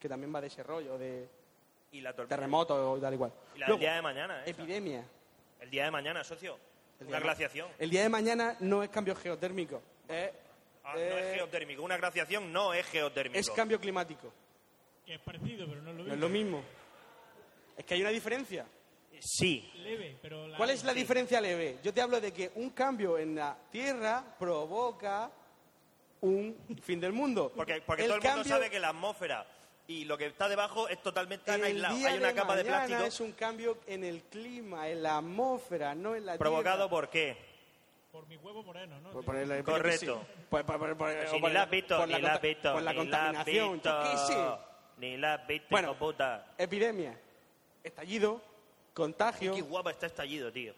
[SPEAKER 4] que también va de ese rollo de
[SPEAKER 10] Y la tormenta.
[SPEAKER 4] terremotos y tal igual.
[SPEAKER 10] Y la del
[SPEAKER 4] Luego,
[SPEAKER 10] día de mañana, ¿eh?
[SPEAKER 4] epidemia.
[SPEAKER 10] El día de mañana, socio.
[SPEAKER 4] El día
[SPEAKER 10] una
[SPEAKER 4] de ma-
[SPEAKER 10] glaciación.
[SPEAKER 4] El día de mañana no es cambio geotérmico, es,
[SPEAKER 10] Ah, no es
[SPEAKER 4] eh,
[SPEAKER 10] geotérmico. Una glaciación no es geotérmico.
[SPEAKER 4] es cambio climático.
[SPEAKER 8] Que es parecido, pero no es
[SPEAKER 4] No
[SPEAKER 8] lo mismo.
[SPEAKER 4] es lo mismo. Es que hay una diferencia.
[SPEAKER 10] Sí.
[SPEAKER 8] Leve, pero la...
[SPEAKER 4] ¿Cuál es la diferencia leve? Yo te hablo de que un cambio en la Tierra provoca un fin del mundo.
[SPEAKER 10] Porque, porque
[SPEAKER 4] El
[SPEAKER 10] todo el mundo
[SPEAKER 4] cambio-
[SPEAKER 10] sabe que la atmósfera y lo que está debajo es totalmente
[SPEAKER 4] el
[SPEAKER 10] aislado.
[SPEAKER 4] día
[SPEAKER 10] Hay una
[SPEAKER 4] de
[SPEAKER 10] capa de
[SPEAKER 4] mañana
[SPEAKER 10] plástico
[SPEAKER 4] Es un cambio en el clima, en la atmósfera, no en la
[SPEAKER 10] provocado
[SPEAKER 4] Tierra.
[SPEAKER 10] por qué.
[SPEAKER 8] Por mi huevo moreno, ¿no?
[SPEAKER 4] Por ponerle-
[SPEAKER 10] Correcto.
[SPEAKER 4] sí. Por, por- por- por-
[SPEAKER 10] Si
[SPEAKER 4] por-
[SPEAKER 10] ni la has visto,
[SPEAKER 4] por
[SPEAKER 10] ni la
[SPEAKER 4] conta-
[SPEAKER 10] has visto,
[SPEAKER 4] por la
[SPEAKER 10] ni la has
[SPEAKER 4] contaminación,
[SPEAKER 10] visto.
[SPEAKER 4] yo qué sé.
[SPEAKER 10] Ni la has visto,
[SPEAKER 4] Bueno.
[SPEAKER 10] hijo puta.
[SPEAKER 4] Epidemia, estallido, contagio.
[SPEAKER 10] Qué guapa está este estallido, tío.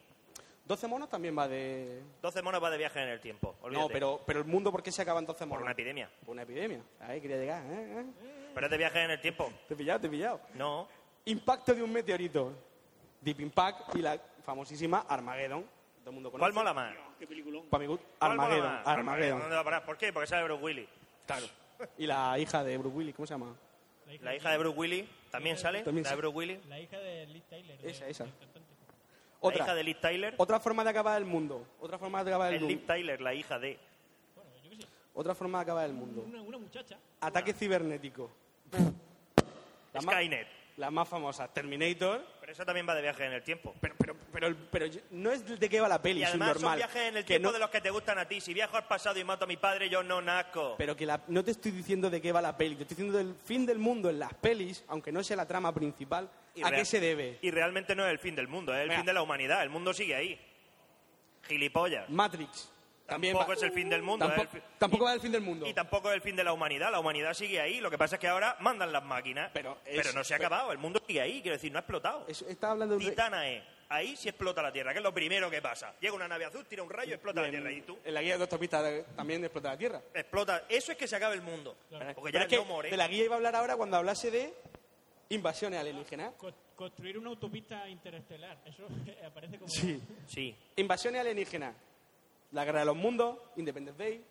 [SPEAKER 4] 12 monos también va de...
[SPEAKER 10] 12 monos va de viaje en el tiempo.
[SPEAKER 4] No,
[SPEAKER 10] olvídate.
[SPEAKER 4] pero, pero el mundo, ¿por qué se acaban 12 monos?
[SPEAKER 10] Por una epidemia.
[SPEAKER 4] Por una epidemia. Ahí quería llegar. ¿eh? ¿eh?
[SPEAKER 10] Pero es de viaje en el tiempo.
[SPEAKER 4] Te he pillado, te he pillado.
[SPEAKER 10] No.
[SPEAKER 4] Impacto de un meteorito. Deep Impact y la famosísima Armageddon. Todo el mundo conoce.
[SPEAKER 10] ¿Cuál mola más?
[SPEAKER 4] Pa' mi gusto,
[SPEAKER 10] ¿Cuál mola
[SPEAKER 4] Armageddon.
[SPEAKER 10] más?
[SPEAKER 4] Armageddon.
[SPEAKER 10] ¿Dónde va a parar? ¿Por qué? Porque sale Bruce Willis.
[SPEAKER 4] Claro. Y la hija de Bruce Willis, ¿cómo se llama?
[SPEAKER 10] La hija de Bruce Willis también sale.
[SPEAKER 4] También
[SPEAKER 10] la de
[SPEAKER 4] sale.
[SPEAKER 10] Bruce Willis.
[SPEAKER 8] La hija de Liz Tyler. de-
[SPEAKER 4] Esa, esa.
[SPEAKER 10] La
[SPEAKER 4] Otra.
[SPEAKER 10] hija de Liz Tyler.
[SPEAKER 4] Otra forma de acabar el mundo. Otra forma de acabar el
[SPEAKER 10] Es
[SPEAKER 4] mundo.
[SPEAKER 10] Liz Tyler, la hija de.
[SPEAKER 4] Otra forma de acabar el mundo.
[SPEAKER 8] Una, una muchacha.
[SPEAKER 4] Ataque cibernético. La más-
[SPEAKER 10] Skynet.
[SPEAKER 4] La más famosa, Terminator.
[SPEAKER 10] Pero eso también va de viaje en el tiempo.
[SPEAKER 4] Pero, pero, pero, el- pero yo- no es de qué va la peli,
[SPEAKER 10] Y
[SPEAKER 4] es
[SPEAKER 10] además son
[SPEAKER 4] normal.
[SPEAKER 10] viajes en el
[SPEAKER 4] que
[SPEAKER 10] tiempo
[SPEAKER 4] no,
[SPEAKER 10] de los que te gustan a ti. Si viajo al pasado y mato a mi padre, yo no nazco.
[SPEAKER 4] Pero que la- no te estoy diciendo de qué va la peli, te estoy diciendo del fin del mundo en las pelis, aunque no sea la trama principal,
[SPEAKER 10] Y
[SPEAKER 4] ¿a
[SPEAKER 10] real-
[SPEAKER 4] qué se debe?
[SPEAKER 10] Y realmente no es el fin del mundo, es el
[SPEAKER 4] Mira.
[SPEAKER 10] fin de la humanidad. El mundo sigue ahí. Gilipollas.
[SPEAKER 4] Matrix. También
[SPEAKER 10] Tampoco
[SPEAKER 4] va-
[SPEAKER 10] es el fin del mundo,
[SPEAKER 4] Tampoco,
[SPEAKER 10] es el fi-
[SPEAKER 4] tampoco va del fin del mundo.
[SPEAKER 10] Y tampoco es el fin de la humanidad. La humanidad sigue ahí. Lo que pasa es que ahora mandan las máquinas.
[SPEAKER 4] Pero es-
[SPEAKER 10] no se ha
[SPEAKER 4] pero-
[SPEAKER 10] acabado. El mundo sigue ahí. Quiero decir, no ha explotado.
[SPEAKER 4] Eso- estaba hablando de...
[SPEAKER 10] Titanae. Ahí sí explota la Tierra, que es lo primero que pasa. Llega una nave azul, tira un rayo, explota la
[SPEAKER 4] en,
[SPEAKER 10] Tierra. Y tú,
[SPEAKER 4] en la guía de autopista de- también explota la Tierra. Eh,
[SPEAKER 10] explota. Eso es que se acaba el mundo. Porque
[SPEAKER 4] Pero
[SPEAKER 10] ya
[SPEAKER 4] es que
[SPEAKER 10] no more.
[SPEAKER 4] de la guía iba a hablar ahora cuando hablase de invasiones alienígenas.
[SPEAKER 8] Co- construir una autopista interestelar. Eso aparece como...
[SPEAKER 10] Sí.
[SPEAKER 4] Invasiones alienígenas. La guerra de los mundos, Independence Day,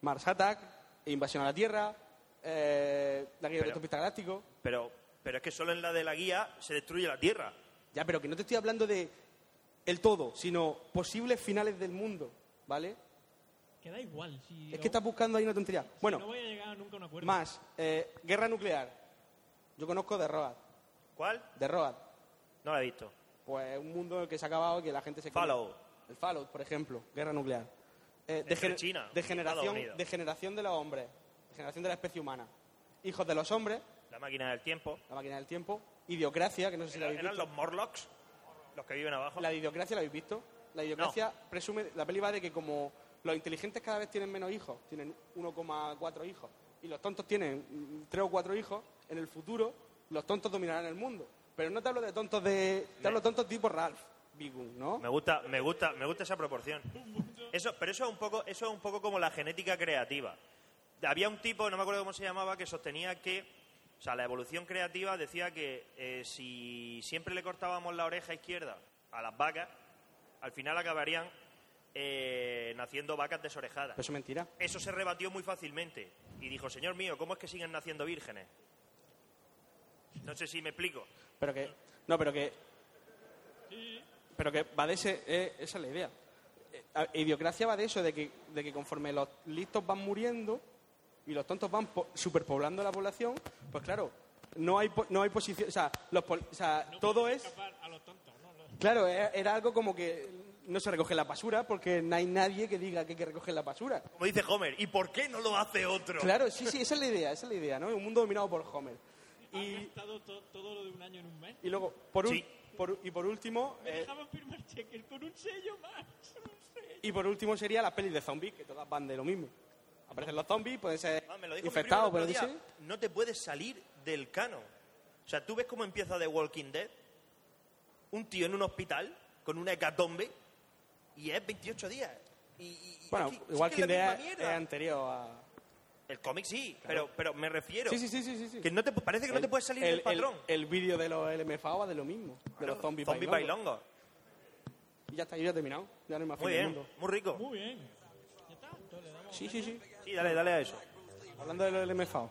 [SPEAKER 4] Mars Attack, e Invasión a la Tierra, eh, la guerra de
[SPEAKER 10] Pero-
[SPEAKER 4] autopista galáctico.
[SPEAKER 10] Pero, pero es que solo en la de la guía se destruye la Tierra.
[SPEAKER 4] Ya, pero que no te estoy hablando de el todo, sino posibles finales del mundo, ¿vale?
[SPEAKER 8] Que da igual. Si
[SPEAKER 4] Es que estás buscando ahí una tontería.
[SPEAKER 8] No
[SPEAKER 4] Bueno,
[SPEAKER 8] voy a llegar nunca a un acuerdo.
[SPEAKER 4] más. eh, guerra nuclear. Yo conozco de Road.
[SPEAKER 10] ¿Cuál?
[SPEAKER 4] De Road.
[SPEAKER 10] No la he visto.
[SPEAKER 4] Pues un mundo en el que se ha acabado y que la gente se...
[SPEAKER 10] Fallout.
[SPEAKER 4] El Fallout, por ejemplo. Guerra nuclear. Eh,
[SPEAKER 10] Entre
[SPEAKER 4] gener-
[SPEAKER 10] China y Estados
[SPEAKER 4] Degeneración,
[SPEAKER 10] Unidos.
[SPEAKER 4] degeneración de los hombres. Degeneración de la especie humana. Hijos de los hombres,
[SPEAKER 10] La máquina del tiempo.
[SPEAKER 4] la máquina del tiempo. Idiocracia, que no sé si la habéis
[SPEAKER 10] ¿Eran
[SPEAKER 4] visto.
[SPEAKER 10] los Morlocks? Los que viven abajo.
[SPEAKER 4] La de idiocracia la habéis visto. La idiocracia presume, la peli va de que como los inteligentes cada vez tienen menos hijos, tienen 1,4 hijos, y los tontos tienen 3 o 4 hijos, en el futuro los tontos dominarán el mundo. Pero no te hablo de tontos de... Te hablo de tontos tipo Ralph Bigun, ¿no?
[SPEAKER 10] Me gusta, me gusta, me gusta esa proporción. Eso, pero eso es un poco, eso es un poco como la genética creativa. Había un tipo, no me acuerdo cómo se llamaba, que sostenía que, o sea, la evolución creativa decía que eh, si siempre le cortábamos la oreja izquierda a las vacas, al final acabarían eh, naciendo vacas desorejadas.
[SPEAKER 4] Pero eso es mentira.
[SPEAKER 10] Eso se rebatió muy fácilmente y dijo, señor mío, ¿cómo es que siguen naciendo vírgenes? No sé si me explico.
[SPEAKER 4] Pero que... No, pero que... Pero que va de ese... eh, esa es la idea. Eh, a- Idiocracia va de eso, de que, de que conforme los listos van muriendo y los tontos van po- superpoblando la población, pues claro, no hay, po- no hay posición... O sea, los pol- o sea, todo es...
[SPEAKER 8] Escapar a los tontos, ¿no? Los-
[SPEAKER 4] Claro, era, era algo como que no se recoge la basura porque no hay nadie que diga que hay que recoger la basura.
[SPEAKER 10] Como dice Homer, ¿y por qué no lo hace otro?
[SPEAKER 4] Claro, sí, sí, esa es la idea, esa es la idea, ¿no? Un mundo dominado por Homer.
[SPEAKER 11] He
[SPEAKER 4] Y,
[SPEAKER 11] gastado to- todo lo de un año en un mes.
[SPEAKER 4] y luego, por, un-
[SPEAKER 10] Sí.
[SPEAKER 4] por- y por último,
[SPEAKER 11] Me
[SPEAKER 4] eh,
[SPEAKER 11] dejaban firmar cheques con un sello más. Un sello.
[SPEAKER 4] y por último sería las pelis de zombies, que todas van de lo mismo. Aparecen los zombies, pueden ser
[SPEAKER 10] Ah, me lo dijo mi primo
[SPEAKER 4] infectados,
[SPEAKER 10] el
[SPEAKER 4] pero
[SPEAKER 10] otro
[SPEAKER 4] dice...
[SPEAKER 10] día, No te puedes salir del canon. O sea, tú ves cómo empieza The Walking Dead, un tío en un hospital con una hecatombe y es 28 días. Y, y- y
[SPEAKER 4] Bueno,
[SPEAKER 10] aquí- sí
[SPEAKER 4] igual
[SPEAKER 10] que
[SPEAKER 4] que
[SPEAKER 10] es la
[SPEAKER 4] idea
[SPEAKER 10] misma
[SPEAKER 4] es
[SPEAKER 10] mierda.
[SPEAKER 4] anterior a...
[SPEAKER 10] El cómic sí, pero, pero me refiero.
[SPEAKER 4] Sí, sí, sí, sí, sí. sí.
[SPEAKER 10] Que no te, parece que no
[SPEAKER 4] El-
[SPEAKER 10] te puedes salir
[SPEAKER 4] el-
[SPEAKER 10] del patrón.
[SPEAKER 4] El, el vídeo de los LMFAO va de lo mismo, de los zombies
[SPEAKER 10] Zombie
[SPEAKER 4] bailando.
[SPEAKER 10] bailongo.
[SPEAKER 4] Y ya está, yo ya he terminado. Ya no hay más
[SPEAKER 10] Muy
[SPEAKER 4] fin del
[SPEAKER 10] bien,
[SPEAKER 4] mundo.
[SPEAKER 10] muy rico.
[SPEAKER 11] Muy bien.
[SPEAKER 4] Sí, sí, sí.
[SPEAKER 10] Sí, dale, dale a eso.
[SPEAKER 4] Hablando de los LMFAO.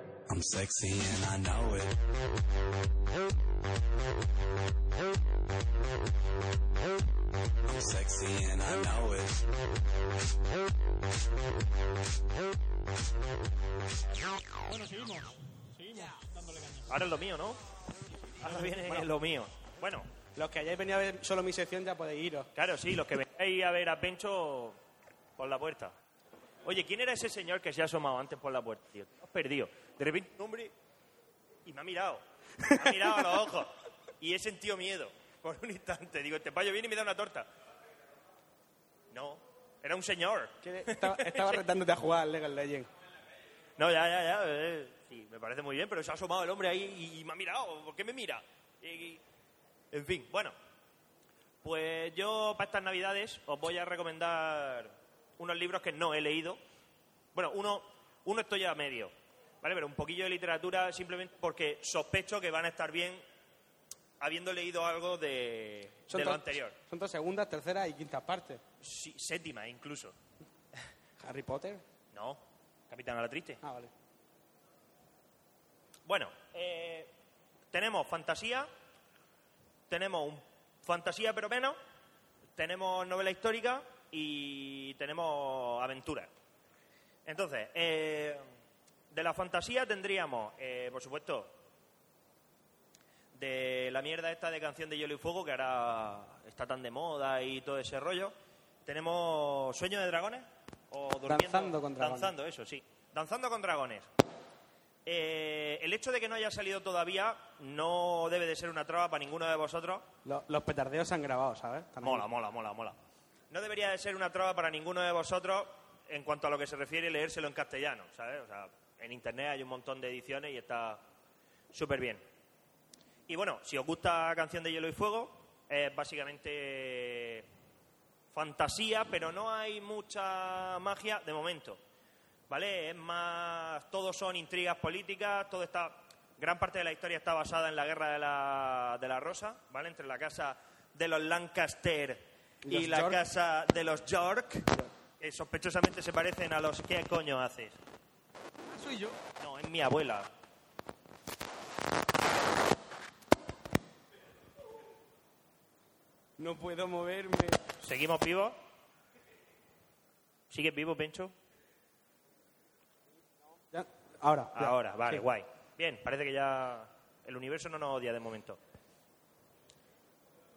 [SPEAKER 1] I'm sexy and I know it. I'm sexy and I know it.
[SPEAKER 11] Bueno, seguimos. Seguimos dándole caña.
[SPEAKER 10] Ahora es lo mío, ¿no? Ahora viene lo mío. Bueno,
[SPEAKER 4] Los que hayáis venido a ver solo mi sección ya podéis iros.
[SPEAKER 10] claro, sí, los que vengáis a ver a Pencho por la puerta. Oye, ¿quién era ese señor que se ha asomado antes por la puerta, tío? Te has perdido. De repente un hombre y me ha mirado. Me ha mirado a los ojos. Y he sentido miedo por un instante. Digo, este payo viene y me da una torta. No, era un señor.
[SPEAKER 4] Que estaba, estaba retándote a jugar al Legal Legend.
[SPEAKER 10] No, ya, ya, ya. eh, sí, me parece muy bien, pero se ha asomado el hombre ahí y, me ha mirado. ¿Por qué me mira? Y- y- en fin, bueno. Pues yo para estas navidades os voy a recomendar unos libros que no he leído. Bueno, uno, uno estoy a medio, ¿vale? Pero un poquillo de literatura simplemente porque sospecho que van a estar bien habiendo leído algo de, de lo
[SPEAKER 4] dos-
[SPEAKER 10] anterior.
[SPEAKER 4] Son dos segundas, terceras y quintas partes.
[SPEAKER 10] Sí, séptima incluso.
[SPEAKER 4] Harry Potter.
[SPEAKER 10] No, Capitán a la Triste.
[SPEAKER 4] Ah, vale.
[SPEAKER 10] Bueno, eh, tenemos fantasía, tenemos un fantasía pero menos, tenemos novela histórica y tenemos aventuras. Entonces, eh, de la fantasía tendríamos, eh, por supuesto, de la mierda esta de canción de Hielo y Fuego, que ahora está tan de moda y todo ese rollo. Tenemos Sueño de Dragones o durmiendo-
[SPEAKER 4] Danzando con Dragones.
[SPEAKER 10] Danzando, eso sí. Danzando con Dragones. Eh, el hecho de que no haya salido todavía no debe de ser una traba para ninguno de vosotros.
[SPEAKER 4] Lo- los petardeos se han grabado, ¿sabes? Están ahí.
[SPEAKER 10] Mola, mola, mola, mola. No debería de ser una traba para ninguno de vosotros en cuanto a lo que se refiere leérselo en castellano, ¿sabes? O sea, en internet hay un montón de ediciones y está súper bien. Y bueno, si os gusta Canción de Hielo y Fuego, es básicamente fantasía, pero no hay mucha magia de momento. ¿Vale? Es más, todos son intrigas políticas, todo está, gran parte de la historia está basada en la guerra de la, de la Rosa, ¿vale? Entre la casa de los Lancaster y,
[SPEAKER 4] Los
[SPEAKER 10] la
[SPEAKER 4] York.
[SPEAKER 10] casa de los York, que sospechosamente se parecen a los ¿qué coño haces?
[SPEAKER 4] Ah, Soy yo.
[SPEAKER 10] No, es mi abuela.
[SPEAKER 4] No puedo moverme.
[SPEAKER 10] ¿Seguimos vivos? ¿Sigues vivo, Pencho?
[SPEAKER 4] Ya- Ahora. ya.
[SPEAKER 10] Ahora, vale,
[SPEAKER 4] Sí.
[SPEAKER 10] guay. Bien, parece que ya el universo no nos odia de momento.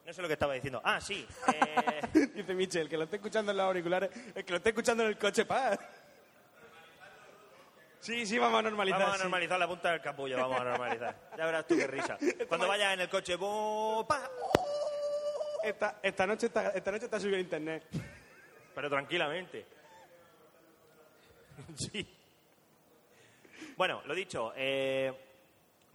[SPEAKER 10] No sé lo que estaba diciendo. Ah, sí. eh,
[SPEAKER 4] Dice Michel, que lo esté escuchando en los auriculares, el que lo esté escuchando en el coche, pa. Sí, sí, vamos a normalizar.
[SPEAKER 10] vamos a
[SPEAKER 4] sí.
[SPEAKER 10] normalizar la punta del capullo, vamos a normalizar. Ya verás tú qué risa. Cuando vayas en el coche, bo, pa.
[SPEAKER 4] Esta, esta noche está, esta noche está subido a internet.
[SPEAKER 10] pero tranquilamente. sí. Bueno, lo dicho, eh,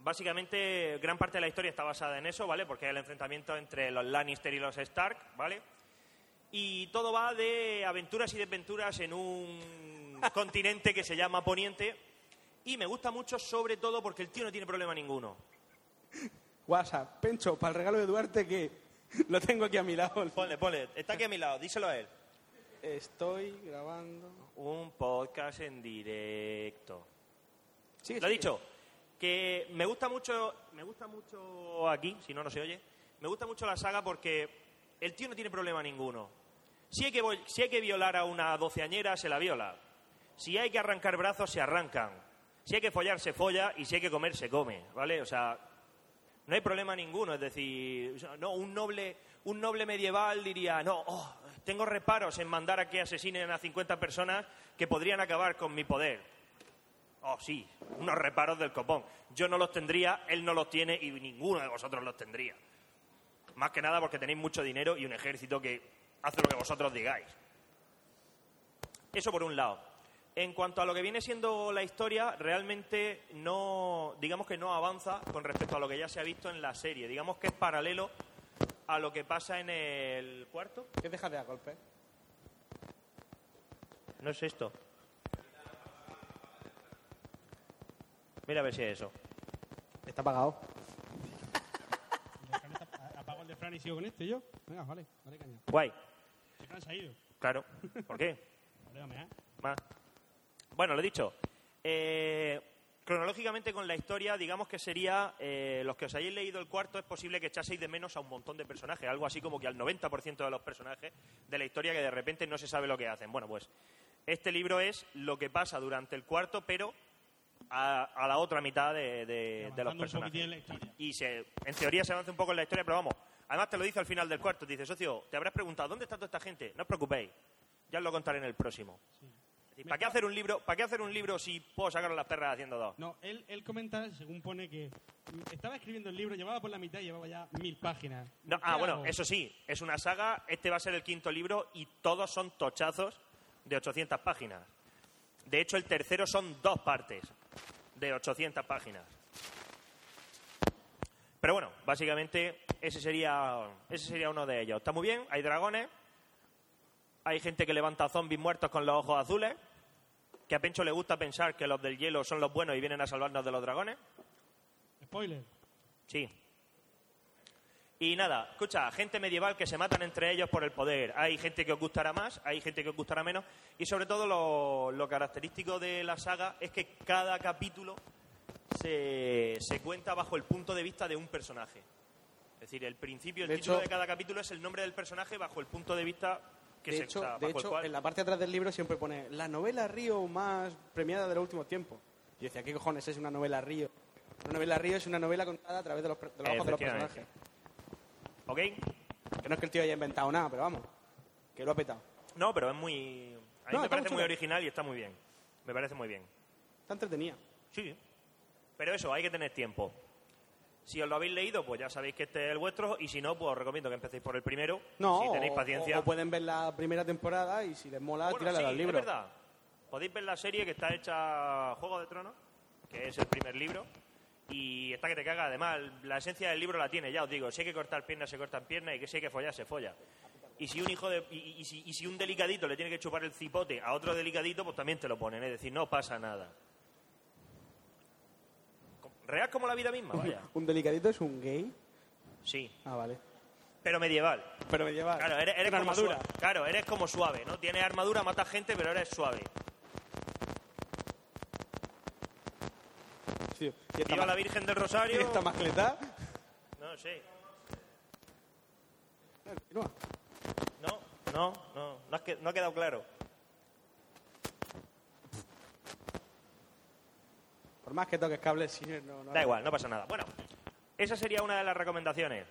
[SPEAKER 10] básicamente gran parte de la historia está basada en eso, ¿vale? Porque hay el enfrentamiento entre los Lannister y los Stark, ¿vale? Y todo va de aventuras y desventuras en un continente que se llama Poniente. Y me gusta mucho, sobre todo, porque el tío no tiene problema ninguno.
[SPEAKER 4] WhatsApp, Pencho, para el regalo de Duarte que lo tengo aquí a mi lado.
[SPEAKER 10] Ponle, ponle. Está aquí a mi lado, díselo a él.
[SPEAKER 4] Estoy grabando.
[SPEAKER 10] Un podcast en directo.
[SPEAKER 4] Sigue,
[SPEAKER 10] Lo he
[SPEAKER 4] sigue.
[SPEAKER 10] dicho, que me gusta mucho, me gusta mucho aquí, si no, no se oye. Me gusta mucho la saga porque el tío no tiene problema ninguno. Si hay que, vol- si hay que violar a una doceañera, se la viola. Si hay que arrancar brazos, se arrancan. Si hay que follar, se folla. Y si hay que comer, se come, ¿vale? O sea, no hay problema ninguno. Es decir, o sea, no, un noble, un noble medieval diría, no, oh, tengo reparos en mandar a que asesinen a 50 personas que podrían acabar con mi poder. Oh, sí, unos reparos del copón. Yo no los tendría, él no los tiene y ninguno de vosotros los tendría. Más que nada porque tenéis mucho dinero y un ejército que hace lo que vosotros digáis. Eso por un lado. En cuanto a lo que viene siendo la historia, realmente no, digamos que no avanza con respecto a lo que ya se ha visto en la serie. Digamos que es paralelo a lo que pasa en el cuarto.
[SPEAKER 4] ¿Qué dejas de a golpe?
[SPEAKER 10] No es esto. Mira a ver si es eso.
[SPEAKER 4] Está apagado.
[SPEAKER 7] Apago el de Fran y sigo con este yo. Venga, vale, vale, caña.
[SPEAKER 10] Guay.
[SPEAKER 7] Se Fran se ha ido.
[SPEAKER 10] Claro. ¿Por qué?
[SPEAKER 7] Déjame, ¿eh?
[SPEAKER 10] Más. Bueno, lo dicho. Eh, cronológicamente con la historia, digamos que sería, eh, los que os hayáis leído el cuarto, es posible que echaseis de menos a un montón de personajes, algo así como que al 90% de los personajes de la historia que de repente no se sabe lo que hacen. Bueno, pues este libro es lo que pasa durante el cuarto, pero a, a la otra mitad de, Eh, de- de los
[SPEAKER 7] Avanzando un poquitín
[SPEAKER 10] personajes.
[SPEAKER 7] en la historia.
[SPEAKER 10] Y se, en teoría se avanza un poco en la historia, pero vamos. Además te lo dice al final del cuarto. Te dice, socio, te habrás preguntado, ¿dónde está toda esta gente? No os preocupéis. Ya os lo contaré en el próximo. Es decir, ¿Para qué hacer un libro? ¿Para qué hacer un libro si puedo sacar a las perras haciendo dos?
[SPEAKER 7] No, él, él comenta, según pone, que estaba escribiendo el libro, llevaba por la mitad y llevaba ya mil páginas.
[SPEAKER 10] No,
[SPEAKER 7] ¿Qué
[SPEAKER 10] ah, bueno,
[SPEAKER 7] hago?
[SPEAKER 10] eso sí, es una saga, este va a ser el quinto libro y todos son tochazos de 800 páginas. De hecho, el tercero son dos partes de 800 páginas. Pero bueno, básicamente ese sería, ese sería uno de ellos. Está muy bien, hay dragones, hay gente que levanta zombies muertos con los ojos azules, que a Pencho le gusta pensar que los del hielo son los buenos y vienen a salvarnos de los dragones.
[SPEAKER 7] Spoiler.
[SPEAKER 10] Sí. Y nada, escucha, gente medieval que se matan entre ellos por el poder. Hay gente que os gustará más, hay gente que os gustará menos. Y sobre todo lo, lo característico de la saga es que cada capítulo se, se cuenta bajo el punto de vista de un personaje. Es decir, el principio, el
[SPEAKER 4] De
[SPEAKER 10] título
[SPEAKER 4] hecho-
[SPEAKER 10] de cada capítulo es el nombre del personaje bajo el punto de vista que
[SPEAKER 4] de
[SPEAKER 10] se
[SPEAKER 4] hecho,
[SPEAKER 10] o
[SPEAKER 4] de
[SPEAKER 10] sea, bajo el
[SPEAKER 4] hecho,
[SPEAKER 10] cual-
[SPEAKER 4] en la parte de atrás del libro siempre pone la novela Río más premiada de los últimos tiempos. Y decía, ¿qué cojones es una novela Río? Una novela Río es una novela contada a través de los, per- de los ojos de los
[SPEAKER 10] Efectivamente.
[SPEAKER 4] personajes.
[SPEAKER 10] ¿Ok?
[SPEAKER 4] Que no es que el tío haya inventado nada, pero vamos, que lo ha petado.
[SPEAKER 10] No, pero es muy... A mí
[SPEAKER 4] No,
[SPEAKER 10] me
[SPEAKER 4] está
[SPEAKER 10] parece
[SPEAKER 4] muy
[SPEAKER 10] muy
[SPEAKER 4] chulo.
[SPEAKER 10] original y está muy bien. Me parece muy bien.
[SPEAKER 4] Está entretenida.
[SPEAKER 10] Sí. Pero eso, hay que tener tiempo. Si os lo habéis leído, pues ya sabéis que este es el vuestro. Y si no, pues os recomiendo que empecéis por el primero.
[SPEAKER 4] No,
[SPEAKER 10] si tenéis
[SPEAKER 4] o-
[SPEAKER 10] paciencia.
[SPEAKER 4] O, o pueden ver la primera temporada y si les mola,
[SPEAKER 10] Bueno,
[SPEAKER 4] tírala
[SPEAKER 10] sí,
[SPEAKER 4] del libro.
[SPEAKER 10] Es verdad. Podéis ver la serie que está hecha Juego de Tronos, que es el primer libro. Y está que te caga. Además, la esencia del libro la tiene, ya os digo. Si hay que cortar piernas, se cortan piernas. Y que si hay que follar, se folla. Y si un hijo de, y, y- y si, y si un delicadito le tiene que chupar el cipote a otro delicadito, pues también te lo ponen. Es decir, no pasa nada. Real como la vida misma, vaya.
[SPEAKER 4] Un delicadito es un gay.
[SPEAKER 10] Sí,
[SPEAKER 4] Ah, vale.
[SPEAKER 10] pero medieval.
[SPEAKER 4] Pero me lleva.
[SPEAKER 10] Claro, eres, eres
[SPEAKER 4] Con
[SPEAKER 10] como
[SPEAKER 4] armadura.
[SPEAKER 10] suave. Claro, eres como suave, ¿no? Tienes armadura, matas gente, pero eres suave.
[SPEAKER 4] Sí. Y esta,
[SPEAKER 10] Viva
[SPEAKER 4] ma-
[SPEAKER 10] la Virgen del
[SPEAKER 4] y
[SPEAKER 10] Rosario.
[SPEAKER 4] esta mascleta.
[SPEAKER 10] No sé.
[SPEAKER 4] Continúa.
[SPEAKER 10] No, no, no. No, has que- no ha quedado claro.
[SPEAKER 4] Por más que toques cables, sí, no, no.
[SPEAKER 10] Da igual, no pasa nada. Bueno, esa sería una de las recomendaciones.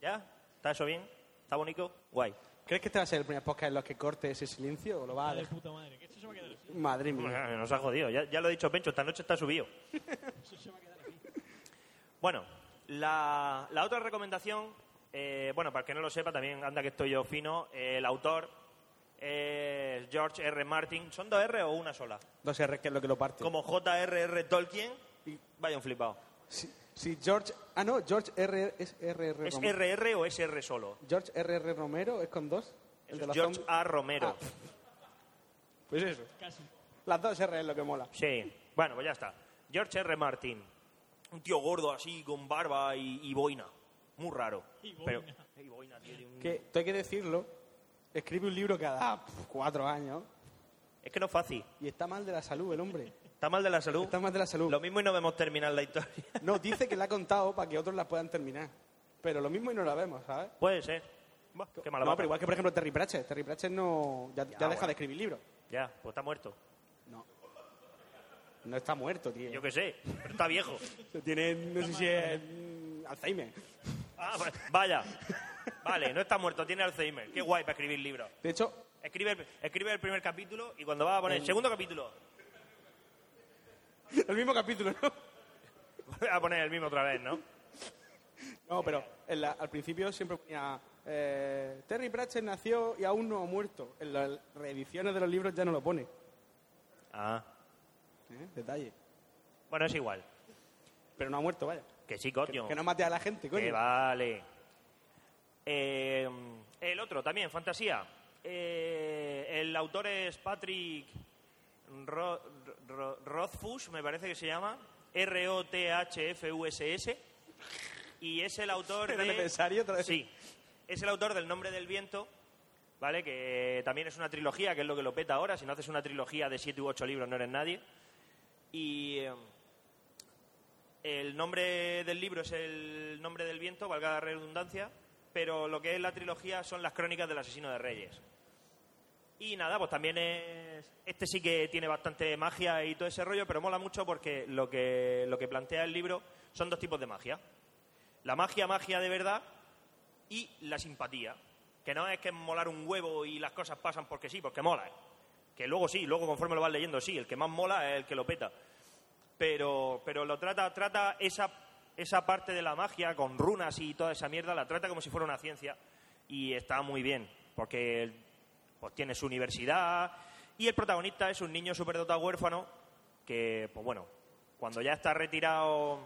[SPEAKER 10] ¿Ya? ¿Está eso bien? ¿Está bonito? Guay.
[SPEAKER 4] ¿Crees que este va a ser el primer podcast en los que corte ese silencio o lo va a
[SPEAKER 11] De
[SPEAKER 4] dejar?
[SPEAKER 11] puta madre, que esto se va a quedar así.
[SPEAKER 4] Madre mía.
[SPEAKER 10] Bueno, Nos ha jodido. Ya, ya lo he dicho, Pencho, esta noche está subido.
[SPEAKER 11] Esto se va a quedar aquí.
[SPEAKER 10] Bueno, la, la otra recomendación, eh, bueno, para el que no lo sepa, también anda que estoy yo fino, eh, el autor es George R. Martin. ¿Son dos R o una sola?
[SPEAKER 4] No sé, es que es lo que lo parte.
[SPEAKER 10] Como J.R.R. Tolkien. Vaya un flipado.
[SPEAKER 4] Si, si George. Ah, no, George R. es R. R.
[SPEAKER 10] ¿Es
[SPEAKER 4] Romero.
[SPEAKER 10] R.R. o es R solo?
[SPEAKER 4] George R. R. Romero es con dos. El de
[SPEAKER 10] Es
[SPEAKER 4] los
[SPEAKER 10] George
[SPEAKER 4] zombies.
[SPEAKER 10] A. Romero.
[SPEAKER 4] Ah. Pues eso.
[SPEAKER 11] Casi.
[SPEAKER 4] Las dos R es lo que mola.
[SPEAKER 10] Sí, bueno, pues ya está. George R. Martin. Un tío gordo así, con barba y, y boina. Muy raro. Pero, y boina, tío, tiene un-
[SPEAKER 4] Que, esto hay que decirlo, escribe un libro cada pf, cuatro años.
[SPEAKER 10] Es que no es fácil.
[SPEAKER 4] Y está mal de la salud el hombre.
[SPEAKER 10] Está mal de la salud.
[SPEAKER 4] Está mal de la salud.
[SPEAKER 10] Lo mismo y no vemos terminar la historia.
[SPEAKER 4] No, dice que la ha contado para que otros la puedan terminar. Pero lo mismo y no la vemos, ¿sabes?
[SPEAKER 10] Puede ser. Bah, qué mala
[SPEAKER 4] no,
[SPEAKER 10] vaca.
[SPEAKER 4] pero igual que, por ejemplo, Terry Pratchett. Terry Pratchett no, ya, ya deja
[SPEAKER 10] bueno.
[SPEAKER 4] de escribir libros.
[SPEAKER 10] Ya, pues está muerto.
[SPEAKER 4] No está muerto, tío.
[SPEAKER 10] Yo qué sé, pero está viejo.
[SPEAKER 4] Tiene, no sé si es mm, Alzheimer.
[SPEAKER 10] Ah, va- vaya. Vale, no está muerto, tiene Alzheimer. Qué guay para escribir libros.
[SPEAKER 4] De hecho,
[SPEAKER 10] Escribe el, escribe el primer capítulo y cuando va a poner el
[SPEAKER 4] El-
[SPEAKER 10] segundo capítulo,
[SPEAKER 4] el mismo capítulo, ¿no?
[SPEAKER 10] va a poner el mismo otra vez, ¿no?
[SPEAKER 4] No, pero en la- al principio siempre ponía... eh, Terry Pratchett nació y aún no ha muerto. En las reediciones de los libros ya no lo pone.
[SPEAKER 10] Ah.
[SPEAKER 4] ¿eh? Detalle.
[SPEAKER 10] Bueno, es igual.
[SPEAKER 4] Pero no ha muerto, vaya.
[SPEAKER 10] Que sí, coño.
[SPEAKER 4] Que no mate a la gente, coño.
[SPEAKER 10] Que vale. Eh, el otro también, fantasía. Eh, el autor es Patrick Ro- Ro- Rothfuss, me parece que se llama. R-O-T-H-F-U-S-S. Y es el autor
[SPEAKER 4] ¿Era
[SPEAKER 10] de.
[SPEAKER 4] necesario otra vez?
[SPEAKER 10] Sí. Es el autor del Nombre del Viento, ¿vale? Que también es una trilogía, que es lo que lo peta ahora. Si no haces una trilogía de siete u ocho libros, no eres nadie. Y. eh, el nombre del libro es el nombre del viento, valga la redundancia, pero lo que es la trilogía son las crónicas del asesino de reyes. Y nada, pues también es... Este sí que tiene bastante magia y todo ese rollo, pero mola mucho porque lo que, lo que plantea el libro son dos tipos de magia. La magia, magia de verdad y la simpatía. Que no es que molar un huevo y las cosas pasan porque sí, porque mola. ¿eh? Que luego sí, luego conforme lo vas leyendo, sí, el que más mola es el que lo peta pero, pero lo trata, trata esa, esa parte de la magia con runas y toda esa mierda, la trata como si fuera una ciencia y está muy bien, porque pues, tiene su universidad y el protagonista es un niño superdotado huérfano que, pues bueno, cuando ya está retirado,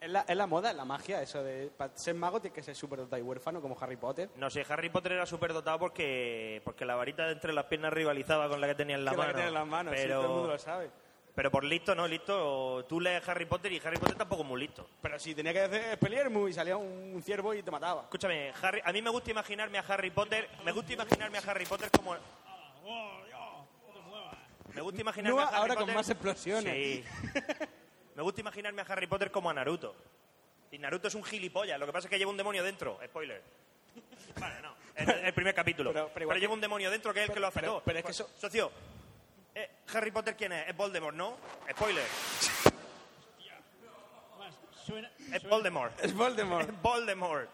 [SPEAKER 4] Es la, es la moda, es la magia, eso de para ser mago tienes que ser súper y huérfano como Harry Potter.
[SPEAKER 10] no sé, Harry Potter era superdotado porque, porque la varita de entre las piernas rivalizaba con la que tenía en la
[SPEAKER 4] que es la
[SPEAKER 10] mano.
[SPEAKER 4] que tiene en las manos, sí,
[SPEAKER 10] pero,
[SPEAKER 4] todo el mundo lo sabe.
[SPEAKER 10] pero por listo, no, listo, tú lees Harry Potter y Harry Potter tampoco es muy listo.
[SPEAKER 4] Pero si tenía que hacer Expelliarmus y salía un, un ciervo y te mataba.
[SPEAKER 10] Escúchame, Harry- a mí me gusta imaginarme a Harry Potter, me gusta imaginarme a Harry Potter como Me gusta imaginarme
[SPEAKER 4] Nua
[SPEAKER 10] a Harry
[SPEAKER 4] ahora con
[SPEAKER 10] Potter-
[SPEAKER 4] más explosiones.
[SPEAKER 10] Sí. me gusta imaginarme a Harry Potter como a Naruto. Y Naruto es un gilipollas, lo que pasa es que lleva un demonio dentro, spoiler. Vale, no, el, el primer capítulo. Pero,
[SPEAKER 4] Pero- pero igual que-
[SPEAKER 10] lleva un demonio dentro que es el que lo hace
[SPEAKER 4] pero-
[SPEAKER 10] todo.
[SPEAKER 4] pero es que
[SPEAKER 10] Pues,
[SPEAKER 4] eso-
[SPEAKER 10] socio, eh, Harry Potter quién es? Es Voldemort, ¿no? Spoiler.
[SPEAKER 11] Suena,
[SPEAKER 10] Es Voldemort.
[SPEAKER 4] Es Voldemort.
[SPEAKER 10] Es Voldemort.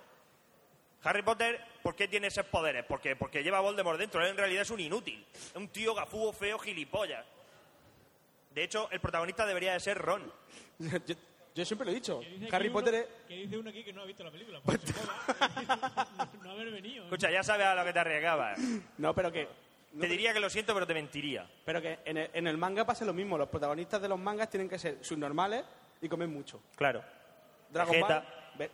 [SPEAKER 10] Harry Potter, ¿por qué tiene esos poderes? Porque, porque lleva a Voldemort dentro. Él en realidad es un inútil. Es un tío gafúo, feo, gilipollas. De hecho, el protagonista debería de ser Ron.
[SPEAKER 4] yo, yo siempre lo he dicho.
[SPEAKER 11] Dice aquí
[SPEAKER 4] Harry
[SPEAKER 11] uno-
[SPEAKER 4] Potter es...
[SPEAKER 11] Que dice uno aquí que no ha visto la película. por su bola. no haber venido.
[SPEAKER 10] Escucha, ya sabes a lo que te arriesgabas.
[SPEAKER 4] No, pero que... no,
[SPEAKER 10] Te diría que lo siento, pero te mentiría.
[SPEAKER 4] Pero que en el, en el manga pasa lo mismo. Los protagonistas de los mangas tienen que ser subnormales y comer mucho.
[SPEAKER 10] Claro.
[SPEAKER 4] Dragon
[SPEAKER 10] Vegeta.
[SPEAKER 4] Ball... Ve-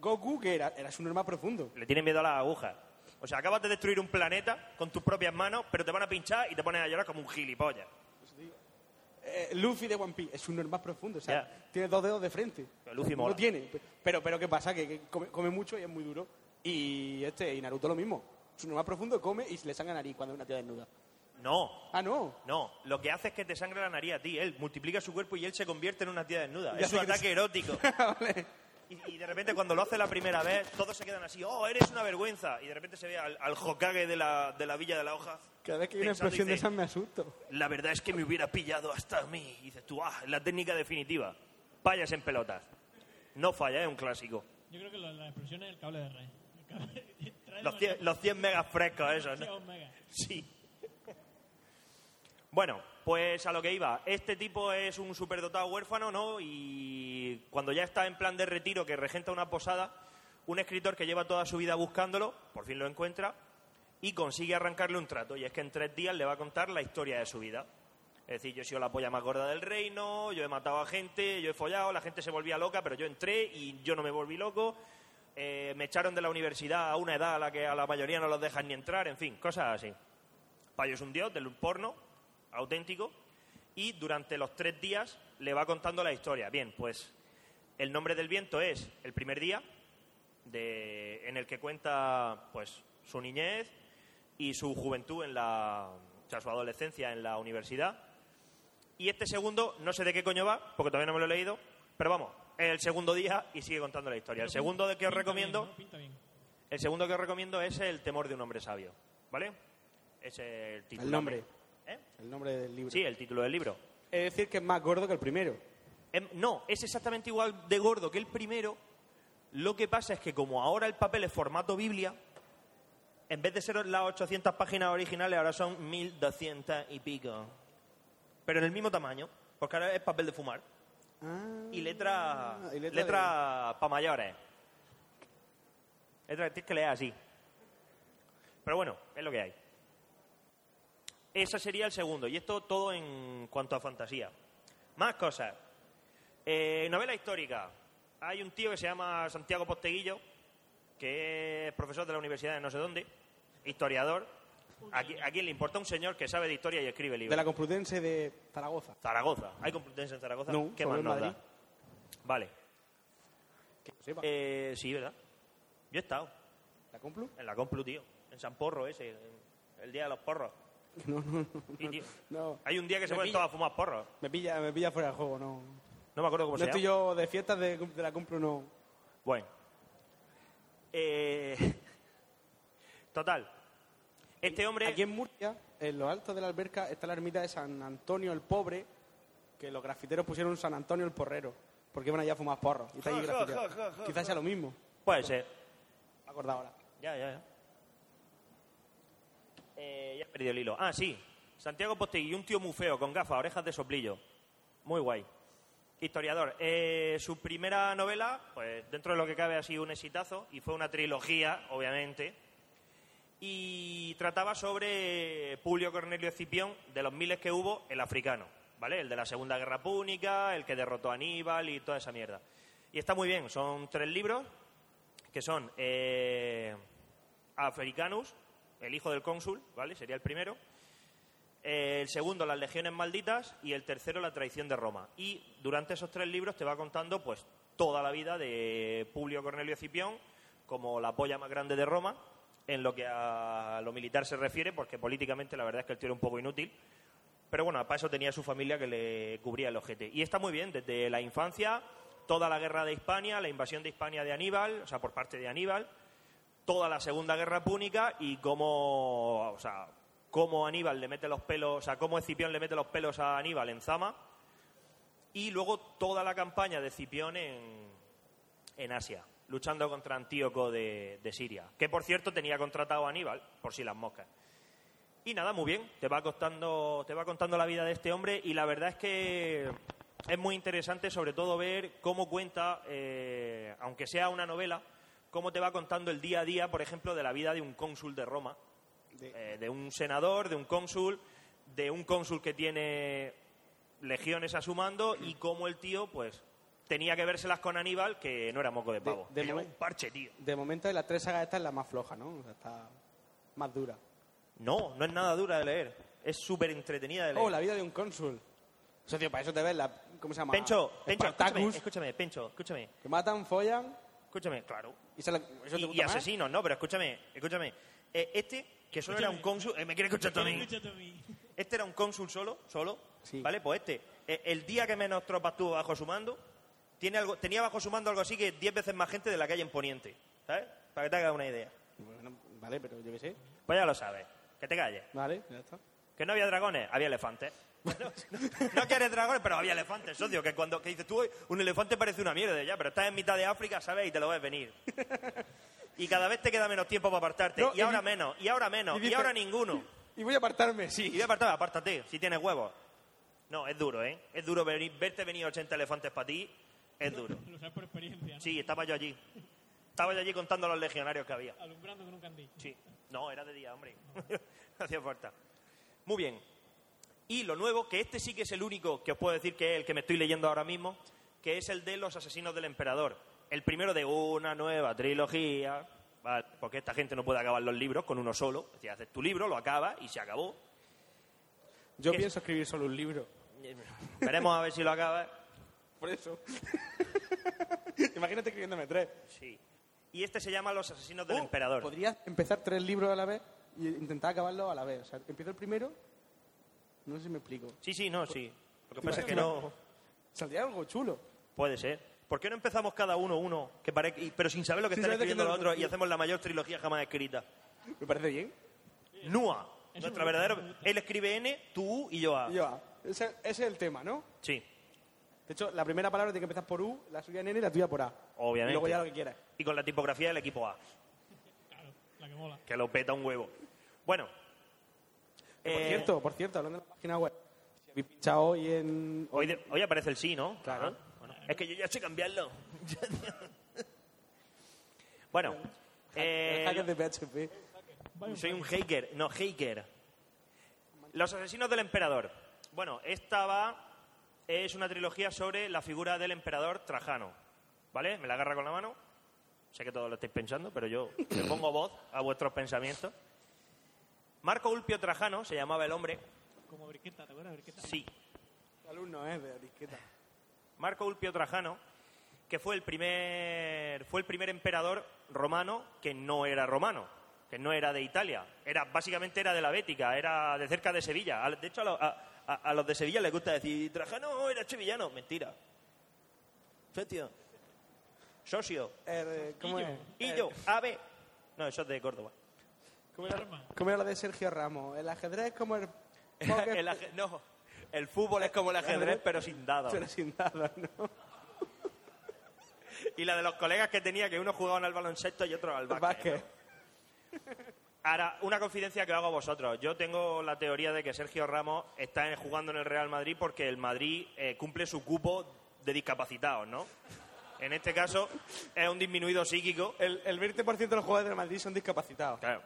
[SPEAKER 4] Goku, que era, era subnormal profundo.
[SPEAKER 10] Le tienen miedo a las agujas. O sea, acabas de destruir un planeta con tus propias manos, pero te van a pinchar y te pones a llorar como un gilipollas.
[SPEAKER 4] Eh, Luffy de One Piece es un normal profundo, o sea,
[SPEAKER 10] Ya.
[SPEAKER 4] tiene dos dedos de frente.
[SPEAKER 10] Pero Luffy
[SPEAKER 4] no
[SPEAKER 10] mola.
[SPEAKER 4] tiene. Pero, pero ¿qué pasa? Que, que come, come mucho y es muy duro. Y este, y Naruto lo mismo. Su normal profundo come y se le sangra nariz cuando es una tía desnuda.
[SPEAKER 10] No,
[SPEAKER 4] Ah, no.
[SPEAKER 10] no. Lo que hace es que te sangra la nariz a ti. Él multiplica su cuerpo y él se convierte en una tía desnuda.
[SPEAKER 4] Ya
[SPEAKER 10] Es su
[SPEAKER 4] sé que-
[SPEAKER 10] ataque erótico.
[SPEAKER 4] Vale.
[SPEAKER 10] Y, y de repente cuando lo hace la primera vez, todos se quedan así, oh, eres una vergüenza. Y de repente se ve al, al Hokage de la, de la Villa de la Hoja.
[SPEAKER 4] Cada vez que hay una
[SPEAKER 10] pensando y
[SPEAKER 4] explosión de
[SPEAKER 10] dice,
[SPEAKER 4] esas me asusto.
[SPEAKER 10] La verdad es que me hubiera pillado hasta a mí. Y dices tú, ah, la técnica definitiva. Vayas en pelotas. No falla, es un clásico.
[SPEAKER 11] Yo creo que la, la explosión es el cable de red. El cable- trae
[SPEAKER 10] Los
[SPEAKER 11] demasiado-
[SPEAKER 10] 100, los 100 megas frescos esos,
[SPEAKER 11] demasiado
[SPEAKER 10] ¿no?
[SPEAKER 11] mega.
[SPEAKER 10] Sí. Bueno, pues a lo que iba. Este tipo es un superdotado huérfano, ¿no? Y cuando ya está en plan de retiro, que regenta una posada, un escritor que lleva toda su vida buscándolo, por fin lo encuentra, y consigue arrancarle un trato. Y es que en tres días le va a contar la historia de su vida. Es decir, yo he sido la polla más gorda del reino, yo he matado a gente, yo he follado, la gente se volvía loca, pero yo entré y yo no me volví loco. Eh, me echaron de la universidad a una edad a la que a la mayoría no los dejan ni entrar, en fin, cosas así. Payo es un dios del porno, auténtico, y durante los tres días le va contando la historia. Bien, pues el nombre del viento es El primer día, de- en el que cuenta pues su niñez y su juventud en la, o sea, su adolescencia en la universidad. Y este segundo, no sé de qué coño va, porque todavía no me lo he leído, pero vamos, es el segundo día y sigue contando la historia. El segundo de que os recomiendo el segundo que os recomiendo es El temor de un hombre sabio, ¿vale? Es el título.
[SPEAKER 4] El nombre.
[SPEAKER 10] ¿Eh?
[SPEAKER 4] El nombre del libro.
[SPEAKER 10] Sí, el título del libro.
[SPEAKER 4] Es decir, que es más gordo que el primero.
[SPEAKER 10] Em, No, es exactamente igual de gordo que el primero. Lo que pasa es que como ahora el papel es formato Biblia, en vez de ser las 800 páginas originales, ahora son 1200 y pico. Pero en el mismo tamaño, porque ahora es papel de fumar. y letra,
[SPEAKER 4] Ah, y letra
[SPEAKER 10] letra, para mayores. Letra que tienes que leer así. Pero bueno, es lo que hay. Ese sería el segundo. Y esto todo en cuanto a fantasía. Más cosas. Eh, novela histórica. Hay un tío que se llama Santiago Posteguillo, que es profesor de la universidad de no sé dónde, historiador. ¿A, qui- a quién le importa un señor que sabe de historia y escribe libros?
[SPEAKER 4] De la Complutense de Zaragoza.
[SPEAKER 10] Zaragoza. ¿Hay Complutense en Zaragoza?
[SPEAKER 4] No,
[SPEAKER 10] ¿Qué
[SPEAKER 4] solo
[SPEAKER 10] más
[SPEAKER 4] en
[SPEAKER 10] nos da?
[SPEAKER 4] Madrid.
[SPEAKER 10] Vale. Eh, sí, ¿verdad? Yo he estado.
[SPEAKER 4] ¿La Complu?
[SPEAKER 10] En la Complu, tío. En San Porro ese. en- El día de los porros.
[SPEAKER 4] No, no,
[SPEAKER 10] Sí, tío.
[SPEAKER 4] no.
[SPEAKER 10] Hay un día que se
[SPEAKER 4] Me
[SPEAKER 10] ponen
[SPEAKER 4] pilla.
[SPEAKER 10] todos a fumar porros.
[SPEAKER 4] Me pilla, me pilla fuera de juego, no.
[SPEAKER 10] No me acuerdo cómo
[SPEAKER 4] no
[SPEAKER 10] se
[SPEAKER 4] estoy
[SPEAKER 10] llama.
[SPEAKER 4] yo de fiestas de, de la Complu, no.
[SPEAKER 10] Bueno. Eh, Total. Este hombre...
[SPEAKER 4] Aquí en Murcia, en los altos de la alberca, está la ermita de San Antonio el Pobre, que los grafiteros pusieron San Antonio el Porrero, porque iban allá a fumar porros. Y está allí
[SPEAKER 10] Ja, ja,
[SPEAKER 4] grafiteado.
[SPEAKER 10] ja, ja, ja,
[SPEAKER 4] Quizás sea lo mismo.
[SPEAKER 10] Puede ser.
[SPEAKER 4] Me he acordado ahora.
[SPEAKER 10] Ya, ya, ya. Eh, ya he perdido el hilo. Ah, sí. Santiago Postegui, un tío muy feo, con gafas, orejas de soplillo. Muy guay. Historiador. Eh, su primera novela, pues dentro de lo que cabe ha sido un exitazo, y fue una trilogía, obviamente. Y trataba sobre Publio Cornelio Escipión, de los miles que hubo, el africano, ¿vale? El de la Segunda Guerra Púnica, el que derrotó a Aníbal y toda esa mierda. Y está muy bien, son tres libros, que son... eh, Africanus, el hijo del cónsul, ¿vale? Sería el primero. Eh, el segundo, las legiones malditas. Y el tercero, la traición de Roma. Y durante esos tres libros te va contando, pues, toda la vida de Publio Cornelio Escipión como la polla más grande de Roma en lo que a lo militar se refiere, porque políticamente la verdad es que el tío era un poco inútil. Pero bueno, para eso tenía su familia que le cubría el ojete. Y está muy bien, desde la infancia, toda la guerra de Hispania, la invasión de Hispania de Aníbal, o sea, por parte de Aníbal, toda la Segunda Guerra Púnica y cómo, o sea, cómo Aníbal le mete los pelos, o sea, cómo Escipión le mete los pelos a Aníbal en Zama y luego toda la campaña de Escipión en, en Asia, luchando contra Antíoco de, de Siria, que por cierto tenía contratado a Aníbal, por si las moscas. Y nada, muy bien, te va contando, te va contando la vida de este hombre y la verdad es que es muy interesante sobre todo ver cómo cuenta, eh, aunque sea una novela, cómo te va contando el día a día, por ejemplo, de la vida de un cónsul de Roma, eh, de un senador, de un cónsul, de un cónsul que tiene legiones a su mando y cómo el tío, pues, tenía que vérselas con Aníbal, que no era moco de pavo.
[SPEAKER 4] de
[SPEAKER 10] Era
[SPEAKER 4] momen-
[SPEAKER 10] un parche, tío.
[SPEAKER 4] De momento, de las tres sagas, esta es la más floja, ¿no? O sea, está más dura.
[SPEAKER 10] No, no es nada dura de leer. Es súper entretenida de leer.
[SPEAKER 4] Oh, la vida de un cónsul. Socio, para eso te ves la. ¿Cómo se llama?
[SPEAKER 10] Pencho, Pencho, escúchame,
[SPEAKER 4] Spartacus,
[SPEAKER 10] escúchame, Pencho, escúchame,
[SPEAKER 4] Que matan, follan.
[SPEAKER 10] escúchame, claro.
[SPEAKER 4] Y, se la- ¿eso te
[SPEAKER 10] Y,
[SPEAKER 4] gusta
[SPEAKER 10] y
[SPEAKER 4] más?
[SPEAKER 10] asesinos, no, pero escúchame, escúchame. Eh, este, que solo era un cónsul, eh, me quiere escuchar tú a mí. Este era un cónsul solo, solo, ¿vale? Pues este, eh, el día que menos tropas tuvo bajo su mando, tiene algo, tenía bajo su mando algo así que 10 veces más gente de la calle en Poniente, ¿sabes? Para que te hagas una idea.
[SPEAKER 4] Bueno, vale, pero yo qué sé.
[SPEAKER 10] Pues ya lo sabes, que te calles.
[SPEAKER 4] Vale, ya está.
[SPEAKER 10] Que no había dragones, había elefantes. Bueno, no, no que eres dragones, pero había elefantes, socio. Que cuando que dices tú, "Uy, un elefante parece una mierda ya, pero estás en mitad de África, ¿sabes? Y te lo ves venir. Y cada vez te queda menos tiempo para apartarte.
[SPEAKER 4] No,
[SPEAKER 10] y
[SPEAKER 4] y
[SPEAKER 10] ahora
[SPEAKER 4] di-
[SPEAKER 10] menos, y ahora menos,
[SPEAKER 4] y
[SPEAKER 10] y,
[SPEAKER 4] dice-
[SPEAKER 10] ahora ninguno.
[SPEAKER 4] Y voy a apartarme. Sí.
[SPEAKER 10] Y voy a apartar, apártate, si tienes huevos. No, es duro, ¿eh? Es duro venir- verte venir 80 elefantes para ti. Es duro.
[SPEAKER 11] Lo sabes por experiencia, ¿no?
[SPEAKER 10] Sí, estaba yo allí. Estaba yo allí contando los legionarios que había.
[SPEAKER 11] Alumbrando con un candil.
[SPEAKER 10] Sí. No, era de día, hombre. No hacía falta. Muy bien. Y lo nuevo, que este sí que es el único que os puedo decir que es el que me estoy leyendo ahora mismo, que es el de los asesinos del emperador. El primero de una nueva trilogía, ¿vale? porque esta gente no puede acabar los libros con uno solo. Es decir, haces tu libro, lo acabas y se acabó.
[SPEAKER 4] Yo
[SPEAKER 10] ¿Qué?
[SPEAKER 4] pienso escribir solo un libro.
[SPEAKER 10] Veremos a ver si lo acaba.
[SPEAKER 4] Por eso. Imagínate escribiéndome tres.
[SPEAKER 10] Sí. Y este se llama Los asesinos
[SPEAKER 4] Oh,
[SPEAKER 10] del emperador.
[SPEAKER 4] Podrías empezar tres libros a la vez y intentar acabarlos a la vez. O sea, empiezo el primero. No sé si me explico.
[SPEAKER 10] Sí, sí, no, sí. Lo que
[SPEAKER 4] ¿Te
[SPEAKER 10] pasa es que
[SPEAKER 4] imaginas?
[SPEAKER 10] no
[SPEAKER 4] Saldría algo chulo.
[SPEAKER 10] puede ser. ¿Por qué no empezamos cada uno uno, que pare- y- pero sin saber lo que
[SPEAKER 4] Sin
[SPEAKER 10] están
[SPEAKER 4] saber de
[SPEAKER 10] escribiendo
[SPEAKER 4] quién
[SPEAKER 10] los
[SPEAKER 4] es el
[SPEAKER 10] otros y
[SPEAKER 4] autor.
[SPEAKER 10] hacemos la mayor trilogía jamás escrita?
[SPEAKER 4] Me parece bien.
[SPEAKER 10] Nua, nuestra
[SPEAKER 4] me gusta,
[SPEAKER 10] verdadera... Él escribe N, tú U y yo A.
[SPEAKER 4] Y va. Ese, ese es el tema, ¿no?
[SPEAKER 10] Sí,
[SPEAKER 4] De hecho, la primera palabra tiene que empezar por U, la suya en N y la tuya por A.
[SPEAKER 10] obviamente.
[SPEAKER 4] Y luego ya lo que quieras.
[SPEAKER 10] Y con la tipografía del equipo A,
[SPEAKER 11] La que mola.
[SPEAKER 10] que lo peta un huevo. Bueno.
[SPEAKER 4] Que, Por
[SPEAKER 10] eh,
[SPEAKER 4] cierto, por cierto, hablando de la página web. Si habéis pinchado hoy en...
[SPEAKER 10] Hoy, de- hoy aparece el sí, ¿no? Claro. Es que yo ya sé cambiarlo. bueno. eh,
[SPEAKER 4] hackers de PHP.
[SPEAKER 10] soy un hacker. No, hacker. Los asesinos del emperador. Bueno, esta va... Es una trilogía sobre la figura del emperador Trajano. ¿Vale? Me la agarra con la mano. Sé que todos lo estáis pensando, pero yo le pongo voz a vuestros pensamientos. Marco Ulpio Trajano se llamaba el hombre.
[SPEAKER 11] Como briqueta, ¿te acuerdas de briqueta?
[SPEAKER 10] Sí.
[SPEAKER 4] Alumno, ¿eh? De etiqueta.
[SPEAKER 10] Marco Ulpio Trajano, que fue el primer fue el primer emperador romano que no era romano, que no era de Italia, era básicamente era de la Bética, era de cerca de Sevilla. Al- De hecho a, lo- a- a- a los de Sevilla les gusta decir Trajano era sevillano, mentira. Socio. Socio.
[SPEAKER 4] Eh, ¿Cómo es?
[SPEAKER 10] Y yo, ave. No, eso es de Córdoba.
[SPEAKER 4] ¿Cómo era, cómo era la de Sergio Ramos? El ajedrez es como el... póker,
[SPEAKER 10] El aje- no, el fútbol es como el ajedrez pero sin dados.
[SPEAKER 4] pero sin nada, ¿no?
[SPEAKER 10] Y la de los colegas que tenía que uno jugaban al baloncesto y otro al básquet.
[SPEAKER 4] Vázquez.
[SPEAKER 10] Ahora, una confidencia que hago a vosotros. Yo tengo la teoría de que Sergio Ramos está en- jugando en el Real Madrid porque el Madrid eh, cumple su cupo de discapacitados, ¿no? En este caso, es un disminuido psíquico.
[SPEAKER 4] El, el 20% de los jugadores del Madrid son discapacitados.
[SPEAKER 10] Claro.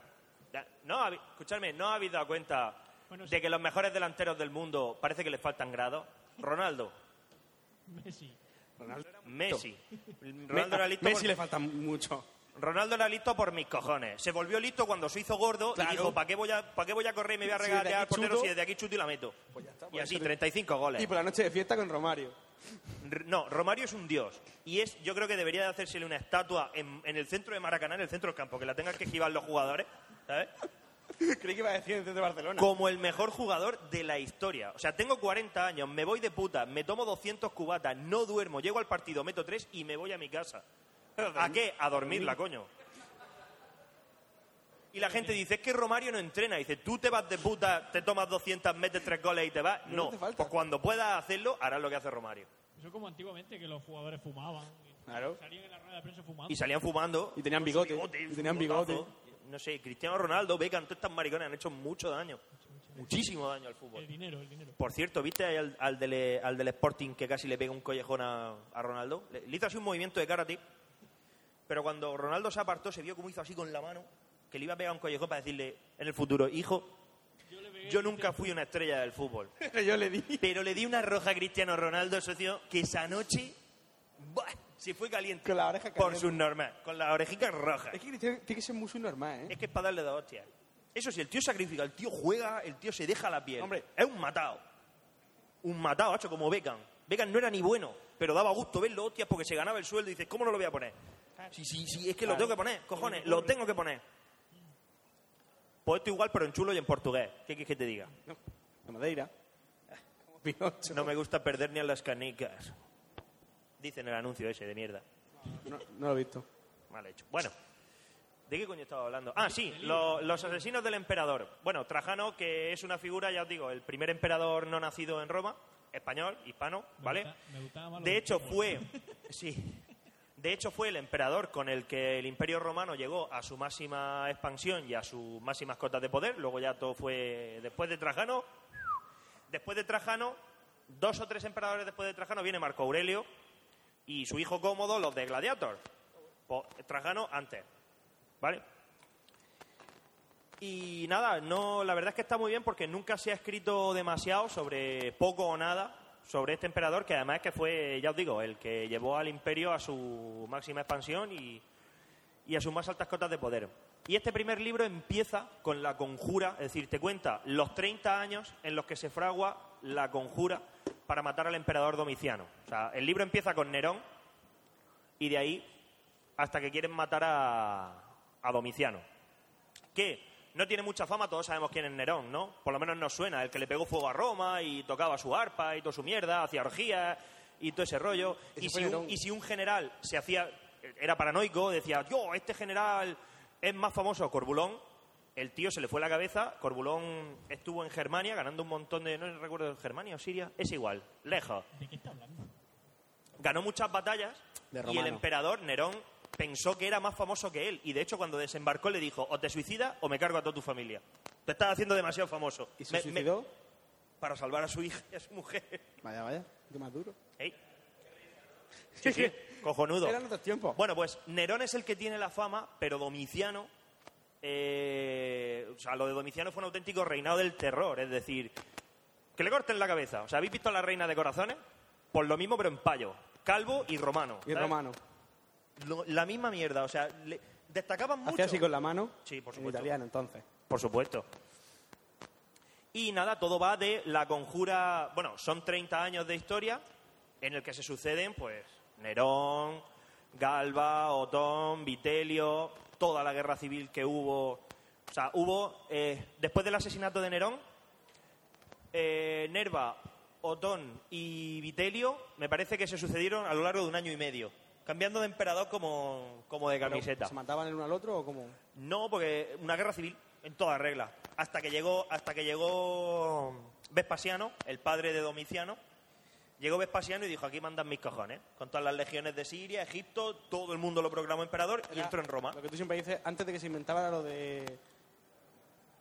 [SPEAKER 10] Ya, No, habéis- escuchadme, ¿no habéis dado cuenta
[SPEAKER 11] Bueno, sí.
[SPEAKER 10] de que los mejores delanteros del mundo parece que les faltan grados? Ronaldo,
[SPEAKER 11] Messi.
[SPEAKER 10] Messi. Ronaldo era listo
[SPEAKER 4] Messi
[SPEAKER 10] por-
[SPEAKER 4] le falta mucho.
[SPEAKER 10] Ronaldo era listo por mis cojones. Se volvió listo cuando se hizo gordo
[SPEAKER 4] Claro.
[SPEAKER 10] y dijo, ¿para qué, voy a- pa' qué voy a correr y me voy a
[SPEAKER 4] Si desde
[SPEAKER 10] regalar al
[SPEAKER 4] aquí
[SPEAKER 10] portero
[SPEAKER 4] chuto-
[SPEAKER 10] si desde aquí chuto y la meto?
[SPEAKER 4] Pues ya está,
[SPEAKER 10] y
[SPEAKER 4] por
[SPEAKER 10] así,
[SPEAKER 4] eso te-
[SPEAKER 10] 35 goles.
[SPEAKER 4] Y pues- por la noche de fiesta con Romario.
[SPEAKER 10] R- No, Romario es un dios. Y es, yo creo que debería de hacérsele una estatua en, en el centro de Maracaná, en el centro del campo, que la tengan que esquivar los jugadores, ¿sabes?
[SPEAKER 4] Creí que iba a decir en el centro de Barcelona.
[SPEAKER 10] Como el mejor jugador de la historia. O sea, tengo 40 años, me voy de puta, me tomo 200 cubatas, no duermo, llego al partido, meto 3 y me voy a mi casa. ¿A qué? A dormirla, coño. Y la gente dice, es que Romario no entrena. Dice, tú te vas de puta, te tomas 200, metes 3 goles y te vas.
[SPEAKER 4] No
[SPEAKER 10] No,
[SPEAKER 4] hace falta.
[SPEAKER 10] pues cuando puedas hacerlo, harás lo que hace Romario.
[SPEAKER 11] Eso como antiguamente que los jugadores fumaban.
[SPEAKER 4] Claro.
[SPEAKER 11] Salían en la rueda de prensa
[SPEAKER 4] Ah.
[SPEAKER 11] fumando.
[SPEAKER 10] Y salían fumando.
[SPEAKER 4] Y tenían
[SPEAKER 10] con su
[SPEAKER 4] bigote, y tenían bigote.
[SPEAKER 10] bigotazo. No sé, Cristiano Ronaldo, Beckham, todas estas maricones han hecho mucho daño. Muchísimo daño al fútbol.
[SPEAKER 11] El dinero, el dinero.
[SPEAKER 10] Por cierto, ¿viste al, al del, al del Sporting que casi le pega un collejón a, a Ronaldo? Le, le hizo así un movimiento de karate, pero cuando Ronaldo se apartó se vio como hizo así con la mano, que le iba a pegar un collejón para decirle en el futuro, hijo, yo nunca fui una estrella del fútbol,
[SPEAKER 4] Yo le di.
[SPEAKER 10] pero le di una roja a Cristiano Ronaldo, socio, que esa noche ¡buah! se fue caliente.
[SPEAKER 4] Con la oreja
[SPEAKER 10] Por
[SPEAKER 4] caliente.
[SPEAKER 10] sus normas, con las orejitas rojas.
[SPEAKER 4] Es que tiene, tiene que ser muy normal, ¿eh?
[SPEAKER 10] Es que es para darle dos hostias. Eso sí, el tío sacrifica, el tío juega, el tío se deja la piel.
[SPEAKER 4] Hombre.
[SPEAKER 10] Es un matado. Un matado, hecho como Beckham. Beckham no era ni bueno, pero daba gusto verlo, hostias, porque se ganaba el sueldo y dices, ¿cómo no lo voy a poner? Sí, sí, sí, es que lo tengo que poner, cojones, lo tengo que poner. Pues esto igual, pero en chulo y en portugués. ¿Qué quieres que te diga?
[SPEAKER 4] No, la Madeira. Como Pinocho.
[SPEAKER 10] No me gusta perder ni a las canicas. Dicen el anuncio ese de mierda.
[SPEAKER 4] No, no lo he visto.
[SPEAKER 10] Mal hecho. Bueno, ¿de qué coño estaba hablando? Ah, sí, lo- los asesinos del emperador. Bueno, Trajano, que es una figura, ya os digo, el primer emperador no nacido en Roma, español, hispano, ¿vale?
[SPEAKER 11] gusta- me gustaba más lo
[SPEAKER 10] De
[SPEAKER 11] de
[SPEAKER 10] hecho,
[SPEAKER 11] Trajano.
[SPEAKER 10] fue. Sí. De hecho, fue el emperador con el que el imperio romano llegó a su máxima expansión y a sus máximas cotas de poder. Luego ya todo fue. Después de Trajano. Después de Trajano, dos o tres emperadores después de Trajano viene Marco Aurelio y su hijo Cómodo, los de Gladiator. Po- Trajano antes. ¿Vale? Y nada, no, la verdad es que está muy bien porque nunca se ha escrito demasiado sobre poco o nada sobre este emperador, que además es que fue, ya os digo, el que llevó al imperio a su máxima expansión y, y a sus más altas cotas de poder. Y este primer libro empieza con la conjura, es decir, te cuenta los 30 años en los que se fragua la conjura para matar al emperador Domiciano. O sea, el libro empieza con Nerón y de ahí hasta que quieren matar a, a Domiciano. Que no tiene mucha fama, todos sabemos quién es Nerón, ¿no? Por lo menos nos suena, el que le pegó fuego a Roma y tocaba su arpa y toda su mierda, hacía orgías y todo ese rollo.
[SPEAKER 4] Ese
[SPEAKER 10] y,
[SPEAKER 4] fue
[SPEAKER 10] si un,
[SPEAKER 4] Nerón.
[SPEAKER 10] y si un general se hacía, era paranoico, decía, yo, este general es más famoso, Corbulón, el tío se le fue la cabeza, Corbulón estuvo en Germania ganando un montón de, no recuerdo, Germania o Siria, es igual, lejos.
[SPEAKER 11] ¿De qué está hablando?
[SPEAKER 10] Ganó muchas batallas
[SPEAKER 4] De
[SPEAKER 10] y el
[SPEAKER 4] romano.
[SPEAKER 10] emperador Nerón pensó que era más famoso que él y de hecho cuando desembarcó le dijo o te suicidas o me cargo a toda tu familia. Te estás haciendo demasiado famoso.
[SPEAKER 4] ¿Y se
[SPEAKER 10] Me- me-
[SPEAKER 4] suicidó?
[SPEAKER 10] para salvar a su hija y a su mujer.
[SPEAKER 4] Vaya, vaya. Qué más duro.
[SPEAKER 10] Ey. Sí, sí, cojonudo.
[SPEAKER 4] Eran otros tiempos.
[SPEAKER 10] Bueno, pues Nerón es el que tiene la fama, pero Domiciano. eh, o sea, lo de Domiciano fue un auténtico reinado del terror. Es decir, que le corten la cabeza. O sea, ¿habéis visto a la reina de corazones? Por lo mismo, pero en payo. Calvo y romano.
[SPEAKER 4] Y
[SPEAKER 10] ¿sabes?
[SPEAKER 4] romano.
[SPEAKER 10] Lo- la misma mierda. O sea, le- destacaban mucho.
[SPEAKER 4] Hacía así con la mano.
[SPEAKER 10] Sí, por
[SPEAKER 4] En
[SPEAKER 10] supuesto.
[SPEAKER 4] italiano, entonces.
[SPEAKER 10] Por supuesto. Y nada, todo va de la conjura. Bueno, son 30 años de historia en el que se suceden, pues, Nerón, Galba, Otón, Vitelio, toda la guerra civil que hubo. O sea, hubo. eh, después del asesinato de Nerón, eh, Nerva, Otón y Vitelio, me parece que se sucedieron a lo largo de un año y medio, cambiando de emperador como, como de camiseta.
[SPEAKER 4] ¿Se mataban el uno al otro o cómo?
[SPEAKER 10] No, porque una guerra civil en toda regla. Hasta que llegó, hasta que llegó Vespasiano, el padre de Domiciano. Llegó Vespasiano y dijo, aquí mandan mis cojones. Con todas las legiones de Siria, Egipto, todo el mundo lo proclamó emperador y
[SPEAKER 4] Era
[SPEAKER 10] entró en Roma.
[SPEAKER 4] Lo que tú siempre dices, antes de que se inventara lo de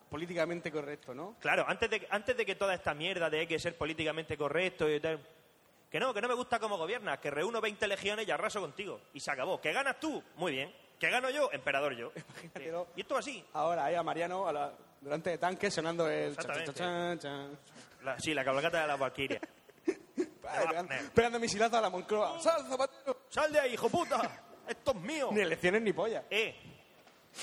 [SPEAKER 4] políticamente correcto, ¿no?
[SPEAKER 10] Claro, antes de, antes de que toda esta mierda de hay que ser políticamente correcto y tal... Que no, que no me gusta cómo gobiernas, que reúno 20 legiones y arraso contigo. Y se acabó. ¿Que ganas tú? Muy bien. ¿Que gano yo? Emperador yo.
[SPEAKER 4] Pero
[SPEAKER 10] Y esto así.
[SPEAKER 4] ahora ahí a Mariano a la- delante de tanques sonando el... chan,
[SPEAKER 10] Exactamente.
[SPEAKER 4] chan, chan,
[SPEAKER 10] La- sí, la cabalgata de las Valquirias.
[SPEAKER 4] chan. Pegando, pegando misilazo a la Moncloa.
[SPEAKER 10] ¡Oh!
[SPEAKER 4] ¡Sal, zapatero!
[SPEAKER 10] ¡Sal de ahí, hijo puta! ¡Esto es mío!
[SPEAKER 4] Ni elecciones ni polla.
[SPEAKER 10] Eh,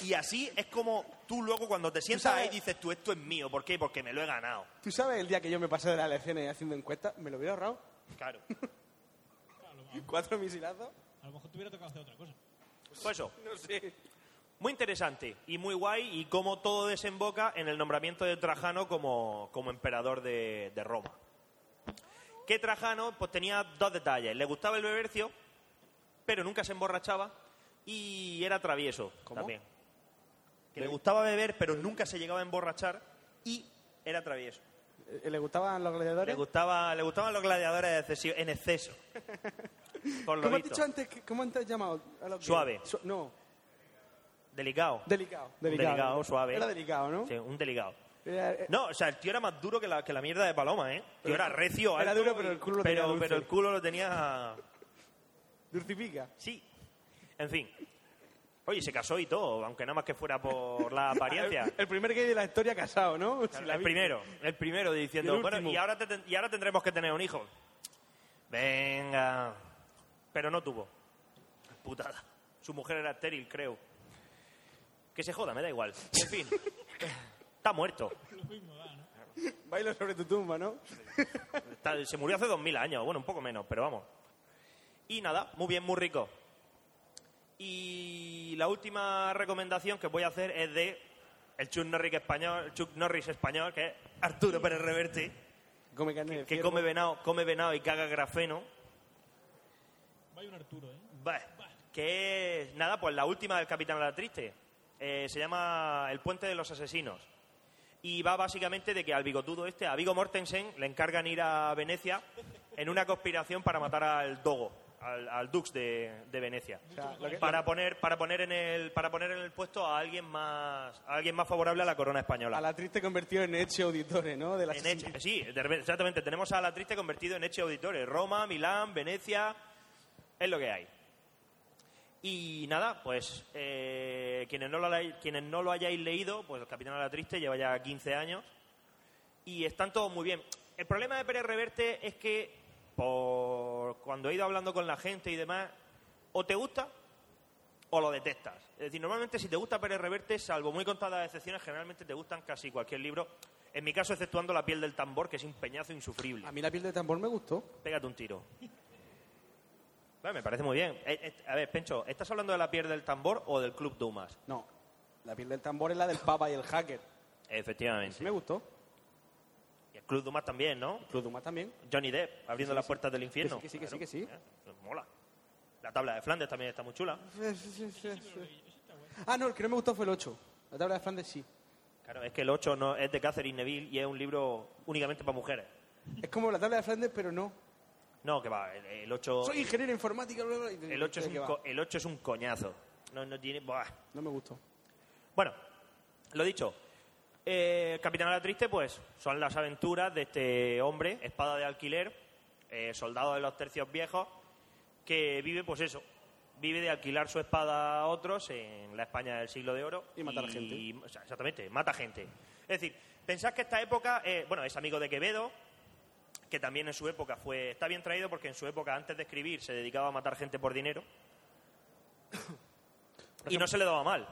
[SPEAKER 10] Y así es como tú luego cuando te sientas
[SPEAKER 4] sabes-
[SPEAKER 10] ahí dices tú, esto es mío. ¿Por qué? Porque me lo he ganado.
[SPEAKER 4] ¿Tú sabes el día que yo me pasé de las elecciones haciendo encuestas? Me lo hubiera ahorrado.
[SPEAKER 10] Claro.
[SPEAKER 4] ¿Cuatro misilazos?
[SPEAKER 11] A lo mejor te hubiera tocado hacer otra cosa.
[SPEAKER 10] Pues eso,
[SPEAKER 4] No sé.
[SPEAKER 10] muy interesante y muy guay y cómo todo desemboca en el nombramiento de Trajano como, como emperador de, de Roma. Que Trajano pues tenía dos detalles. Le gustaba el bebercio, pero nunca se emborrachaba y era travieso
[SPEAKER 4] ¿Cómo?
[SPEAKER 10] también. Que le gustaba beber, pero nunca se llegaba a emborrachar y era travieso.
[SPEAKER 4] ¿Eh, ¿Le gustaban los gladiadores?
[SPEAKER 10] Le, gustaba, le gustaban los gladiadores de excesio- en exceso. Por lo
[SPEAKER 4] ¿Cómo has
[SPEAKER 10] visto.
[SPEAKER 4] dicho antes? que- ¿Cómo te has llamado? a los que-
[SPEAKER 10] Suave.
[SPEAKER 4] Su- no,
[SPEAKER 10] Delicado.
[SPEAKER 4] delicado.
[SPEAKER 10] Un
[SPEAKER 4] Delicado,
[SPEAKER 10] delicado, suave.
[SPEAKER 4] Era delicado, ¿no?
[SPEAKER 10] Sí, un delicado.
[SPEAKER 4] Era- eh,
[SPEAKER 10] No, o sea, el tío era más duro que la, que la mierda de Paloma, ¿eh? El tío era recio,
[SPEAKER 4] Era
[SPEAKER 10] alto
[SPEAKER 4] duro, pero el culo lo
[SPEAKER 10] pero,
[SPEAKER 4] tenía dulce.
[SPEAKER 10] pero el culo lo tenía...
[SPEAKER 4] Dulcipica.
[SPEAKER 10] Sí. En fin. Oye, se casó y todo, aunque nada más que fuera por la apariencia.
[SPEAKER 4] El, primer gay de la historia casado, ¿no? Si la
[SPEAKER 10] el
[SPEAKER 4] vi-
[SPEAKER 10] primero, el primero diciendo,
[SPEAKER 4] Y el
[SPEAKER 10] bueno,
[SPEAKER 4] último.
[SPEAKER 10] y ahora, te ten- y ahora tendremos que tener un hijo. Venga. Pero no tuvo. Putada. Su mujer era estéril, creo. Que se joda, me da igual. En fin. Está muerto.
[SPEAKER 4] Bailo sobre tu tumba, ¿no?
[SPEAKER 10] Está- se murió hace 2000 años, bueno, un poco menos, pero vamos. Y nada, muy bien, muy rico. Y la última recomendación que voy a hacer es de el Chuck Norris español, el Chuck Norris español que es Arturo Pérez Reverte,
[SPEAKER 4] Come carne de
[SPEAKER 10] que
[SPEAKER 4] ciervo.
[SPEAKER 10] come venado, come venado y caga grafeno.
[SPEAKER 11] Vaya un Arturo, ¿eh?
[SPEAKER 10] Bah, que es, nada, pues la última del Capitán la Triste. Eh, se llama El Puente de los Asesinos. Y va básicamente de que al bigotudo este, a Vigo Mortensen, le encargan ir a Venecia en una conspiración para matar al Dogo, al, al Dux de, de Venecia.
[SPEAKER 4] O sea, lo que-
[SPEAKER 10] Para poner, para, poner en el, para poner en el puesto a alguien más, a alguien más favorable a la corona española.
[SPEAKER 4] A la triste convertido en Eche Auditore, ¿no? De la
[SPEAKER 10] En Eche- sí, de repente, exactamente. Tenemos a la triste convertido en Eche Auditores. Roma, Milán, Venecia. Es lo que hay. Y nada, pues eh, quienes, no lo, hay- quienes no lo hayáis leído, pues el Capitán de la Triste lleva ya 15 años. Y están todos muy bien. El problema de Pérez Reverte es que por cuando he ido hablando con la gente y demás, o te gusta o lo detestas. Es decir, normalmente si te gusta Pérez Reverte, salvo muy contadas excepciones, generalmente te gustan casi cualquier libro. En mi caso, exceptuando la piel del tambor, que es un peñazo insufrible.
[SPEAKER 4] A mí la piel de tambor me gustó.
[SPEAKER 10] Pégate un tiro. Vale, me parece muy bien. Eh, eh, a ver, Pencho, ¿estás hablando de la piel del tambor o del Club Dumas?
[SPEAKER 4] No, la piel del tambor es la del papa y el hacker.
[SPEAKER 10] Efectivamente.
[SPEAKER 4] Me gustó.
[SPEAKER 10] Y el Club Dumas también, ¿no?
[SPEAKER 4] Club Dumas también.
[SPEAKER 10] Johnny Depp, abriendo
[SPEAKER 4] Sí,
[SPEAKER 10] las
[SPEAKER 4] sí.
[SPEAKER 10] puertas del infierno.
[SPEAKER 4] Que sí, que sí,
[SPEAKER 10] Claro,
[SPEAKER 4] que sí, que sí.
[SPEAKER 10] eh, pues mola. La tabla de Flandes también está muy chula.
[SPEAKER 4] Ah, no, el que no me gustó fue el 8. La tabla de Flandes sí.
[SPEAKER 10] Claro, es que el 8 no, es de Catherine Neville y es un libro únicamente para mujeres.
[SPEAKER 4] Es como la tabla de Flandes, pero no.
[SPEAKER 10] No, que va, el, el 8...
[SPEAKER 4] Soy ingeniero informático. bla, bla, bla, y-
[SPEAKER 10] El 8 es
[SPEAKER 4] ¿de qué
[SPEAKER 10] un,
[SPEAKER 4] va?
[SPEAKER 10] co- el ocho es un coñazo. No, no tiene... buah.
[SPEAKER 4] No me gustó.
[SPEAKER 10] Bueno, lo dicho. Eh, Capitán a la Triste, pues, son las aventuras de este hombre, espada de alquiler, eh, soldado de los tercios viejos, que vive, pues eso, vive de alquilar su espada a otros en la España del siglo de oro.
[SPEAKER 4] Y matar gente.
[SPEAKER 10] o sea, exactamente, mata gente. Es decir, pensad que esta época, eh, bueno, es amigo de Quevedo, que también en su época fue... Está bien traído porque en su época, antes de escribir, se dedicaba a matar gente por dinero. y no se le daba mal.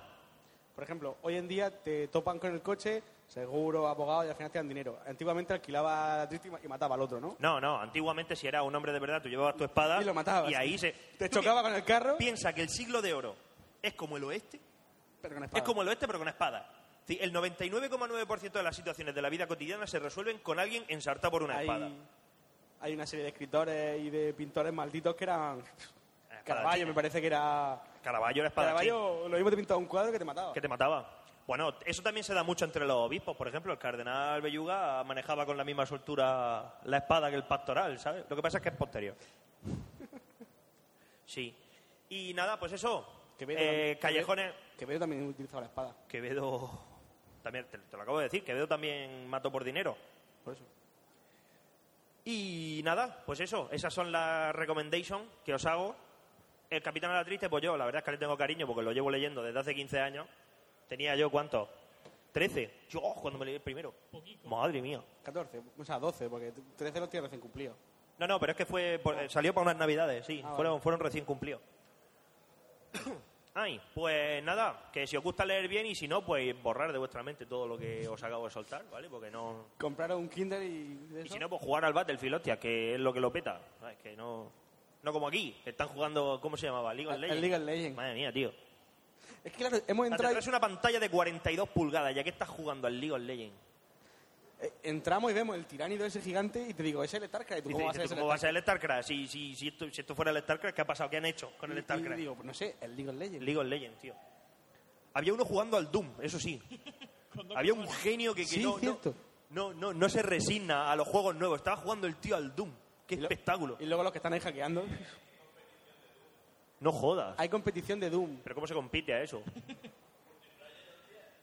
[SPEAKER 4] Por ejemplo, hoy en día te topan con el coche, seguro, abogado y al final te dan dinero. Antiguamente alquilaba a la triste y ma- y mataba al otro, ¿no?
[SPEAKER 10] No, no, antiguamente si era un hombre de verdad, tú llevabas tu espada
[SPEAKER 4] Y lo matabas.
[SPEAKER 10] y ahí se...
[SPEAKER 4] Te
[SPEAKER 10] ¿Tú
[SPEAKER 4] chocaba
[SPEAKER 10] pi-
[SPEAKER 4] con el carro,
[SPEAKER 10] Piensa que el siglo de oro es como el oeste,
[SPEAKER 4] pero con espada.
[SPEAKER 10] es como el oeste pero con espada. Sí, El 99,9% de las situaciones de la vida cotidiana se resuelven con alguien ensartado por una
[SPEAKER 4] hay,
[SPEAKER 10] espada.
[SPEAKER 4] hay una serie de escritores y de pintores malditos que eran...
[SPEAKER 10] Espada
[SPEAKER 4] Caravaggio,
[SPEAKER 10] china.
[SPEAKER 4] me parece que era...
[SPEAKER 10] Caravaggio era espada
[SPEAKER 4] Caravaggio, lo mismo te pintaba un cuadro que te mataba.
[SPEAKER 10] que te mataba. Bueno, eso también se da mucho entre los obispos. Por ejemplo, el cardenal Belluga manejaba con la misma soltura la espada que el pastoral, ¿sabes? Lo que pasa es que es posterior. Sí. Y nada, pues eso.
[SPEAKER 4] Quevedo
[SPEAKER 10] Eh,
[SPEAKER 4] también-
[SPEAKER 10] callejones...
[SPEAKER 4] Quevedo también utilizaba la espada.
[SPEAKER 10] Quevedo también te, te lo acabo de decir, Quevedo también mató por dinero.
[SPEAKER 4] Por eso.
[SPEAKER 10] Y nada, pues eso, esas son las recommendations que os hago. El Capitán a la Triste, pues yo, la verdad es que le tengo cariño porque lo llevo leyendo desde hace 15 años. Tenía yo, ¿cuánto? 13. Yo, cuando me leí el primero. Madre mía.
[SPEAKER 4] 14, o sea, 12, porque 13 los tienes recién cumplidos.
[SPEAKER 10] No, no, pero es que fue por- eh, salió para unas navidades, sí.
[SPEAKER 4] Ah,
[SPEAKER 10] fueron, fueron recién cumplidos. Ay, pues nada, que si os gusta leer bien y si no, pues borrar de vuestra mente todo lo que os acabo de soltar, ¿vale? Porque no,
[SPEAKER 4] Compraron un Kindle y... de
[SPEAKER 10] Y
[SPEAKER 4] eso.
[SPEAKER 10] si no, pues jugar al Battlefield, hostia, que es lo que lo peta. Ah, Es que no. No como aquí, que están jugando, ¿cómo se llamaba? League of
[SPEAKER 4] El-
[SPEAKER 10] Legends.
[SPEAKER 4] el League of Legends.
[SPEAKER 10] Madre mía, tío.
[SPEAKER 4] Es que claro, hemos
[SPEAKER 10] Te
[SPEAKER 4] entrado...
[SPEAKER 10] traes una pantalla de 42 pulgadas, ya que estás jugando al League of Legends.
[SPEAKER 4] Eh, entramos y vemos el tiránido ese gigante y te digo, es el StarCraft. ¿Y tú
[SPEAKER 10] Dice,
[SPEAKER 4] cómo vas a
[SPEAKER 10] dice,
[SPEAKER 4] ser
[SPEAKER 10] ¿tú ¿Cómo va a ser el StarCraft? Si, si, si, esto, si esto fuera el StarCraft, ¿qué ha pasado? ¿Qué han hecho con
[SPEAKER 4] StarCraft?
[SPEAKER 10] el
[SPEAKER 4] Y-
[SPEAKER 10] StarCraft?
[SPEAKER 4] Y digo, pues no sé, el League of Legends.
[SPEAKER 10] League of Legends, tío. Había uno jugando al Doom, eso sí. Había un genio que, que
[SPEAKER 4] Sí,
[SPEAKER 10] no, no-
[SPEAKER 4] cierto.
[SPEAKER 10] No, no, no se resigna a los juegos nuevos. Estaba jugando el tío al Doom. Qué
[SPEAKER 4] lo-
[SPEAKER 10] espectáculo.
[SPEAKER 4] Y luego los que están ahí hackeando.
[SPEAKER 10] No jodas.
[SPEAKER 4] Hay competición de Doom.
[SPEAKER 10] Pero ¿cómo se compite a eso?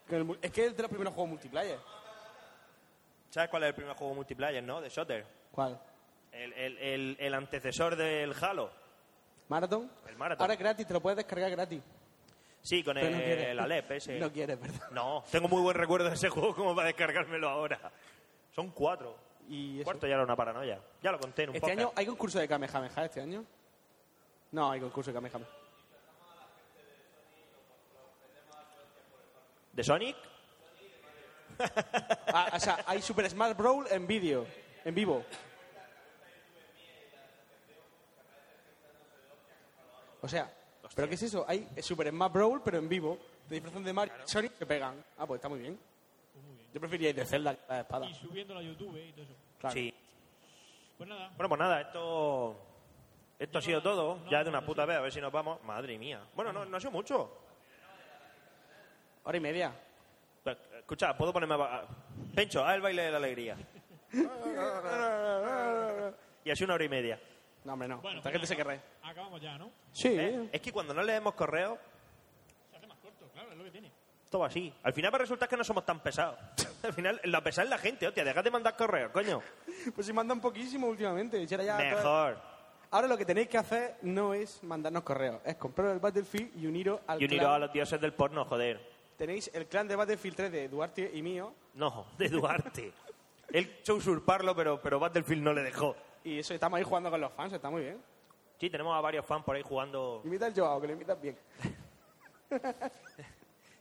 [SPEAKER 4] con el mu- es que es de los primeros juegos multiplayer.
[SPEAKER 10] ¿Sabes cuál es el primer juego multiplayer, no? De Shooter.
[SPEAKER 4] ¿Cuál?
[SPEAKER 10] El, el- el- el antecesor del Halo.
[SPEAKER 4] ¿Marathon?
[SPEAKER 10] El Marathon.
[SPEAKER 4] Ahora es gratis, te lo puedes descargar gratis.
[SPEAKER 10] Sí, con
[SPEAKER 4] Pero
[SPEAKER 10] el,
[SPEAKER 4] no quieres.
[SPEAKER 10] el Alep ese.
[SPEAKER 4] No quieres, ¿verdad?
[SPEAKER 10] No, tengo muy buen recuerdo de ese juego como para descargármelo ahora. Son cuatro.
[SPEAKER 4] Y eso.
[SPEAKER 10] Cuarto ya era una paranoia. Ya lo conté en un
[SPEAKER 4] Este
[SPEAKER 10] podcast.
[SPEAKER 4] año hay concurso de Kamehameha este año. No, hay concurso de Kamehameha.
[SPEAKER 10] ¿De Sonic?
[SPEAKER 4] Ah, o sea, hay Super Smash Brawl en vídeo, en vivo. O sea, ¿pero qué es eso? Hay Super Smash Brawl, pero en vivo. Te disfrazan de Mario y Sonic que pegan. Ah, pues está muy bien. Yo preferiría ir de Zelda que la de espada.
[SPEAKER 11] Y subiéndolo a YouTube y todo eso.
[SPEAKER 4] Claro.
[SPEAKER 10] Sí.
[SPEAKER 11] Pues nada,
[SPEAKER 10] Bueno, pues nada, esto. Esto ha sido todo. ya de una puta vez, a ver si nos vamos. Madre mía. Bueno, no, no ha sido mucho.
[SPEAKER 4] Hora y media.
[SPEAKER 10] Pero, Escucha, puedo ponerme a. ba- a- Pencho, haz el baile de la alegría. Y así una hora y media.
[SPEAKER 4] No, hombre, no.
[SPEAKER 11] Bueno,
[SPEAKER 4] Esta gente se querrá.
[SPEAKER 11] acabamos ya, ¿no?
[SPEAKER 4] Sí.
[SPEAKER 10] ¿Eh? Es que cuando no leemos correos,
[SPEAKER 11] Se hace más corto, claro, es lo que tiene.
[SPEAKER 10] Todo así. Al final va a resultar que no somos tan pesados. Al final, la pesada es la gente, hostia. Dejad de mandar correos, coño.
[SPEAKER 4] Pues si mandan poquísimo últimamente. Si ahora ya todo-
[SPEAKER 10] Mejor.
[SPEAKER 4] Ahora lo que tenéis que hacer no es mandarnos correos, es comprar el Battlefield y uniros al
[SPEAKER 10] Y uniros
[SPEAKER 4] clan.
[SPEAKER 10] a los dioses del porno, joder.
[SPEAKER 4] Tenéis el clan de Battlefield 3 de Duarte y mío
[SPEAKER 10] No, de Duarte. Él quiso usurparlo, pero, pero Battlefield no le dejó.
[SPEAKER 4] y eso estamos ahí jugando con los fans, está muy bien.
[SPEAKER 10] Sí, tenemos a varios fans por ahí jugando.
[SPEAKER 4] Imita al Joao, que lo imitas bien.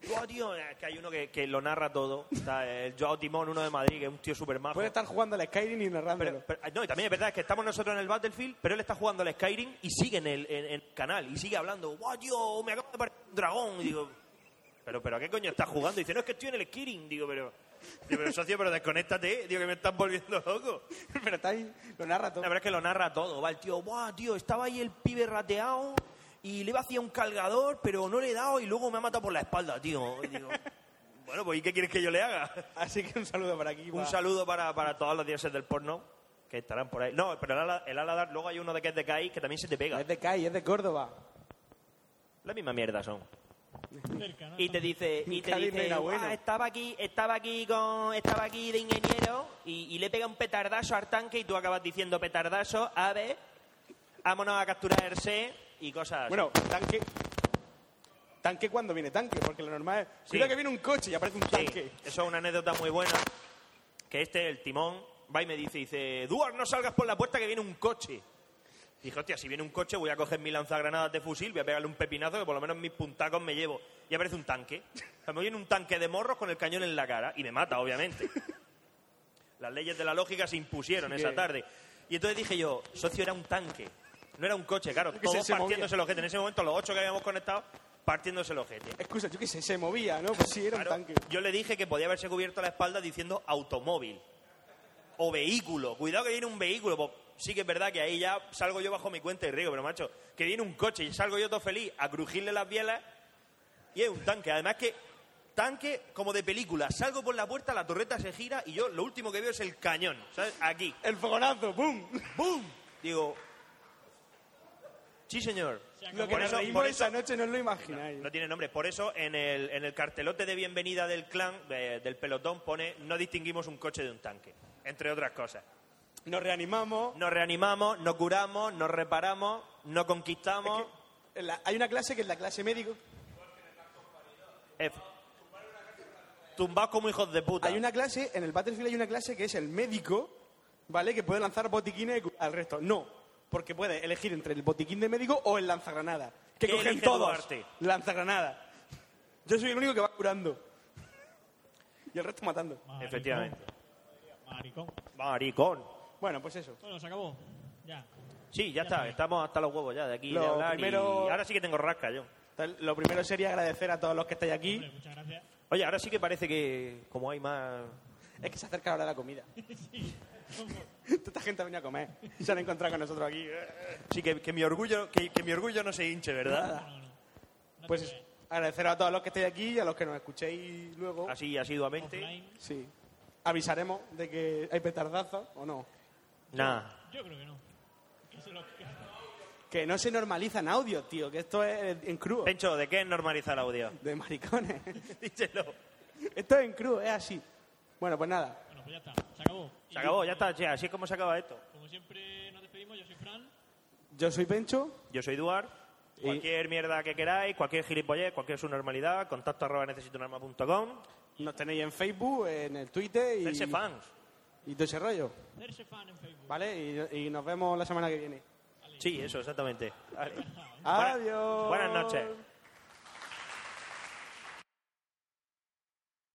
[SPEAKER 10] Buah, tío, eh, que hay uno que, que lo narra todo. Está el Joao Timón, uno de Madrid, que es un tío súper majo.
[SPEAKER 4] Puede estar jugando al Skyrim y narrándolo.
[SPEAKER 10] Pero- ah, no, y también es verdad que estamos nosotros en el Battlefield, pero él está jugando al Skyrim y sigue en el, en- en el canal y sigue hablando. ¡Guau, tío! Me acabo de parecer un dragón. Y digo, ¿pero, ¿pero a qué coño estás jugando? Y dice, no, es que estoy en el Skyrim. Digo, pero. Digo, pero socio, pero desconéctate. Digo, que me estás volviendo loco.
[SPEAKER 4] pero está ahí, lo narra todo.
[SPEAKER 10] La verdad es que lo narra todo. Va el tío, ¡buah, tío! Estaba ahí el pibe rateado y le iba hacia un cargador, pero no le he dado y luego me ha matado por la espalda, tío. Y digo, bueno, pues ¿y qué quieres que yo le haga?
[SPEAKER 4] Así que un saludo para aquí.
[SPEAKER 10] Un
[SPEAKER 4] para-
[SPEAKER 10] saludo para, para todos los dioses del porno que estarán por ahí. No, pero el, ala, el Aladar, luego hay uno de que es de Kai que también se te pega.
[SPEAKER 4] Es de Kai, es de Córdoba.
[SPEAKER 10] La misma mierda son.
[SPEAKER 11] Cerca, ¿no?
[SPEAKER 10] Y te dice, y te
[SPEAKER 4] Cádiz no
[SPEAKER 10] dice
[SPEAKER 4] era bueno.
[SPEAKER 10] "Ah, estaba aquí, estaba aquí con, estaba aquí de ingeniero y, y le pega un petardazo al tanque y tú acabas diciendo petardazo, ave, vámonos a capturar el C y cosas. así.
[SPEAKER 4] Bueno, tanque. Tanque cuando viene tanque, porque lo normal es.
[SPEAKER 10] Sí.
[SPEAKER 4] Cuidado que viene un coche y aparece un
[SPEAKER 10] Sí,
[SPEAKER 4] tanque.
[SPEAKER 10] eso es una anécdota muy buena. Que este, el timón, va y me dice, dice, Duar, no salgas por la puerta que viene un coche. Dije, hostia, si viene un coche voy a coger mi lanzagranadas de fusil, voy a pegarle un pepinazo que por lo menos mis puntacos me llevo. Y aparece un tanque. O sea, me viene un tanque de morros con el cañón en la cara y me mata, obviamente. Las leyes de la lógica se impusieron
[SPEAKER 4] Así
[SPEAKER 10] esa
[SPEAKER 4] que-
[SPEAKER 10] tarde. Y entonces dije yo, socio, era un tanque. No era un coche, claro.
[SPEAKER 4] que se-
[SPEAKER 10] Todos
[SPEAKER 4] se movía.
[SPEAKER 10] partiéndose el ojete. En ese momento los ocho que habíamos conectado, partiéndose el ojete.
[SPEAKER 4] Excusa, yo qué sé, se movía, ¿no? Pues sí, era
[SPEAKER 10] Claro,
[SPEAKER 4] un tanque.
[SPEAKER 10] Yo le dije que podía haberse cubierto la espalda diciendo automóvil o vehículo. Cuidado que viene un vehículo. Pues sí que es verdad que ahí ya salgo yo bajo mi cuenta y riego, pero macho, que viene un coche y salgo yo todo feliz a crujirle las bielas y es un tanque. Además que tanque como de película. Salgo por la puerta, la torreta se gira y yo lo último que veo es el cañón, ¿sabes? Aquí.
[SPEAKER 4] El fogonazo, ¡pum!
[SPEAKER 10] ¡Bum! Digo... Sí, señor.
[SPEAKER 4] Lo que
[SPEAKER 10] Por
[SPEAKER 4] nos
[SPEAKER 10] eso-
[SPEAKER 4] reímos
[SPEAKER 10] por
[SPEAKER 4] esa noche no os lo imagináis.
[SPEAKER 10] no tiene nombre. Por eso en el, en el cartelote de bienvenida del clan, de- del pelotón, pone no distinguimos un coche de un tanque, entre otras cosas.
[SPEAKER 4] Nos reanimamos.
[SPEAKER 10] Nos reanimamos, nos curamos, nos reparamos, nos conquistamos.
[SPEAKER 4] En la- hay una clase que es la clase médico.
[SPEAKER 10] Efe- Tumbados como hijos de puta.
[SPEAKER 4] Hay una clase, en el Battlefield hay una clase que es el médico, ¿vale? Que puede lanzar botiquines y cu- al resto. No, porque puede elegir entre el botiquín de médico o el lanzagranada. Que
[SPEAKER 10] ¿Qué
[SPEAKER 4] cogen
[SPEAKER 10] elige
[SPEAKER 4] todos.
[SPEAKER 10] Duarte?
[SPEAKER 4] Lanzagranada. Yo soy el único que va curando. Y el resto matando.
[SPEAKER 11] Maricón,
[SPEAKER 10] Efectivamente.
[SPEAKER 11] Maricón.
[SPEAKER 10] Maricón.
[SPEAKER 4] Bueno, pues eso.
[SPEAKER 11] Bueno, se acabó. Ya.
[SPEAKER 10] Sí, ya está. Estamos hasta los huevos ya de aquí de
[SPEAKER 4] Lo
[SPEAKER 10] hablar. y-
[SPEAKER 4] primero-
[SPEAKER 10] Y ahora sí que tengo rasca yo.
[SPEAKER 4] Tal- Lo primero sería agradecer a todos los que estáis
[SPEAKER 11] Hombre,
[SPEAKER 4] aquí.
[SPEAKER 11] muchas gracias.
[SPEAKER 10] Oye, ahora sí que parece que como hay más...
[SPEAKER 4] Es que se acerca la hora de la comida. Toda esta gente ha venido a comer. Y se han encontrado con nosotros aquí.
[SPEAKER 10] Sí, que, que mi orgullo que, que mi orgullo no se hinche, ¿verdad?
[SPEAKER 11] No te
[SPEAKER 4] Pues
[SPEAKER 11] creas.
[SPEAKER 4] eso. agradecer a todos los que estáis aquí y a los que nos escuchéis luego.
[SPEAKER 10] Así, asiduamente.
[SPEAKER 11] Offline.
[SPEAKER 4] Sí. Avisaremos de que hay petardazos o no.
[SPEAKER 10] Nada.
[SPEAKER 11] Yo creo que no. Que se lo- que-
[SPEAKER 4] Que no se normalizan audios, tío, que esto es en crudo.
[SPEAKER 10] Pencho, ¿de qué es normalizar audio?
[SPEAKER 4] De maricones.
[SPEAKER 10] Díselo.
[SPEAKER 4] esto es en crudo, es así. Bueno, pues nada.
[SPEAKER 11] Bueno, pues ya está. Se acabó.
[SPEAKER 10] Se acabó, ya está, che, así es como se acaba esto.
[SPEAKER 11] Como siempre nos despedimos. Yo soy Fran.
[SPEAKER 4] Yo soy Pencho.
[SPEAKER 10] Yo soy Duar.
[SPEAKER 4] Y-
[SPEAKER 10] Cualquier mierda que queráis, cualquier gilipollez, cualquier subnormalidad, contacto arroba necesitounarma.com.
[SPEAKER 4] Nos tenéis en Facebook, en el Twitter y,
[SPEAKER 10] Hacerse fans.
[SPEAKER 4] y todo ese rollo.
[SPEAKER 11] Hacerse fan en Facebook.
[SPEAKER 4] ¿Vale? Y, y nos vemos la semana que viene.
[SPEAKER 10] Sí, eso, exactamente. Vale. Buena-
[SPEAKER 4] Adiós.
[SPEAKER 10] Buenas noches.